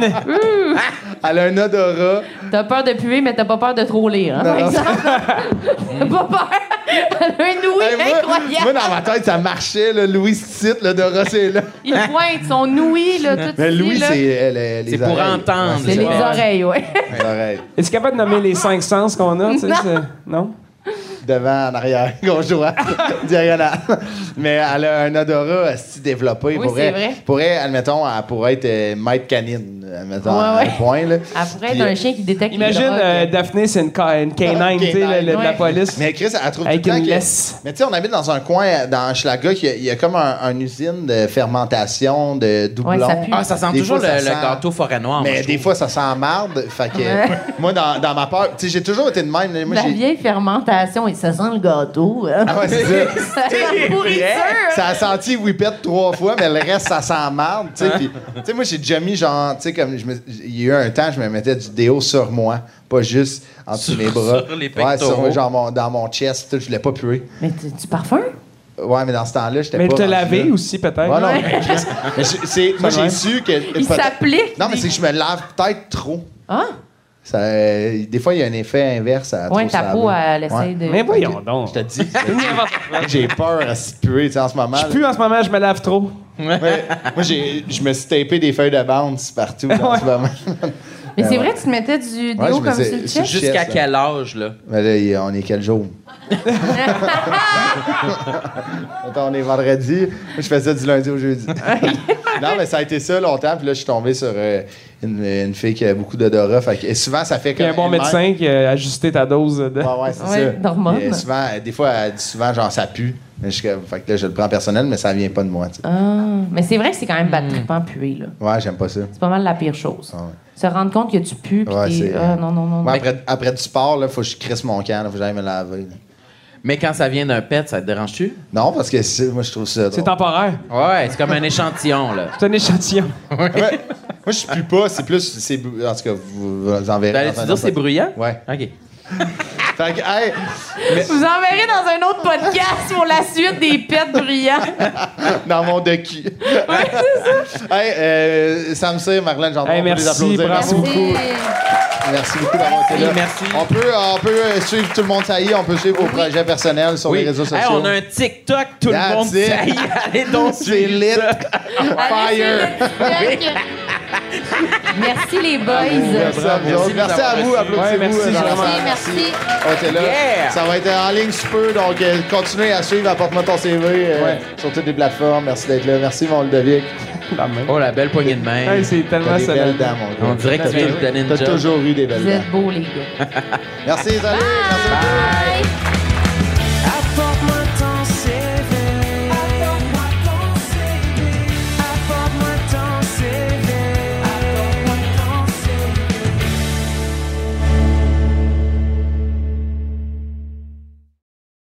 S1: Elle a un odorat.
S4: T'as peur de puer, mais t'as pas peur de trop lire, hein, par
S1: Non. [laughs]
S4: exemple. t'as pas peur. Elle a une
S1: Hey,
S4: ouïe
S1: Ben, moi,
S4: incroyable.
S1: moi, dans ma tête, ça marchait. Là, Louis cite, l'odorat, c'est là.
S4: Il pointe son ouïe, là, tout
S1: Mais
S4: ici,
S1: Ben, Louis,
S4: là.
S1: c'est elle, elle, les
S5: C'est pour
S1: oreilles.
S5: entendre.
S4: C'est les oreilles, ouais.
S1: Les oreilles.
S2: Es-tu capable de nommer les cinq sens qu'on a? tu sais,
S4: Non.
S2: c'est- non?
S1: Devant, en arrière, [laughs] gauche, droite, diagonale. Mais elle a un odorat esti développé.
S4: Oui,
S1: pour
S4: c'est
S1: elle,
S4: vrai.
S1: Pour elle, admettons, elle pourrait être euh, maître canine. Admettons,
S4: Ouais,
S1: à
S4: ouais.
S1: un point. Là.
S4: [laughs] Elle pourrait être
S1: Puis, euh,
S4: un chien qui détecte les
S2: euh, Imagine,
S4: drogues.
S2: euh, Daphné, c'est une, ca- une canine, tu sais, la, la- la
S4: Ouais.
S2: police.
S1: Mais Chris, elle trouve
S2: Avec
S1: tout le temps
S2: une
S1: que-
S2: laisse.
S1: Mais tu sais, on habite dans un coin euh, dans Schlaga qu'il y a- il y, a comme un- une usine de fermentation de doublons.
S4: Ouais, ça pue.
S5: Ah, ça sent
S1: Des
S5: toujours
S1: fois,
S5: le,
S1: ça
S5: le
S1: sent-
S5: gâteau forêt noire. moi,
S1: Mais
S5: je
S1: des
S5: trouve.
S1: fois, ça sent marde. Fait que
S4: Ouais.
S1: moi, dans, dans ma peur, tu sais, j'ai toujours été de même. là. Moi,
S4: La
S1: j'ai-
S4: vieille fermentation, et ça sent le gâteau. hein. [laughs]
S1: Ah ouais, c'est ça.
S4: Ça sent la pourriture.
S1: Ça a senti whippet trois fois, mais le reste, ça sent marde.
S4: Hein?
S1: Tu sais, Puis, tu sais, moi, j'ai déjà mis genre, tu sais, comme je me- il y a eu un temps, je me mettais du déo sur moi, pas juste en dessous de
S5: Sur-
S1: mes bras.
S5: sur les
S1: ouais,
S5: pectoraux.
S1: sur, genre mon- dans mon chest, tout, je voulais pas puer.
S4: Mais tu, tu parfums?
S1: Ouais, mais dans ce temps-là, j'étais pas.
S2: Mais tu te
S1: rendu
S2: lavé
S1: là.
S2: aussi, peut-être.
S1: Ouais, non, mais Chris, mais je- c'est- moi,
S2: va.
S1: j'ai su que.
S4: Il s'applique.
S1: Non, mais c'est que je me lave peut-être trop.
S4: Ah,
S1: Ça, euh, des fois, il y a un effet inverse à
S4: ouais,
S1: trop
S4: ta
S1: se
S4: peau,
S1: laver.
S4: elle essaie
S1: Ouais.
S4: de.
S2: Mais voyons donc.
S1: Je te
S4: [laughs]
S1: dis. J'ai peur à se puer, tu sais, en ce moment.
S2: Je pue en ce moment, je me lave trop.
S1: Ouais. moi, j'ai- je me suis tapé des feuilles de bounce partout en ce moment.
S4: Mais c'est vrai, tu te mettais du déo
S1: Ouais, je me
S4: comme
S1: disais-
S4: sur le
S1: sur le
S4: chest?
S1: chest.
S5: Jusqu'à
S1: Yes, là.
S5: quel âge, là?
S1: Mais là, il- on est quel [laughs] jour? Attends, on est vendredi. Moi, je faisais du lundi au jeudi. non, mais ça a été ça longtemps. Puis là, je suis tombé sur euh, une, une fille qui a beaucoup d'odorat. Fait que- Et souvent, ça fait
S2: Puis
S1: comme...
S2: un bon
S1: elle-même-
S2: médecin qui a ajusté ta dose. De...
S1: Ouais, ouais, c'est
S4: Ouais,
S1: ça.
S4: d'hormones.
S1: Et souvent, euh, des fois, elle dit souvent, genre, ça pue. Mais je suis comme, fait que là, je le prends personnel, mais ça vient pas de moi. tu sais.
S4: Ah, mais c'est vrai que c'est quand même battrippant puer, là.
S1: Ouais, j'aime pas ça.
S4: C'est pas mal la pire chose.
S1: Mm. Ah ouais.
S4: Se rendre compte que tu pues, puis
S1: Ouais,
S4: t'es-
S1: c'est-
S4: ah, non, non, non.
S1: Moi,
S4: non.
S1: après, après du sport, là, faut que je crisse mon camp, là, faut que j'aille me laver. là.
S5: Mais quand ça vient d'un pet, ça te dérange-tu?
S1: Non, parce que c'est- moi, je trouve ça.
S2: C'est
S1: drôle.
S2: temporaire.
S5: Ouais, c'est comme un échantillon, là.
S2: C'est un échantillon.
S1: Ouais. [laughs] Moi, je pue pas, c'est plus. c'est bu- En tout cas, vous, vous en verrez. dans
S5: T'allais-tu
S1: un
S5: Ben, dire
S1: autre
S5: c'est bruyant?
S1: Ouais.
S5: OK.
S1: Fait que, hey,
S4: Je vous enverrai dans un autre podcast pour la suite des pets brillants.
S1: dans mon docu. Ouais, c'est ça. Hey, euh, Sam Cyr, Marlène, j'en
S2: Hey, merci, bravo.
S4: Merci.
S1: Merci beaucoup d'avoir été là.
S5: Merci, merci.
S1: On peut, on peut euh, suivre tout le monde taillé, on peut suivre vos projets personnels sur
S5: Oui.
S1: les réseaux
S5: Hey,
S1: sociaux.
S5: on a un TikTok, tout
S1: That's
S5: le monde.
S1: it.
S5: Ça y est, [laughs] allez
S1: [laughs]
S5: donc
S1: C'est
S5: suivre
S1: lit.
S5: [laughs] ça.
S4: Allez,
S1: Fire.
S4: [laughs] c'est le TikTok. Merci les boys.
S1: Merci à vous.
S5: Bravo.
S1: autres. Merci à vous.
S5: Ouais,
S1: Applaudissez-vous.
S2: merci,
S1: euh, dans la
S2: vraiment.
S1: salle.
S4: Merci, merci.
S1: On était là.
S5: Yeah.
S1: Ça va être en ligne sous peu, donc euh, continuez à suivre. Apporte-moi ton CV euh,
S2: Ouais.
S1: sur toutes les plateformes. Merci d'être là. Merci, mon Ludovic.
S2: La main.
S5: Oh, la belle poignée de main.
S2: Hey, c'est
S1: T'as
S2: tellement
S1: des
S2: solide.
S1: belles dames, mon gars.
S5: On dirait que tu viens de
S1: T'as-
S5: donner une
S1: T'as
S5: job.
S1: toujours eu des belles
S4: Vous
S1: dames.
S4: êtes beaux les gars.
S1: Merci, salut. Merci beaucoup.
S4: Bye.